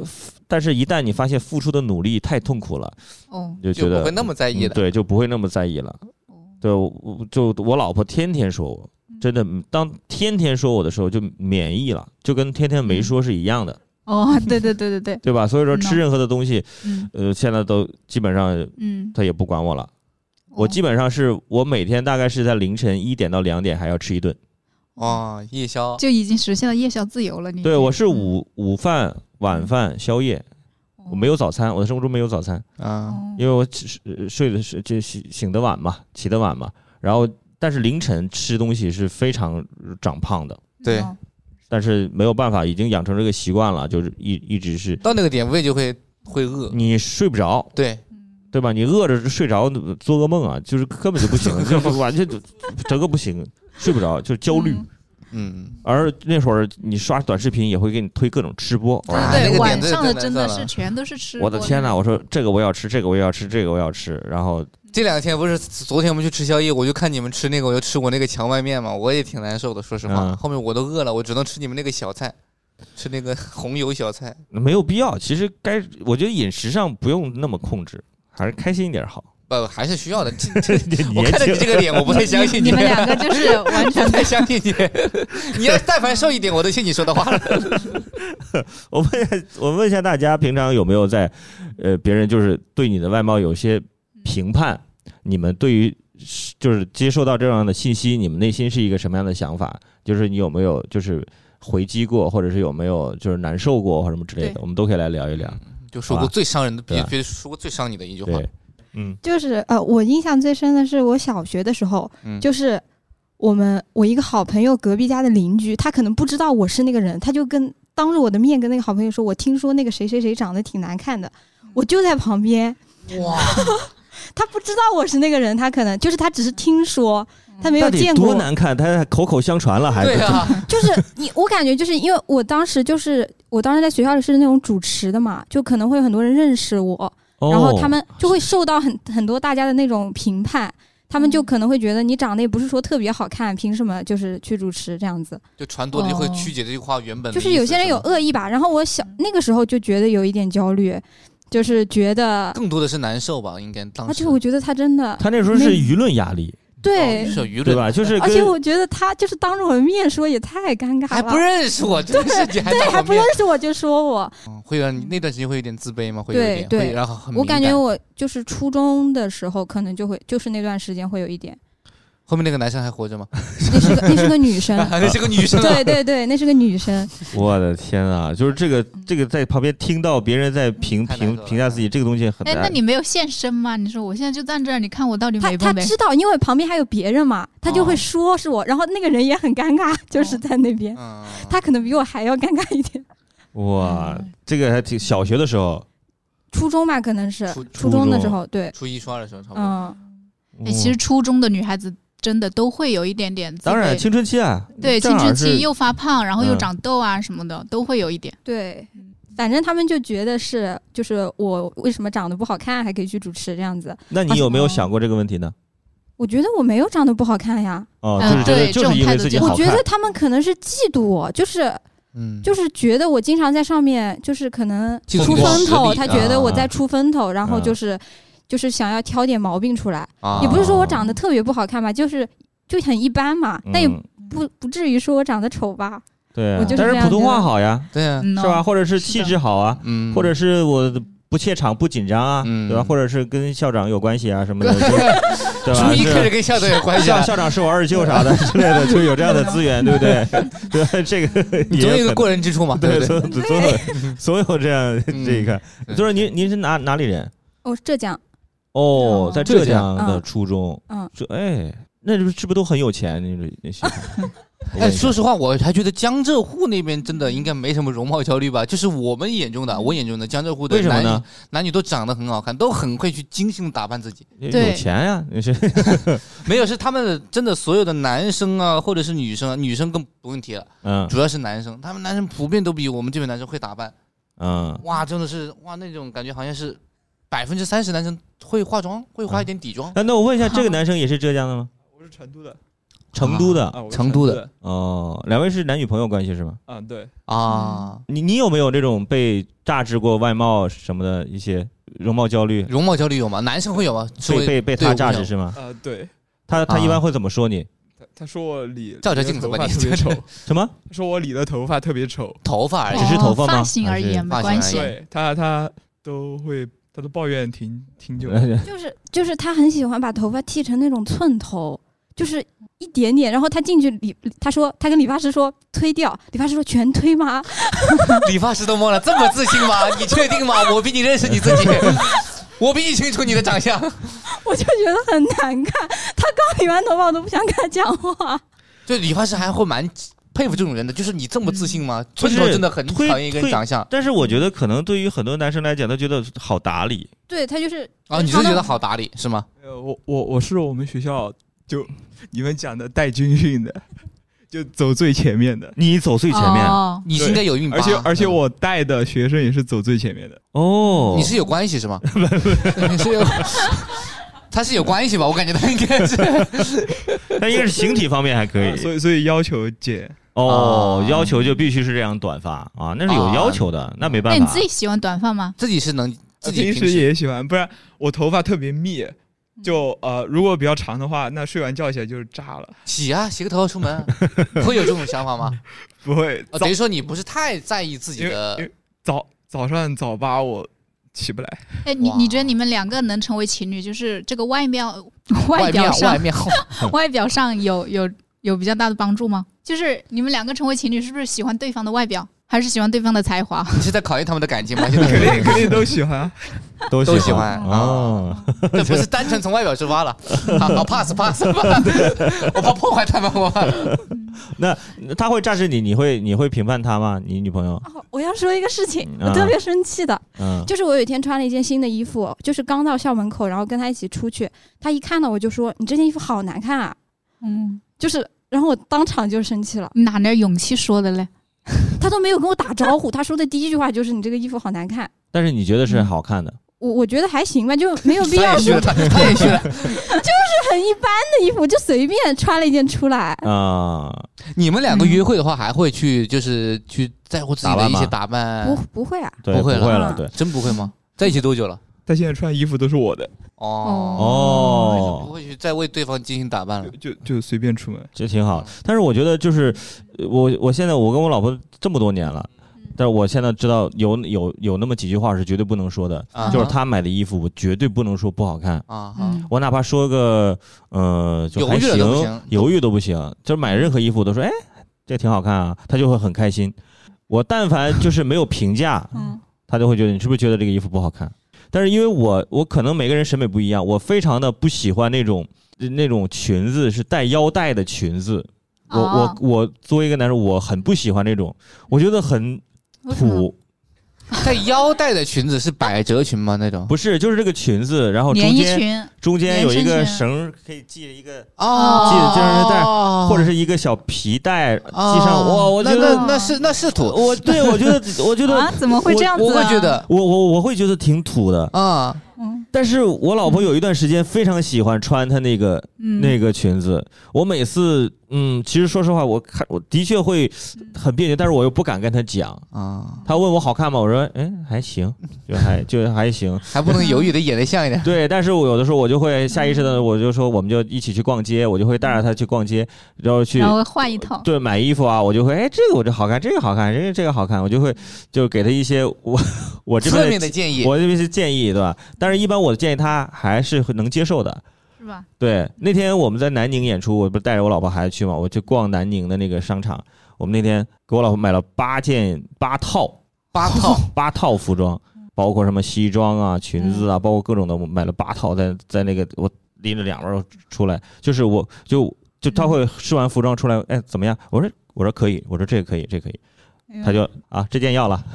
Speaker 2: 但是一旦你发现付出的努力太痛苦了，
Speaker 4: 哦
Speaker 2: 你就觉
Speaker 3: 就
Speaker 2: 得
Speaker 3: 不会那么在意
Speaker 2: 嗯
Speaker 3: 了。
Speaker 2: 对，就不会那么在意了。
Speaker 4: 哦，
Speaker 2: 对，我我就我老婆天天说
Speaker 3: 嗯
Speaker 2: 我，真的，当天天说我的时候就免疫了，就跟天天没
Speaker 3: 嗯
Speaker 2: 说是一样的， <laughs>
Speaker 4: 哦，对对对对对，
Speaker 2: 对吧？所以说
Speaker 4: 嗯呐
Speaker 2: 吃任何的东西，
Speaker 4: 嗯
Speaker 2: 呃，现在都基本上
Speaker 4: 嗯哦
Speaker 2: 她也不管我了，
Speaker 3: 哦
Speaker 2: 我基本上是我每天大概是在凌晨一点到两点还要吃一顿。
Speaker 3: 哦，夜宵
Speaker 4: 就已经实现了夜宵自由了。你嗯
Speaker 2: 对我是午午饭、晚饭、宵夜，我没
Speaker 4: 有，
Speaker 2: 有早餐，我的生活中没有早餐，
Speaker 3: 啊，
Speaker 7: 嗯
Speaker 4: 哦
Speaker 2: 因为我起呃睡的是就醒醒得晚嘛，起得晚嘛，然后但是凌晨吃东西是非常长胖的，
Speaker 3: 对
Speaker 4: 哦
Speaker 2: 但是没有办法，已经养成这个习惯了，就是一一直是
Speaker 3: 到那个点胃就会会饿，
Speaker 2: 你睡不着，
Speaker 3: 对，
Speaker 2: 对吧？你饿着睡着做噩梦啊，就是根本就不
Speaker 4: <laughs>
Speaker 2: 行，就是完全就整个不行，睡不着，就是焦虑。
Speaker 4: 嗯
Speaker 3: 嗯，
Speaker 2: 而那会儿你刷短视频也会给你推各种吃播，
Speaker 4: 对
Speaker 2: 哇
Speaker 3: 那个
Speaker 4: 对，
Speaker 3: 点
Speaker 4: 晚
Speaker 3: 子
Speaker 4: 上的
Speaker 3: 真
Speaker 4: 真
Speaker 3: 的
Speaker 4: 的
Speaker 3: 算了
Speaker 4: 是全都是吃
Speaker 2: 我
Speaker 4: 播。
Speaker 2: 的天
Speaker 4: <laughs>
Speaker 2: 呐，我说这个我要吃，这个我要吃，这个我要吃，然后
Speaker 3: 这两天不是昨天我们去吃宵夜，我就看你们吃那个，我就吃我那个荞麦面嘛，我也挺难受的，说实话，
Speaker 2: 嗯
Speaker 3: 后面我都饿了，我只能吃你们那个小菜，吃那个 <laughs> 红油小菜。
Speaker 2: 没有必要。其实该我觉得饮食上不用那么控制，还是开心一点好。
Speaker 3: 不，还是需 <laughs> 要的。这这
Speaker 2: <laughs> 你
Speaker 3: 我看着你这个脸，我不太相信
Speaker 4: 你
Speaker 3: <laughs> 你
Speaker 2: <laughs>
Speaker 4: 们两个就是完全
Speaker 3: 不太相信你。 <laughs> 你要但凡瘦一点，我都信你说的话了。
Speaker 2: 我问一下，我问一下大家，平常有没有在呃别人就是对你的外貌有些评判？你们对于就是接受到这样的信息，你们内心是一个什么样的想法？就是你有没有就是回击过，或者是有没有就是难受过或者什么之类的？
Speaker 4: 对
Speaker 2: 我们都可以来聊一聊。
Speaker 3: <laughs> 就说
Speaker 2: 好
Speaker 3: 过
Speaker 2: 吧
Speaker 3: 最伤人的，
Speaker 2: 对
Speaker 3: 别
Speaker 2: 啊
Speaker 3: 别说过最伤你的一句话。
Speaker 2: 对，嗯，
Speaker 7: 就是呃，我印象最深的是我小学的时候，
Speaker 3: 嗯
Speaker 7: 就是我们我一个好朋友隔壁家的邻居，他可能不知道我是那个人，他就跟当着我的面跟那个好朋友说，我听说那个谁谁谁长得挺难看的，我就在旁边，
Speaker 2: <laughs>
Speaker 3: 哇，
Speaker 7: 他不知道我是那个人，他可能就是他只是听说，他没有
Speaker 2: 到底
Speaker 7: 见过
Speaker 2: 多
Speaker 7: 我。
Speaker 2: 难看，他口口相传了，还
Speaker 3: 对啊，
Speaker 7: 就是你，我感觉就是因为我当时就是我当时在学校里是那种主持的嘛，就可能会有很多人认识我，
Speaker 2: 哦
Speaker 7: 然后他们就会受到很很多大家的那种评判，他们
Speaker 3: 嗯
Speaker 7: 就可能会觉得你长得也不是说特别好看，凭什么就是去主持这样子？
Speaker 3: 就传多了就会
Speaker 4: 哦
Speaker 3: 曲解这句话原本的
Speaker 7: 就是
Speaker 3: 意思
Speaker 7: 有些人有
Speaker 3: 吧
Speaker 7: 恶意吧。然后我小那个时候就觉得有一点焦虑，就是觉得，
Speaker 3: 更多的是难受吧，应该当
Speaker 7: 而
Speaker 3: 时
Speaker 7: 啊且我觉得他真的
Speaker 2: 他那时候是舆论压力，
Speaker 7: 对
Speaker 3: 哦，是有舆论
Speaker 2: 对吧？就是
Speaker 7: 而且
Speaker 2: 跟
Speaker 7: 我觉得他就是当着我的面说也太尴尬了，
Speaker 3: 还不认识我，真是你还
Speaker 7: 对
Speaker 3: 当
Speaker 7: 还
Speaker 3: 我
Speaker 7: 不
Speaker 3: 面
Speaker 7: 认识我就说我，
Speaker 3: 嗯会让你那段时间会有点自卑吗？会有一
Speaker 7: 对
Speaker 3: 点，
Speaker 7: 对
Speaker 3: 会然后很
Speaker 7: 我感
Speaker 3: 敏
Speaker 7: 觉
Speaker 3: 感
Speaker 7: 我就是初中的时候，可能就会就是那段时间会有
Speaker 3: <laughs>
Speaker 7: 一点。
Speaker 3: 后面那个男生还活着吗？
Speaker 7: 那是个那是个女生，
Speaker 3: <laughs> 那是个女生啊，
Speaker 7: 对对对，那是个女生。
Speaker 2: 我的天啊，就是这个这个在旁边听到别人在评
Speaker 3: 太难
Speaker 2: 评
Speaker 3: 受了
Speaker 2: 评价自己，这个东西很
Speaker 4: 哎，那
Speaker 2: 难。
Speaker 4: 你没有现身吗？你说我现在就站这儿，你看我
Speaker 3: 嗯
Speaker 4: 到底
Speaker 7: 他
Speaker 4: 美不
Speaker 7: 他
Speaker 4: 美？
Speaker 7: 知道，因为旁边还有别人嘛，他
Speaker 3: 哦
Speaker 7: 就会说是我，然后那个人也很尴尬，就是在那边，
Speaker 3: 嗯，
Speaker 7: 他可能比我还要尴尬一点。
Speaker 2: 哇，这个还挺小学的时候，
Speaker 7: 初中吧，可能是
Speaker 3: 初
Speaker 7: 初中的时候，对，
Speaker 3: 初一初二的时候差不多。
Speaker 7: 嗯，
Speaker 4: 哎，其实初中的女孩子真的都会有一点点自卑，
Speaker 2: 当然青春期啊，
Speaker 4: 对
Speaker 2: 正
Speaker 4: 青
Speaker 2: 好
Speaker 4: 春
Speaker 2: 是
Speaker 4: 期又发胖，然后又
Speaker 2: 嗯
Speaker 4: 长痘啊什么的，都会有一点。
Speaker 7: 对，
Speaker 3: 嗯
Speaker 7: 反正他们就觉得是，就是我为什么长得不好看还可以去主持这样子？
Speaker 2: 那你有没有想过这个问题呢？
Speaker 7: 我觉得我没有长得不好看呀，
Speaker 2: 哦，
Speaker 4: 嗯
Speaker 2: 就是觉得
Speaker 4: 对
Speaker 2: 就是因为自己
Speaker 4: 也
Speaker 7: 我
Speaker 2: 好
Speaker 7: 觉
Speaker 2: 看
Speaker 7: 得，他们可能是嫉妒我，就是
Speaker 3: 嗯，
Speaker 7: 就是觉得我经常在上面，就是可能
Speaker 3: 嫉妒
Speaker 7: 出
Speaker 3: 你的
Speaker 7: 风
Speaker 3: 实
Speaker 7: 头，
Speaker 3: 力
Speaker 7: 他觉得我
Speaker 2: 啊
Speaker 7: 在出风头，然后
Speaker 2: 啊
Speaker 7: 就是就是想要挑点毛病出来。
Speaker 3: 啊
Speaker 7: 也不是说我长得特别不好看吧，就是就很一般嘛，但也
Speaker 2: 嗯
Speaker 7: 不不至于说我长得丑吧。
Speaker 2: 对啊
Speaker 7: 我就，是
Speaker 2: 但
Speaker 7: 这
Speaker 2: 是
Speaker 7: 样
Speaker 2: 普通
Speaker 7: 觉
Speaker 2: 话
Speaker 7: 得
Speaker 2: 好呀，
Speaker 3: 对啊，
Speaker 4: 嗯
Speaker 2: 是
Speaker 4: 哦
Speaker 2: 吧？或者是
Speaker 4: 是
Speaker 2: 气
Speaker 4: 的
Speaker 2: 质好啊，
Speaker 3: 嗯，
Speaker 2: 或者是我不怯场、不紧张啊，
Speaker 3: 嗯
Speaker 2: 对吧？或者是跟校长有关系啊什
Speaker 3: <laughs>
Speaker 2: 么的，就是对吧？
Speaker 3: 初一
Speaker 2: 是
Speaker 3: 开始跟校长有关系
Speaker 2: 校
Speaker 3: 啊，
Speaker 2: 校长是我二舅
Speaker 3: <laughs>
Speaker 2: 啥的之类的，就有这样的资源，对不对？对，这个
Speaker 3: 你总有一个
Speaker 2: 可能
Speaker 3: 过人之处嘛，对
Speaker 2: 对，
Speaker 3: 不对？
Speaker 2: 总总有
Speaker 3: <laughs>
Speaker 2: 总有这样
Speaker 3: 嗯
Speaker 2: 这个。
Speaker 3: 对
Speaker 2: 就是您您是哪哪里人？
Speaker 7: 我、是浙江，
Speaker 2: 哦，在浙
Speaker 3: 浙
Speaker 2: 江
Speaker 3: 江
Speaker 2: 的
Speaker 7: 嗯
Speaker 2: 初中，
Speaker 7: 嗯，
Speaker 2: 这哎，那是不是不都很有钱？那那
Speaker 3: <laughs>
Speaker 2: 些，我
Speaker 3: 哎，
Speaker 2: 问一下
Speaker 3: 说实话，我还觉得江浙沪那边真的应该没什么容貌焦虑吧？就是我们眼中的，我眼中的江浙沪的
Speaker 2: 为什么
Speaker 3: 男
Speaker 2: 呢
Speaker 3: 女？男女都长得很好看，都很会去精心打扮自己。
Speaker 4: 对
Speaker 2: 有钱呀，那是
Speaker 3: <laughs> 没有，是他们的真的所有的男生啊，或者是女生啊，女生更不用提了，
Speaker 2: 嗯
Speaker 3: 主要是男生，他们男生普遍都比我们这边男生会打扮。
Speaker 2: 嗯，
Speaker 3: 哇，真的是哇，那种感觉好像是百分之三十男生会化妆，会
Speaker 2: 嗯
Speaker 3: 化一点底妆。
Speaker 2: 那那我问一下，这个男生也是浙江的吗？
Speaker 8: 我是成都的
Speaker 2: 成都的
Speaker 8: 啊，我是
Speaker 3: 成都
Speaker 8: 都
Speaker 3: 的
Speaker 8: 的，
Speaker 2: 哦，两位是男女朋友关系是吗？
Speaker 8: 嗯，对，
Speaker 3: 啊，
Speaker 2: 你你有没有这种被榨汁过外貌什么的一些容貌焦虑？
Speaker 3: 容貌焦虑有吗？男生会有吗？作
Speaker 2: 被
Speaker 3: 为
Speaker 2: 被被
Speaker 3: 对
Speaker 2: 他
Speaker 3: 我
Speaker 2: 榨
Speaker 3: 没有
Speaker 2: 汁是吗？
Speaker 8: 啊，对，
Speaker 2: 他他一般
Speaker 3: 啊
Speaker 2: 会怎么说你？
Speaker 8: 他他说我理
Speaker 3: 照着
Speaker 8: 理的
Speaker 3: 镜子
Speaker 8: 头
Speaker 3: 吧
Speaker 8: 发
Speaker 3: 你
Speaker 8: 特别丑，
Speaker 2: 什么？
Speaker 8: 他说我理的头发特别丑，
Speaker 3: 头发而已
Speaker 2: 只。是头发
Speaker 4: 哦发
Speaker 2: 吗
Speaker 4: 型
Speaker 2: 还
Speaker 4: 而
Speaker 2: 是
Speaker 4: 已，
Speaker 3: 发
Speaker 4: 没
Speaker 3: 型而
Speaker 4: 关
Speaker 3: 已
Speaker 4: 系。
Speaker 8: 对他他都会他都抱怨挺挺久了。
Speaker 2: 嗯
Speaker 7: 就是就是他很喜欢把头发剃成那种寸头，就是一点点。然后他进去理，他说他跟理发师说推掉，理发师说全推吗？
Speaker 3: <laughs>
Speaker 7: <laughs>
Speaker 3: 理发师都懵了，这么自信
Speaker 2: <laughs>
Speaker 3: 吗？你确定吗？我比你认识你自己， <laughs> 我比你清楚你的长相。
Speaker 7: 我就觉得很难看。他刚理完头发，我都不想跟他讲话。
Speaker 3: 就理发师还会蛮佩服这种人的，就是你这么自信吗？寸头
Speaker 2: 不是
Speaker 3: 真的很
Speaker 2: 推
Speaker 3: 考验一个人
Speaker 2: 推
Speaker 3: 长
Speaker 2: <laughs>
Speaker 3: 相
Speaker 2: 但是我觉得可能对于很多男生来讲，他觉得好打理，
Speaker 7: 对他就是
Speaker 3: 啊！
Speaker 2: 哦
Speaker 3: 你是觉得好打理是吗？
Speaker 8: 呃，我我我是我们学校就 <laughs> 你们讲的带军训的， <laughs> 就走最前面的，
Speaker 2: 你走最前面
Speaker 4: 哦，
Speaker 3: 你是应该有一米八，
Speaker 8: 而且而且
Speaker 3: 嗯
Speaker 8: 我带的学生也是走最前面的。
Speaker 2: 哦。
Speaker 3: 你是有关
Speaker 8: <laughs>
Speaker 3: 系是吗？你是有， <laughs> 他是有关系吧？我感觉他应该是
Speaker 2: 但应该是形体方面还可以
Speaker 3: <laughs>
Speaker 8: 啊所以所以要求剪，
Speaker 2: 哦
Speaker 3: 啊，
Speaker 2: 要求就必须是这样短发啊，那是有要求的，那没
Speaker 4: 那
Speaker 2: 办
Speaker 4: 哎你
Speaker 2: 法
Speaker 4: 自。己喜欢短发吗？
Speaker 3: 自己
Speaker 8: <laughs>
Speaker 3: 是能自己
Speaker 8: 平
Speaker 3: 呃平
Speaker 8: 时
Speaker 3: 时
Speaker 8: 也喜欢，不然我头发特别密，就呃如果比较长的话，那睡完觉起来就是炸了，
Speaker 3: 洗啊，洗个头发出门啊，会有这种想法
Speaker 8: <laughs>
Speaker 3: 吗？
Speaker 8: 不会
Speaker 3: 啊，
Speaker 8: 早
Speaker 3: 等于说你不是太在意自己
Speaker 8: 因为因
Speaker 3: 的
Speaker 8: 为早早上早八我起不来，
Speaker 4: 哎，你
Speaker 3: 哇
Speaker 4: 你觉得你们两个能成为情侣，就是这个 <laughs> 外表
Speaker 3: 外
Speaker 4: 表
Speaker 3: 面外
Speaker 4: 上
Speaker 3: 面
Speaker 4: 外表上有有有比较大的帮助吗？就是你们两个成为情侣，是不是喜欢对方的外表，还是喜欢对方的才
Speaker 7: <laughs>
Speaker 4: 华？
Speaker 3: <laughs> 你是在考验他们的感情吗？现
Speaker 8: <laughs>
Speaker 3: 在 <laughs>
Speaker 8: 肯定肯定都喜欢啊。
Speaker 2: 都
Speaker 3: 都喜
Speaker 2: 喜
Speaker 3: 欢啊
Speaker 2: 哦，
Speaker 3: 这不是单纯从外表出发了，好好 pass pass <laughs> 吧，我怕破坏他们，我怕
Speaker 2: 他会榨汁你，你会你会评判他吗？你女朋友？
Speaker 7: 哦，我要说一个事情，
Speaker 2: 嗯
Speaker 7: 我特别生气的，
Speaker 2: 嗯，
Speaker 7: 就是我有一天穿了一件新的衣服，就是刚到校门口，然后跟他一起出去，他一看到我就说：“你这件衣服好难看啊
Speaker 4: 嗯，！”
Speaker 7: 就是，然后我当场就生气了，
Speaker 4: 你哪来勇气说的嘞？
Speaker 7: 他都没有跟我打招呼，他说的第一句话就是：“你这个衣服好难看。
Speaker 2: 但是你觉得
Speaker 3: 嗯
Speaker 2: 是好看的，”
Speaker 7: 我我觉得还行吧，就没有
Speaker 3: <laughs>
Speaker 7: 必
Speaker 3: 他也
Speaker 7: 要
Speaker 3: 虚
Speaker 7: 说
Speaker 3: 了，他他也虚了。 <laughs>
Speaker 7: 很一般的衣服，就随便穿了一件
Speaker 3: <laughs>
Speaker 7: 出来。
Speaker 2: 啊，
Speaker 3: 你们两个约会的话，还会去就是去在乎自己的一些打扮？
Speaker 7: 不不会啊，
Speaker 2: 对，
Speaker 3: 不
Speaker 2: 不
Speaker 3: 会了
Speaker 2: 了，对，
Speaker 3: 真不会吗？在一起多久了？
Speaker 8: 他现在穿衣服都是我的，
Speaker 3: 哦
Speaker 2: 哦
Speaker 3: 不，会去再为对方进行打扮了。
Speaker 8: 就就随便出门。
Speaker 2: 这挺好。但是我觉得就是呃我我现在我跟我老婆这么多年了。但是我现在知道有有有那么几句话是绝对不能说的，
Speaker 3: 啊
Speaker 2: 就是她买的衣服，我绝对不能说不好看。
Speaker 3: 啊，好
Speaker 4: 嗯，
Speaker 2: 我哪怕说个呃，就还
Speaker 3: 犹豫了
Speaker 2: 行，
Speaker 3: 都不行
Speaker 2: 犹豫都不行，就是买任何衣服我都说，哎，这挺好看啊，他就会很开心。我但凡就是没有评
Speaker 4: <laughs>
Speaker 2: 价，
Speaker 7: 嗯
Speaker 2: 他就会觉得你是不是觉得这个衣服不好看？但是因为我我可能每个人审美不一样，我非常的不喜欢那种那种裙子是带腰带的裙子。我
Speaker 4: 哦
Speaker 2: 我我作为一个男生，我很不喜欢那种，我觉得很
Speaker 4: 为什么
Speaker 2: 土，
Speaker 3: 带腰带的裙子是百褶裙吗？那种？
Speaker 2: 不是就是这个裙子，然后
Speaker 4: 连
Speaker 2: 哦中
Speaker 4: 衣
Speaker 2: 间
Speaker 4: 裙
Speaker 2: 中间有一
Speaker 4: 连
Speaker 2: 个
Speaker 4: 身裙
Speaker 2: 绳儿可以系一个
Speaker 3: 哦，
Speaker 2: 系系上带或者
Speaker 3: 是
Speaker 2: 是一个小皮带系
Speaker 3: 哦
Speaker 2: 上。我我觉
Speaker 3: 那
Speaker 2: 得，
Speaker 3: 那那是那是土，
Speaker 2: 我对我
Speaker 3: <laughs>
Speaker 2: 觉得，我觉
Speaker 4: 啊
Speaker 2: 得，，
Speaker 4: 怎么会这样子、啊？
Speaker 3: 我会觉得
Speaker 2: 我我我会觉得挺土的。
Speaker 3: 啊，
Speaker 4: 嗯，
Speaker 2: 但是我老婆有一段时间非常喜欢穿她那个
Speaker 4: 嗯
Speaker 2: 那个裙子，我每次嗯，其实说实话，我看我的确会很别扭，但是我又不敢跟她讲。
Speaker 3: 啊，
Speaker 2: 她问我好看吗？我说嗯还行，就还就还行。
Speaker 3: 还不能犹豫的演得像一点。
Speaker 2: 对，但是我有的时候我就会下意识
Speaker 3: 嗯
Speaker 2: 的，我就说我们就一起去逛街，我就会带着她去逛街，然后去
Speaker 4: 然后换一套，
Speaker 2: 对，买衣服啊，我就会，哎，这个我这好看，这个好看，这个这个好看，我就会就给他一些我我这
Speaker 3: 侧
Speaker 2: 边
Speaker 3: 面
Speaker 2: 的
Speaker 3: 的建议，
Speaker 2: 我这边是建议，对吧？但是一般我的建议他还是会能接受的。
Speaker 4: 是吧？
Speaker 2: 对，那天我们在南宁演出，我不是带着我老婆孩子去嘛，我去逛南宁的那个商场，我们那天给我老婆买了八件八套
Speaker 3: 八套
Speaker 2: <laughs> 八套服装，包括什么西装啊、裙子
Speaker 3: 嗯
Speaker 2: 啊，包括各种的，我买了八套，在在那个我拎着两包出来，就是我就就他会试完服装出来，哎，怎么样？我说我说可以，我说这个可以，这个可以，
Speaker 4: 哎嗯
Speaker 2: 他就啊这件要了。 <laughs>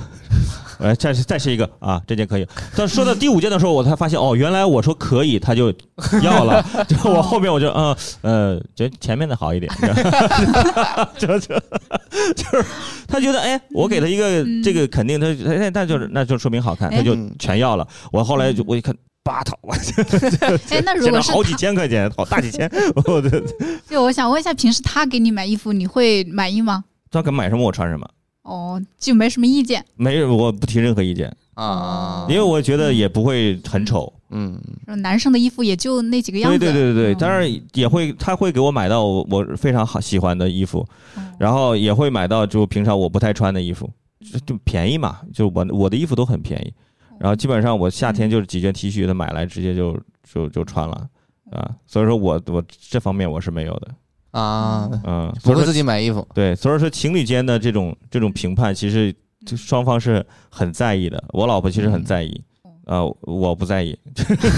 Speaker 2: 哎，再是再是一个啊，这件可以。但说到第五件的时候，我才发现哦，原来我说可以，他就要
Speaker 4: <laughs>
Speaker 2: 了。就我后面我就嗯呃，觉得前面的好一
Speaker 4: <laughs>
Speaker 2: 点，就就就是他觉得哎，我给他一个
Speaker 4: 嗯
Speaker 2: 这个肯定，他哎那就是那就说明好看，
Speaker 4: 哎
Speaker 2: 他就
Speaker 3: 嗯
Speaker 2: 全要了。我后来就我一看。八套， <laughs> 我
Speaker 4: 哎，那如
Speaker 2: 现
Speaker 4: 果
Speaker 2: 在
Speaker 4: 是
Speaker 2: 好几
Speaker 4: 他，
Speaker 2: 千块钱，好大几千， <laughs> 我的
Speaker 4: 就我想问一下，平时他给你买衣服，你会满意吗？
Speaker 2: 他敢买什么我穿什么，
Speaker 4: 哦，就没什么意见，
Speaker 2: 没我不提任何意见，
Speaker 3: 啊，
Speaker 2: 因为我觉得也不会很丑。
Speaker 3: 嗯，
Speaker 4: 男生的衣服也就那几个样
Speaker 2: 对
Speaker 4: 子。
Speaker 2: 对对对对，
Speaker 4: 嗯
Speaker 2: 当然也会，他会给我买到我我非常好喜欢的衣服，
Speaker 4: 嗯
Speaker 2: 然后也会买到就平常我不太穿的衣服，就就便宜嘛，就我我的衣服都很便宜。然后基本上我夏天就是几件 T 恤，他买来直接就就就穿了啊。所以说我我这方面我是没有的，
Speaker 3: 啊，
Speaker 2: 嗯，
Speaker 3: 不
Speaker 2: 所以
Speaker 3: 会
Speaker 2: 说
Speaker 3: 自己买衣服，
Speaker 2: 对，所以说情侣间的这种这种评判，其实就双方是很在意的。我老婆其实很在意，呃，我不在意， <laughs>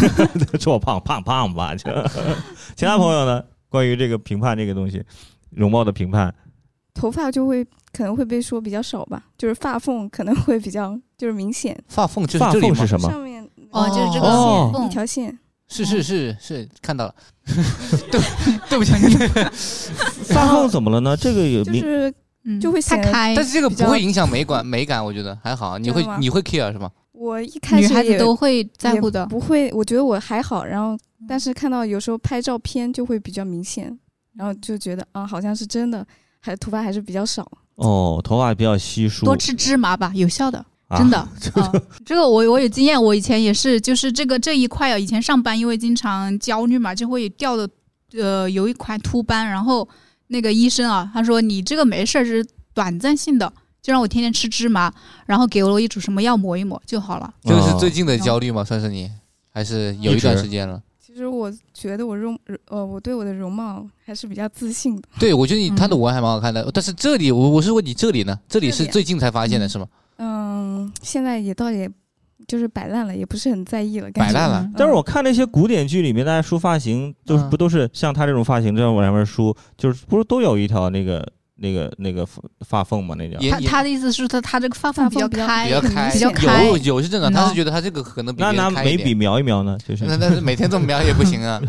Speaker 2: 说我胖胖胖吧。就 <laughs> 其他朋友呢，关于这个评判这个东西，容貌的评判，
Speaker 9: 头发就会可能会被说比较少吧，就是发缝可能会比较就是明显，
Speaker 3: 发缝就是
Speaker 2: 发
Speaker 3: 这里
Speaker 2: 缝
Speaker 3: 吗
Speaker 2: 是？什么？
Speaker 9: 上面
Speaker 4: 哦，就是这个
Speaker 2: 哦
Speaker 4: 线
Speaker 9: 一
Speaker 4: 缝，
Speaker 9: 条线，
Speaker 3: 是
Speaker 9: 嗯
Speaker 3: 是是是，
Speaker 9: <laughs>
Speaker 3: 看到了，对对不起，
Speaker 2: 发缝怎么了呢？这个有
Speaker 9: 就
Speaker 2: 明
Speaker 9: 是
Speaker 4: 嗯
Speaker 9: 就会
Speaker 4: 它
Speaker 9: 显得
Speaker 3: <laughs>
Speaker 4: 开，
Speaker 3: 但是这个
Speaker 9: 哎比
Speaker 3: 不
Speaker 9: 较
Speaker 3: 会影响美感美感，我觉得还好。啊你
Speaker 9: 真的
Speaker 3: 会
Speaker 9: 吗
Speaker 3: 你会 care 是吗？
Speaker 9: 我一开
Speaker 4: 女
Speaker 9: 始
Speaker 4: 孩子
Speaker 9: 也
Speaker 4: 都会在
Speaker 9: 也
Speaker 4: 乎的。嗯
Speaker 9: 不会，我觉得我还好，然后但是看到有时候拍照片就会比较明显，然
Speaker 4: 嗯
Speaker 9: 后就觉得啊好像是真的，还头发还是比较少，
Speaker 2: 哦，头发比较稀疏，
Speaker 4: 多吃芝麻吧，有效的，
Speaker 2: 啊 <laughs>
Speaker 4: 真的。啊这个我我有经验，我以前也是，就是这个这一块啊，以前上班因为经常焦虑嘛，就会掉的，呃，有一块秃斑，然后那个医生啊，他说你这个没事儿，这是短暂性的，就让我天天吃芝麻，然后给了我一组什么药抹一抹就好了。
Speaker 3: 这个是
Speaker 2: 哦
Speaker 3: 最近的焦虑吗？算是你，还是有一段
Speaker 2: 直
Speaker 3: 时间了？
Speaker 9: 其实我觉得我容呃，我对我的容貌还是比较自信的。
Speaker 3: 对，我觉得你
Speaker 4: 嗯
Speaker 3: 他的文案还蛮好看的，但是这里我我是问你这里呢，这里
Speaker 9: 这
Speaker 3: 是
Speaker 9: 里啊
Speaker 3: 最近才发现的
Speaker 4: 嗯
Speaker 3: 是吗？
Speaker 9: 嗯，现在也倒也就是摆烂了，也不是很在意了。感
Speaker 3: 摆
Speaker 9: 觉
Speaker 3: 烂了，
Speaker 9: 嗯
Speaker 2: 但是我看那些古典剧里面，大家梳发型都是
Speaker 3: 嗯
Speaker 2: 不都是像他这种发型这样往上面梳，就是不是都有一条那个那个那个发发缝吗？
Speaker 9: 嗯
Speaker 2: 那叫
Speaker 3: 也
Speaker 4: 他
Speaker 3: 也
Speaker 4: 他的意思是说他这个发缝
Speaker 9: 发
Speaker 4: 比较
Speaker 9: 缝比较
Speaker 4: 开，
Speaker 3: 比较
Speaker 9: 很
Speaker 3: 开，
Speaker 9: 明显
Speaker 4: 开
Speaker 3: 有有是正常，
Speaker 4: 嗯
Speaker 3: 他是
Speaker 4: 哦
Speaker 3: 觉得他这个可能比
Speaker 2: 那
Speaker 3: 别
Speaker 2: 拿
Speaker 3: 人开
Speaker 2: 眉
Speaker 3: 一
Speaker 2: 笔
Speaker 3: 点。嗯
Speaker 2: 描一描呢？就是
Speaker 3: 那但是每天这么描也不
Speaker 2: <laughs>
Speaker 3: 行啊，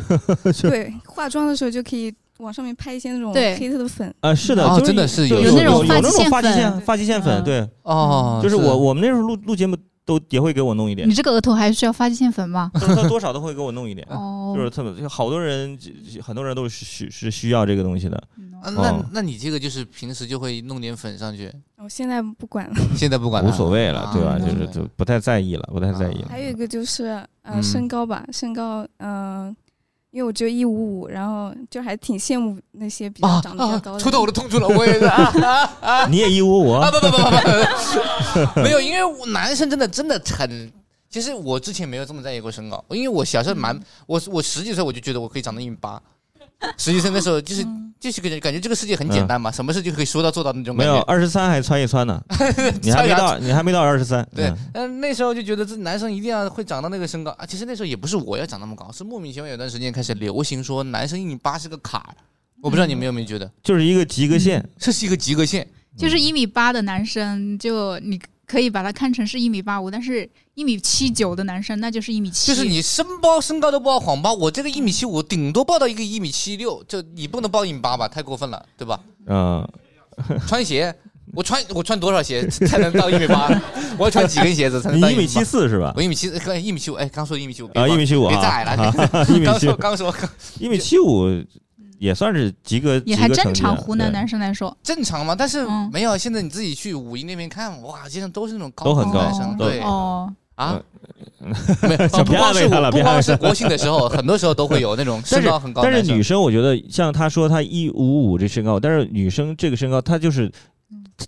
Speaker 9: 对化妆的时候就可以往上面拍一些那种
Speaker 4: 对
Speaker 9: 黑色的粉，
Speaker 2: 啊，是的，
Speaker 3: 哦
Speaker 2: 就是
Speaker 3: 真的是
Speaker 2: 就
Speaker 3: 有
Speaker 2: 有
Speaker 4: 有那种
Speaker 2: 有
Speaker 4: 发
Speaker 2: 那
Speaker 4: 际
Speaker 2: 种
Speaker 4: 线
Speaker 2: 发际
Speaker 4: 粉
Speaker 2: 线发际线粉，
Speaker 4: 嗯
Speaker 2: 对，
Speaker 3: 哦，
Speaker 2: 就是
Speaker 3: 的
Speaker 2: 我我们那时候录录节目都也会给我弄一点 <laughs>
Speaker 4: 你，这个额头还需要发际线粉吗？
Speaker 2: 多多多少都会给我弄一点，
Speaker 4: 哦
Speaker 2: 就是特别好多人很多人都是需是需要这个东西的，
Speaker 4: 嗯
Speaker 3: 啊
Speaker 4: 哦
Speaker 3: 那
Speaker 2: 哦
Speaker 3: 那你这个就是平时就会弄点粉上去，
Speaker 9: 我现在不管了。
Speaker 3: 现在不管
Speaker 2: 无
Speaker 3: 它
Speaker 2: 所谓了，对吧？
Speaker 3: 啊
Speaker 4: 嗯
Speaker 2: 就是就不太在意了，不太在意了
Speaker 9: 还。有一个就是呃
Speaker 3: 嗯
Speaker 9: 身高吧，身高嗯、呃因为我只有一五五，然后就还挺羡慕那些比较
Speaker 3: 啊
Speaker 9: 长得比较
Speaker 3: 啊
Speaker 7: 哦
Speaker 9: 高！的。
Speaker 3: 戳到我的痛处了，我也是啊啊啊！
Speaker 2: 你也一五五，
Speaker 3: 啊不不不不
Speaker 2: 啊
Speaker 3: 不，没有，因为我男生真的真的很，其实我之前没有这么在意过身高，因为我小时候蛮，我我十几岁我就觉得我可以长到一米八，十几岁那时候就是就是感觉感觉这个世界很简单嘛，什么事就可以说到做到那种
Speaker 2: 嗯没
Speaker 3: 感
Speaker 2: 有
Speaker 3: 觉。
Speaker 2: 二十三还穿一穿 <laughs> 呢，你还没到，你还没到二十三。
Speaker 3: 对
Speaker 2: 嗯，
Speaker 3: 但那时候就觉得这男生一定要会长到那个身高啊。其实那时候也不是我要长那么高，是莫名其妙有段时间开始流行说男生一米八是个坎儿，我不知道你们有没有觉得
Speaker 2: 就是一个及格线。
Speaker 3: 这是一个及格线。
Speaker 4: 就是
Speaker 2: 嗯
Speaker 4: 一米八的男生，就你可以把他看成是一米八五，但是一米七九的男生那就是一米七。
Speaker 3: 就是你身包身高都不好谎报，我这个一米七五，顶多报到一个一米七六，就你不能报一米八吧，太过分了，对吧？
Speaker 2: 嗯，
Speaker 3: 穿鞋，我穿我穿多少鞋才能到一米八？ <laughs> 我要穿几根鞋子才能
Speaker 2: 你
Speaker 3: 到
Speaker 2: 一米七
Speaker 3: 八？
Speaker 2: 四是吧
Speaker 3: 我？一米七，刚一米七五，哎，刚说一米七五，别
Speaker 2: 啊，一米七五
Speaker 3: 别再
Speaker 2: 啊，
Speaker 3: 矮了，
Speaker 2: 一米
Speaker 3: 刚
Speaker 2: 七
Speaker 3: 说，刚说 <laughs> 刚
Speaker 2: <laughs> 一米七五也算是及格，及
Speaker 4: 也还
Speaker 2: 格成
Speaker 4: 正
Speaker 2: 绩
Speaker 4: 常，
Speaker 2: 了
Speaker 4: 湖南
Speaker 2: 对
Speaker 4: 男生来说，
Speaker 3: 正常嘛，但是
Speaker 4: 嗯
Speaker 3: 没有。现在你自己去五一那边看，哇，街上都是那种高
Speaker 2: 都很
Speaker 3: 个子男
Speaker 4: 高
Speaker 3: 生，
Speaker 4: 都
Speaker 3: 对
Speaker 4: 哦， <laughs>
Speaker 2: <laughs>
Speaker 3: 啊，没有，
Speaker 2: 小
Speaker 3: 不
Speaker 2: 别
Speaker 3: 光
Speaker 2: 安慰
Speaker 3: 是
Speaker 2: 他了
Speaker 3: 我不
Speaker 2: 别安慰
Speaker 3: 光
Speaker 2: 他
Speaker 3: 是国庆的时候，很多时候都会有那种身高很高
Speaker 2: <laughs>
Speaker 3: 的
Speaker 2: 但是
Speaker 3: 男生，
Speaker 2: 女生，我觉得像她说她一五五这身高，但是女生这个身高，她就是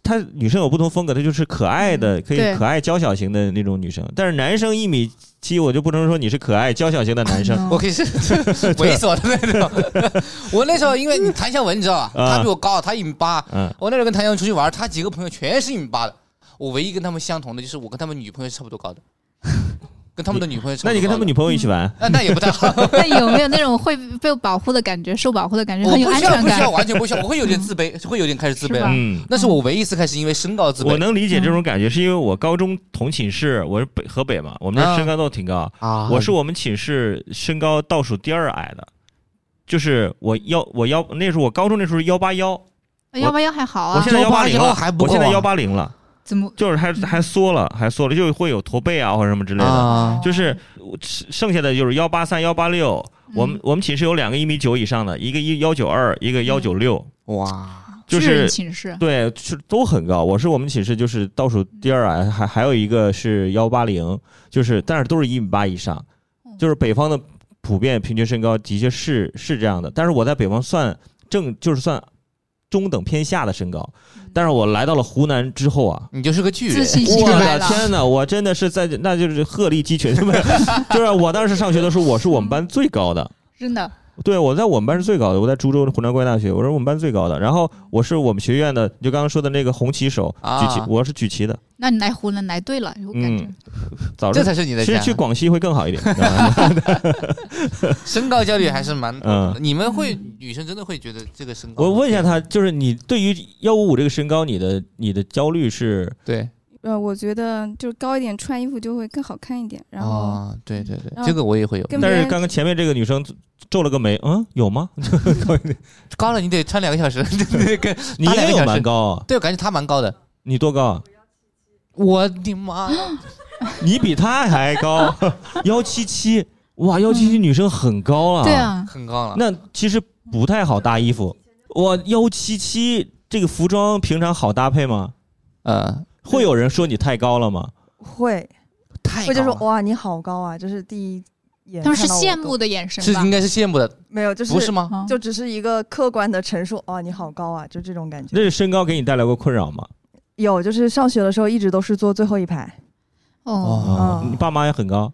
Speaker 2: 她女生有不同风格，她就是可爱的，可以
Speaker 4: 对
Speaker 2: 可爱娇小型的那种女生。但是男生一米七，我就不能说你是可爱娇小型的男生。
Speaker 3: 我可以 <laughs> 是猥琐的那种。 <laughs> 我那时候因为你谭笑文，你知道吧？
Speaker 2: 啊
Speaker 3: 他比我高，他一米八。
Speaker 2: <laughs> 嗯，
Speaker 3: 我那时候跟谭笑文出去玩，他几个朋友全是一米八的。我唯一跟他们相同的就是我跟他们女朋友是差不多高的，跟他们的女朋友差不多
Speaker 2: 那你跟他们女
Speaker 3: 女
Speaker 2: 朋友一起玩，
Speaker 3: 那那也不太好， <laughs>
Speaker 4: 那有没有那种会被保护的感觉，受保护的感觉，
Speaker 3: 我
Speaker 4: 很有
Speaker 3: 不
Speaker 4: 安
Speaker 3: 需要，
Speaker 4: 全
Speaker 3: 不需要，
Speaker 4: 感？
Speaker 3: 完全不需要，我会有点自卑，会有点开始自卑
Speaker 4: 是
Speaker 3: 了
Speaker 4: 吧。
Speaker 2: 嗯。
Speaker 3: 那是我唯一一次开始因为身高自
Speaker 2: 我
Speaker 3: 卑
Speaker 2: 能理解这种感觉，是因为我高中同寝室，我是北河北嘛，我们那
Speaker 3: 啊
Speaker 2: 身高都挺高，
Speaker 3: 啊
Speaker 2: 我是我们寝室身高倒数第二矮的，就是我幺我幺那时候我高中那时候幺八幺，
Speaker 4: 幺八幺还好
Speaker 2: 我
Speaker 4: 啊
Speaker 2: 现，在幺八零
Speaker 3: 180
Speaker 2: 了，
Speaker 3: 还不
Speaker 2: 我现在
Speaker 3: 够啊
Speaker 2: 幺八零了，
Speaker 4: 怎么
Speaker 2: 就是还还缩了，还缩了，就会有驼背啊或者什么之类的，
Speaker 3: 啊，
Speaker 4: 嗯
Speaker 2: 就是我剩剩下的就是幺八三、幺八六。我们我们寝室有两个一米九以上的，一个一幺九二，一个幺九六，
Speaker 3: 哇，
Speaker 2: 就
Speaker 4: 巨啊人
Speaker 2: 是
Speaker 4: 寝室？
Speaker 2: 对，是都很高。我是我们寝室就是倒数第二矮，还还有一个是幺八零，就是但是都是一米八以上，就是北方的普遍平均身高的确是是这样的。但是我在北方算正就是算中等偏下的身高，但是我来到了湖南之后啊，
Speaker 3: 你就是个巨
Speaker 4: 自
Speaker 3: 人。
Speaker 4: 信心
Speaker 2: 我
Speaker 4: 来
Speaker 2: 的
Speaker 4: 了。
Speaker 2: 天哪！我真的是在那就是鹤立鸡群，不是 <laughs> 就是我当时上学的时候，我是我们班最高的。
Speaker 4: 真的，
Speaker 2: 对，我在我们班是最高的，我在株洲湖南工业大学，我是我们班最高的。然后我是我们学院的，就刚刚说的那个红旗手，
Speaker 3: 啊
Speaker 2: 举旗，我是举旗的。
Speaker 4: 那你来湖南来对了，我感觉、
Speaker 2: 嗯，早
Speaker 3: 这
Speaker 2: 知
Speaker 3: 才是你的
Speaker 2: 其
Speaker 3: 家
Speaker 2: 实。去广西会更好一点，你知道吗 <laughs>
Speaker 3: 身高焦虑还是蛮……
Speaker 2: 嗯。
Speaker 3: 你们会女生真的会觉得这个身高？
Speaker 2: 我问一下，他，就是你对于幺五五这个身高，你的你的焦虑是
Speaker 3: 对
Speaker 9: 呃，我觉得就是高一点穿衣服就会更好看一点，然后
Speaker 3: 啊，对对对
Speaker 9: 然，后
Speaker 3: 这个我也会有。
Speaker 9: 跟别
Speaker 2: 但是
Speaker 9: 人
Speaker 2: 刚刚前面这个女生皱了个眉，嗯，有吗？
Speaker 3: 高了你得穿两个
Speaker 2: <laughs>
Speaker 3: 小时，对跟
Speaker 2: 你也有蛮高啊，
Speaker 3: 对，我感觉他蛮高的。
Speaker 2: 你多高啊？
Speaker 3: 我的妈！
Speaker 2: 你比她还高，幺七七，哇，幺七七女生很高了。
Speaker 4: 对，啊，
Speaker 3: 很
Speaker 2: <laughs>
Speaker 3: 高了。
Speaker 2: 那其实不太好搭衣服。我幺七七这个服装平常好搭配吗？
Speaker 3: 呃，
Speaker 2: 会有人说你太高了吗？
Speaker 6: 会
Speaker 3: 太
Speaker 6: 会就说
Speaker 3: 高了
Speaker 6: 哇你好高啊，就是第一眼
Speaker 4: 他们是
Speaker 6: 哦看到我
Speaker 4: 羡
Speaker 6: 都
Speaker 4: 慕的眼神
Speaker 3: 是
Speaker 4: 吧
Speaker 3: 应？该是羡慕的，
Speaker 6: 没有，就是
Speaker 3: 不是吗？
Speaker 4: 啊
Speaker 6: 就只是一个客观的陈述，哇你好高啊，就这种感觉。
Speaker 2: 那身高给你带来过困扰吗？
Speaker 6: 有，就是上学的时候一直都是坐最后一排。
Speaker 4: 哦
Speaker 6: 哦
Speaker 2: 你爸妈也很高，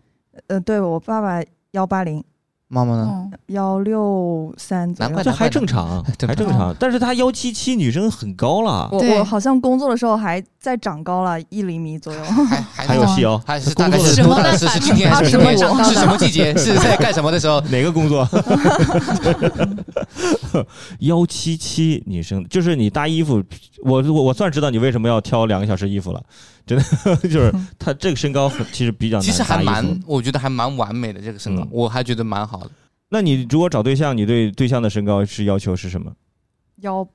Speaker 6: 呃，对我爸爸幺八零
Speaker 3: 妈妈呢？
Speaker 4: 哦，
Speaker 6: 幺六三左
Speaker 3: 难
Speaker 6: 右
Speaker 3: 怪。
Speaker 2: 这还正常，
Speaker 3: 正常
Speaker 2: 还正常。但是她幺七七女生很高了，
Speaker 6: 我
Speaker 4: 对
Speaker 6: 我好像工作的时候还再长高了一厘米左右。
Speaker 3: 还
Speaker 2: 还有戏哦。
Speaker 3: 还是大概
Speaker 2: 工作的
Speaker 3: 是
Speaker 4: 时候
Speaker 3: 多大？是是今天还是明
Speaker 4: 长
Speaker 3: 天？
Speaker 4: 高
Speaker 3: 是什么
Speaker 2: <laughs>
Speaker 3: 季节？是在干什么的时候？
Speaker 2: 哪个工作？幺七七女生，就是你搭衣服，我我我算知道你为什么要挑两个小时衣服了，真的 <laughs> 就是她这个身高很其实比较难
Speaker 3: 其实
Speaker 2: 搭
Speaker 3: 还
Speaker 2: 衣服
Speaker 3: 蛮，我觉得还蛮完美的这个身高
Speaker 2: 嗯，
Speaker 3: 我还觉得蛮好的。
Speaker 2: 那你如果找对象，你对对象的身高是要求是什么？
Speaker 6: 幺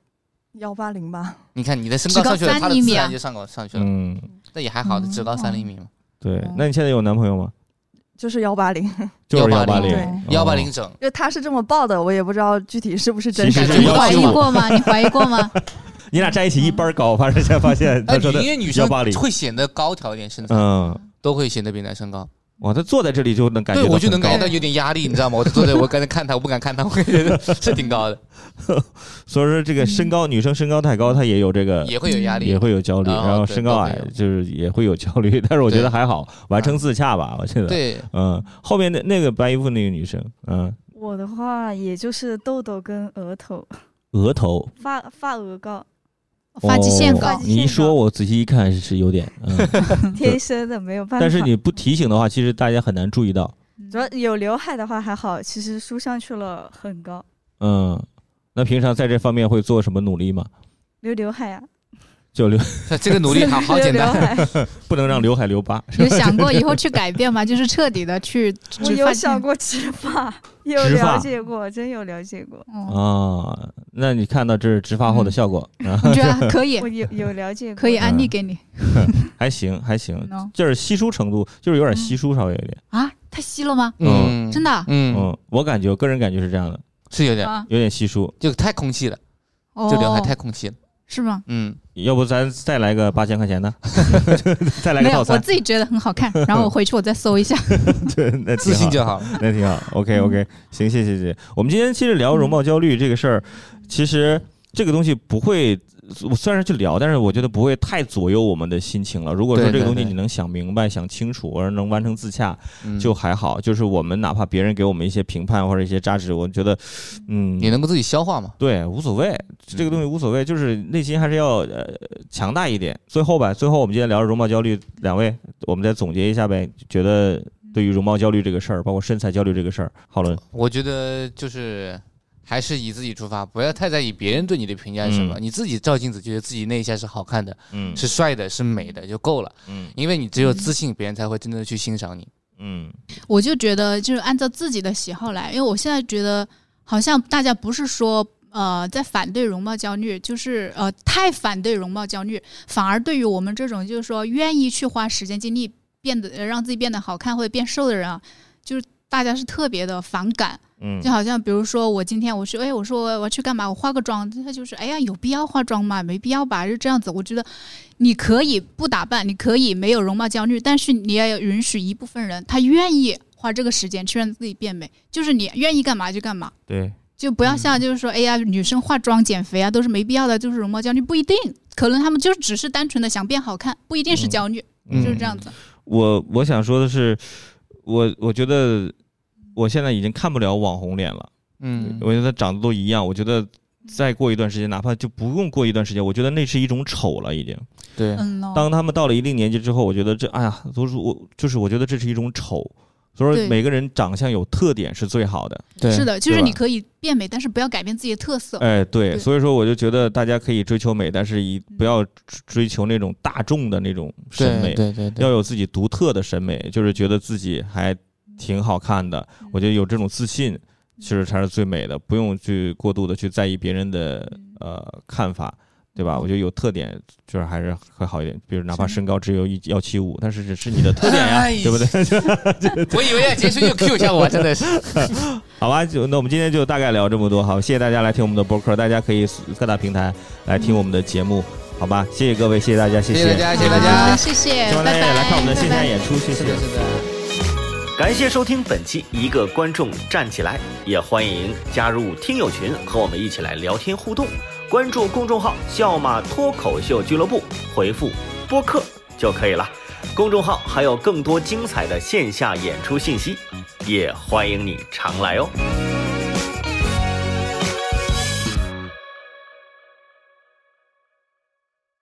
Speaker 6: 幺八零吧，
Speaker 3: 你看你的身高上去了，
Speaker 4: 只高
Speaker 3: 他
Speaker 4: 三
Speaker 3: 的
Speaker 4: 厘米
Speaker 3: 自
Speaker 4: 啊
Speaker 3: 然就上高上去了，
Speaker 2: 嗯，
Speaker 3: 那也还好的，
Speaker 4: 嗯
Speaker 3: 只高三厘米嘛，
Speaker 2: 对。那你现在有男朋友吗？
Speaker 6: 就是幺八零。 <laughs>
Speaker 2: 就是幺八
Speaker 3: 180
Speaker 2: 零哦
Speaker 6: 对，
Speaker 3: 幺八零整。
Speaker 6: 就他是这么报的，我也不知道具体是不是真
Speaker 2: 其
Speaker 6: 实
Speaker 2: 实。
Speaker 4: 你
Speaker 2: 要
Speaker 4: 怀疑
Speaker 2: 求
Speaker 4: 过吗？你怀疑过吗？
Speaker 2: 你俩在一起一般高，反正才发现 <laughs>
Speaker 3: 哎，
Speaker 2: 他
Speaker 3: 女
Speaker 2: 说的
Speaker 3: 因，为女生
Speaker 2: 180
Speaker 3: 会显得高挑一点，身材
Speaker 2: 嗯，
Speaker 3: 都会显得比男生高。
Speaker 2: 哇，他坐在这里就能感觉
Speaker 3: 对
Speaker 2: 到
Speaker 3: 我就能
Speaker 2: 很高
Speaker 3: 感觉到有点压力，你知道吗？我坐在我刚才看他，我不敢看他，我觉得是
Speaker 2: <laughs>
Speaker 3: 挺高的，
Speaker 2: 所以说这个身
Speaker 3: 嗯
Speaker 2: 高，女生身高太高，她也有这个。
Speaker 3: 也会有压力，
Speaker 2: 也会有焦虑，
Speaker 3: 啊
Speaker 2: 然后
Speaker 3: 对
Speaker 2: 身高
Speaker 3: 都会
Speaker 2: 矮
Speaker 3: 有
Speaker 2: 就是也会有焦虑， <laughs> 但是我觉得
Speaker 3: 对
Speaker 2: 还好，完成自洽吧，我觉得。，
Speaker 3: 对，
Speaker 2: 嗯，后面那那个白衣服那个女生，嗯，
Speaker 10: 我的话也就是痘痘跟额头，
Speaker 2: 额头
Speaker 10: 发发额膏
Speaker 4: 发际线
Speaker 2: 哦
Speaker 4: 高，
Speaker 2: 你一说，我仔细一看是有点，
Speaker 4: <laughs>
Speaker 10: <laughs>
Speaker 2: 嗯，
Speaker 10: 天生的没有办法。
Speaker 2: 但是你不提醒的话，其实大家很难注意到，
Speaker 10: 主要有刘海的话还好，其实梳上去了很高，
Speaker 2: 嗯，那平常在这方面会做什么努力吗？
Speaker 10: 留刘海呀、啊
Speaker 2: 就留 <laughs>
Speaker 3: 他这个努力好好
Speaker 10: <laughs>
Speaker 3: 简
Speaker 10: 留
Speaker 3: 单
Speaker 4: <laughs>
Speaker 10: 刘。海，
Speaker 2: 不能让刘海留疤，
Speaker 4: 有想过以后去改变吗？就是彻底的去
Speaker 10: <laughs> 我
Speaker 4: 植
Speaker 10: 有
Speaker 4: 发
Speaker 10: 想过植发，有
Speaker 2: 植发
Speaker 10: 了解过，真有了解过，
Speaker 4: <laughs> 哦，嗯
Speaker 2: 啊，那你看到这是植发后的效果，啊，
Speaker 4: 你觉得还可以
Speaker 10: 我？有有了解过，
Speaker 4: 可以安利给你
Speaker 2: 嗯还行还行，
Speaker 4: 喏
Speaker 2: 就是稀疏程度就是
Speaker 4: 嗯
Speaker 2: 有点稀疏，稍微有点，
Speaker 4: 啊？太稀了吗？
Speaker 2: 嗯
Speaker 3: 嗯，
Speaker 4: 真的啊
Speaker 3: 嗯，
Speaker 2: 嗯，我感觉我个人感觉是这样的，
Speaker 3: 是有点，
Speaker 4: 啊？
Speaker 2: 有点稀疏，
Speaker 3: 就太空气了，
Speaker 4: 哦，
Speaker 3: 就刘海太空气了，
Speaker 4: 是吗？
Speaker 3: 嗯，
Speaker 2: 要不咱再来个八千块钱
Speaker 3: <laughs>
Speaker 2: 的， <laughs> 再来
Speaker 4: 没
Speaker 2: 个
Speaker 4: 有，
Speaker 2: 套
Speaker 4: 我
Speaker 2: 餐，
Speaker 4: 自己觉得很好看，然后我回去我再搜一下。
Speaker 2: 对，那挺
Speaker 3: 自信
Speaker 2: 好
Speaker 3: 就
Speaker 2: <laughs>
Speaker 3: 好了。
Speaker 2: 那挺好。OK
Speaker 4: 嗯
Speaker 2: OK，行，谢谢谢谢。我们今天其实聊容貌焦虑这个事儿，其实这个东西不会，我虽然去聊，但是我觉得不会太左右我们的心情了。如果说
Speaker 3: 对
Speaker 2: 这个
Speaker 3: 对
Speaker 2: 东西
Speaker 3: 对
Speaker 2: 你能想明白、想清楚，而能完成自洽，
Speaker 3: 嗯
Speaker 2: 就还好。就是我们哪怕别人给我们一些评判或者一些价值，我觉得，嗯，
Speaker 3: 你能够自己消化嘛？
Speaker 2: 对，无所谓，这个东西无所谓，就是内心还是要呃强大一点。最后吧，最后我们今天聊容貌焦虑，两位我们再总结一下呗，觉得对于容貌焦虑这个事儿，包括身材焦虑这个事儿，浩伦，
Speaker 3: 我觉得就是还是以自己出发，不要太在意别人对你的评价是什么，
Speaker 2: 嗯
Speaker 3: 你自己照镜子觉得自己那一下是好看的，
Speaker 2: 嗯
Speaker 3: 是帅的，是美的就够了。
Speaker 2: 嗯
Speaker 3: 因为你只有自信，别人才会真正的去欣赏你。
Speaker 2: 嗯
Speaker 4: 我就觉得就是按照自己的喜好来，因为我现在觉得好像大家不是说呃在反对容貌焦虑，就是呃太反对容貌焦虑，反而对于我们这种就是说愿意去花时间精力变得呃让自己变得好看或者变瘦的人啊，就是大家是特别的反感。
Speaker 2: 嗯
Speaker 4: 就好像比如说我今天我去，哎，我说我我要去干嘛？我化个妆，他就是哎呀，有必要化妆吗？没必要吧，就这样子。我觉得你可以不打扮，你可以没有容貌焦虑，但是你也要允许一部分人他愿意花这个时间去让自己变美，就是你愿意干嘛就干嘛。
Speaker 2: 对，
Speaker 4: 就不要
Speaker 2: 嗯
Speaker 4: 像就是说，哎呀，女生化妆减肥啊都是没必要的，就是容貌焦虑不一定，可能她们就只是单纯的想变好看，不一定是焦虑，
Speaker 2: 嗯
Speaker 4: 就是这样子。
Speaker 2: 我我想说的是，我我觉得我现在已经看不了网红脸了，
Speaker 3: 嗯
Speaker 2: 我觉得长得都一样，我觉得再过一段时间，哪怕就不用过一段时间，我觉得那是一种丑了已经。
Speaker 3: 对，
Speaker 4: 嗯咯
Speaker 2: 当他们到了一定年纪之后，我觉得这，哎呀，都是我，就是我觉得这是一种丑。所以
Speaker 4: 对
Speaker 2: 说，每个人长相有特点是最好的。
Speaker 3: 对
Speaker 4: 是的，就是
Speaker 2: 对吧
Speaker 4: 你可以变美，但是不要改变自己的特色。
Speaker 2: 哎，对，
Speaker 4: 对
Speaker 2: 所以说我就觉得大家可以追求美，但是以不要追求那种大众的那种审美
Speaker 3: 对，对对
Speaker 2: 要
Speaker 3: 对，
Speaker 2: 有自己独特的审美，就是觉得自己还挺好看的。我觉得有这种自信，其实才是最美的，不用去过度的去在意别人的
Speaker 4: 嗯
Speaker 2: 呃看法，对吧？我觉得有特点就是还是会好一点，比如哪怕身高只有一幺七五，但是这是你的
Speaker 4: <laughs>
Speaker 2: 特点呀、
Speaker 3: 哎
Speaker 2: 对不对？
Speaker 3: 我以为要结束就 Q 一下我，真的是。
Speaker 2: <laughs> 好吧，就那我们今天就大概聊这么多，好，谢谢大家来听我们的播客，大家可以各大平台来听我们的节目，好吧？谢谢各位，谢谢大家，谢
Speaker 3: 谢谢大家，谢谢大
Speaker 4: 好
Speaker 3: 家，
Speaker 4: 谢谢，
Speaker 2: 希望大
Speaker 4: 拜
Speaker 2: 家
Speaker 4: 拜，
Speaker 2: 也来看我们的
Speaker 4: 拜
Speaker 2: 线
Speaker 4: 拜
Speaker 2: 下演出，谢
Speaker 3: <laughs> 是
Speaker 2: 谢。
Speaker 3: 的，是的。
Speaker 1: 感谢收听本期《一个观众站起来》，也欢迎加入听友群和我们一起来聊天互动。关注公众号“笑马脱口秀俱乐部”，回复“播客”就可以了。公众号还有更多精彩的线下演出信息，也欢迎你常来哦。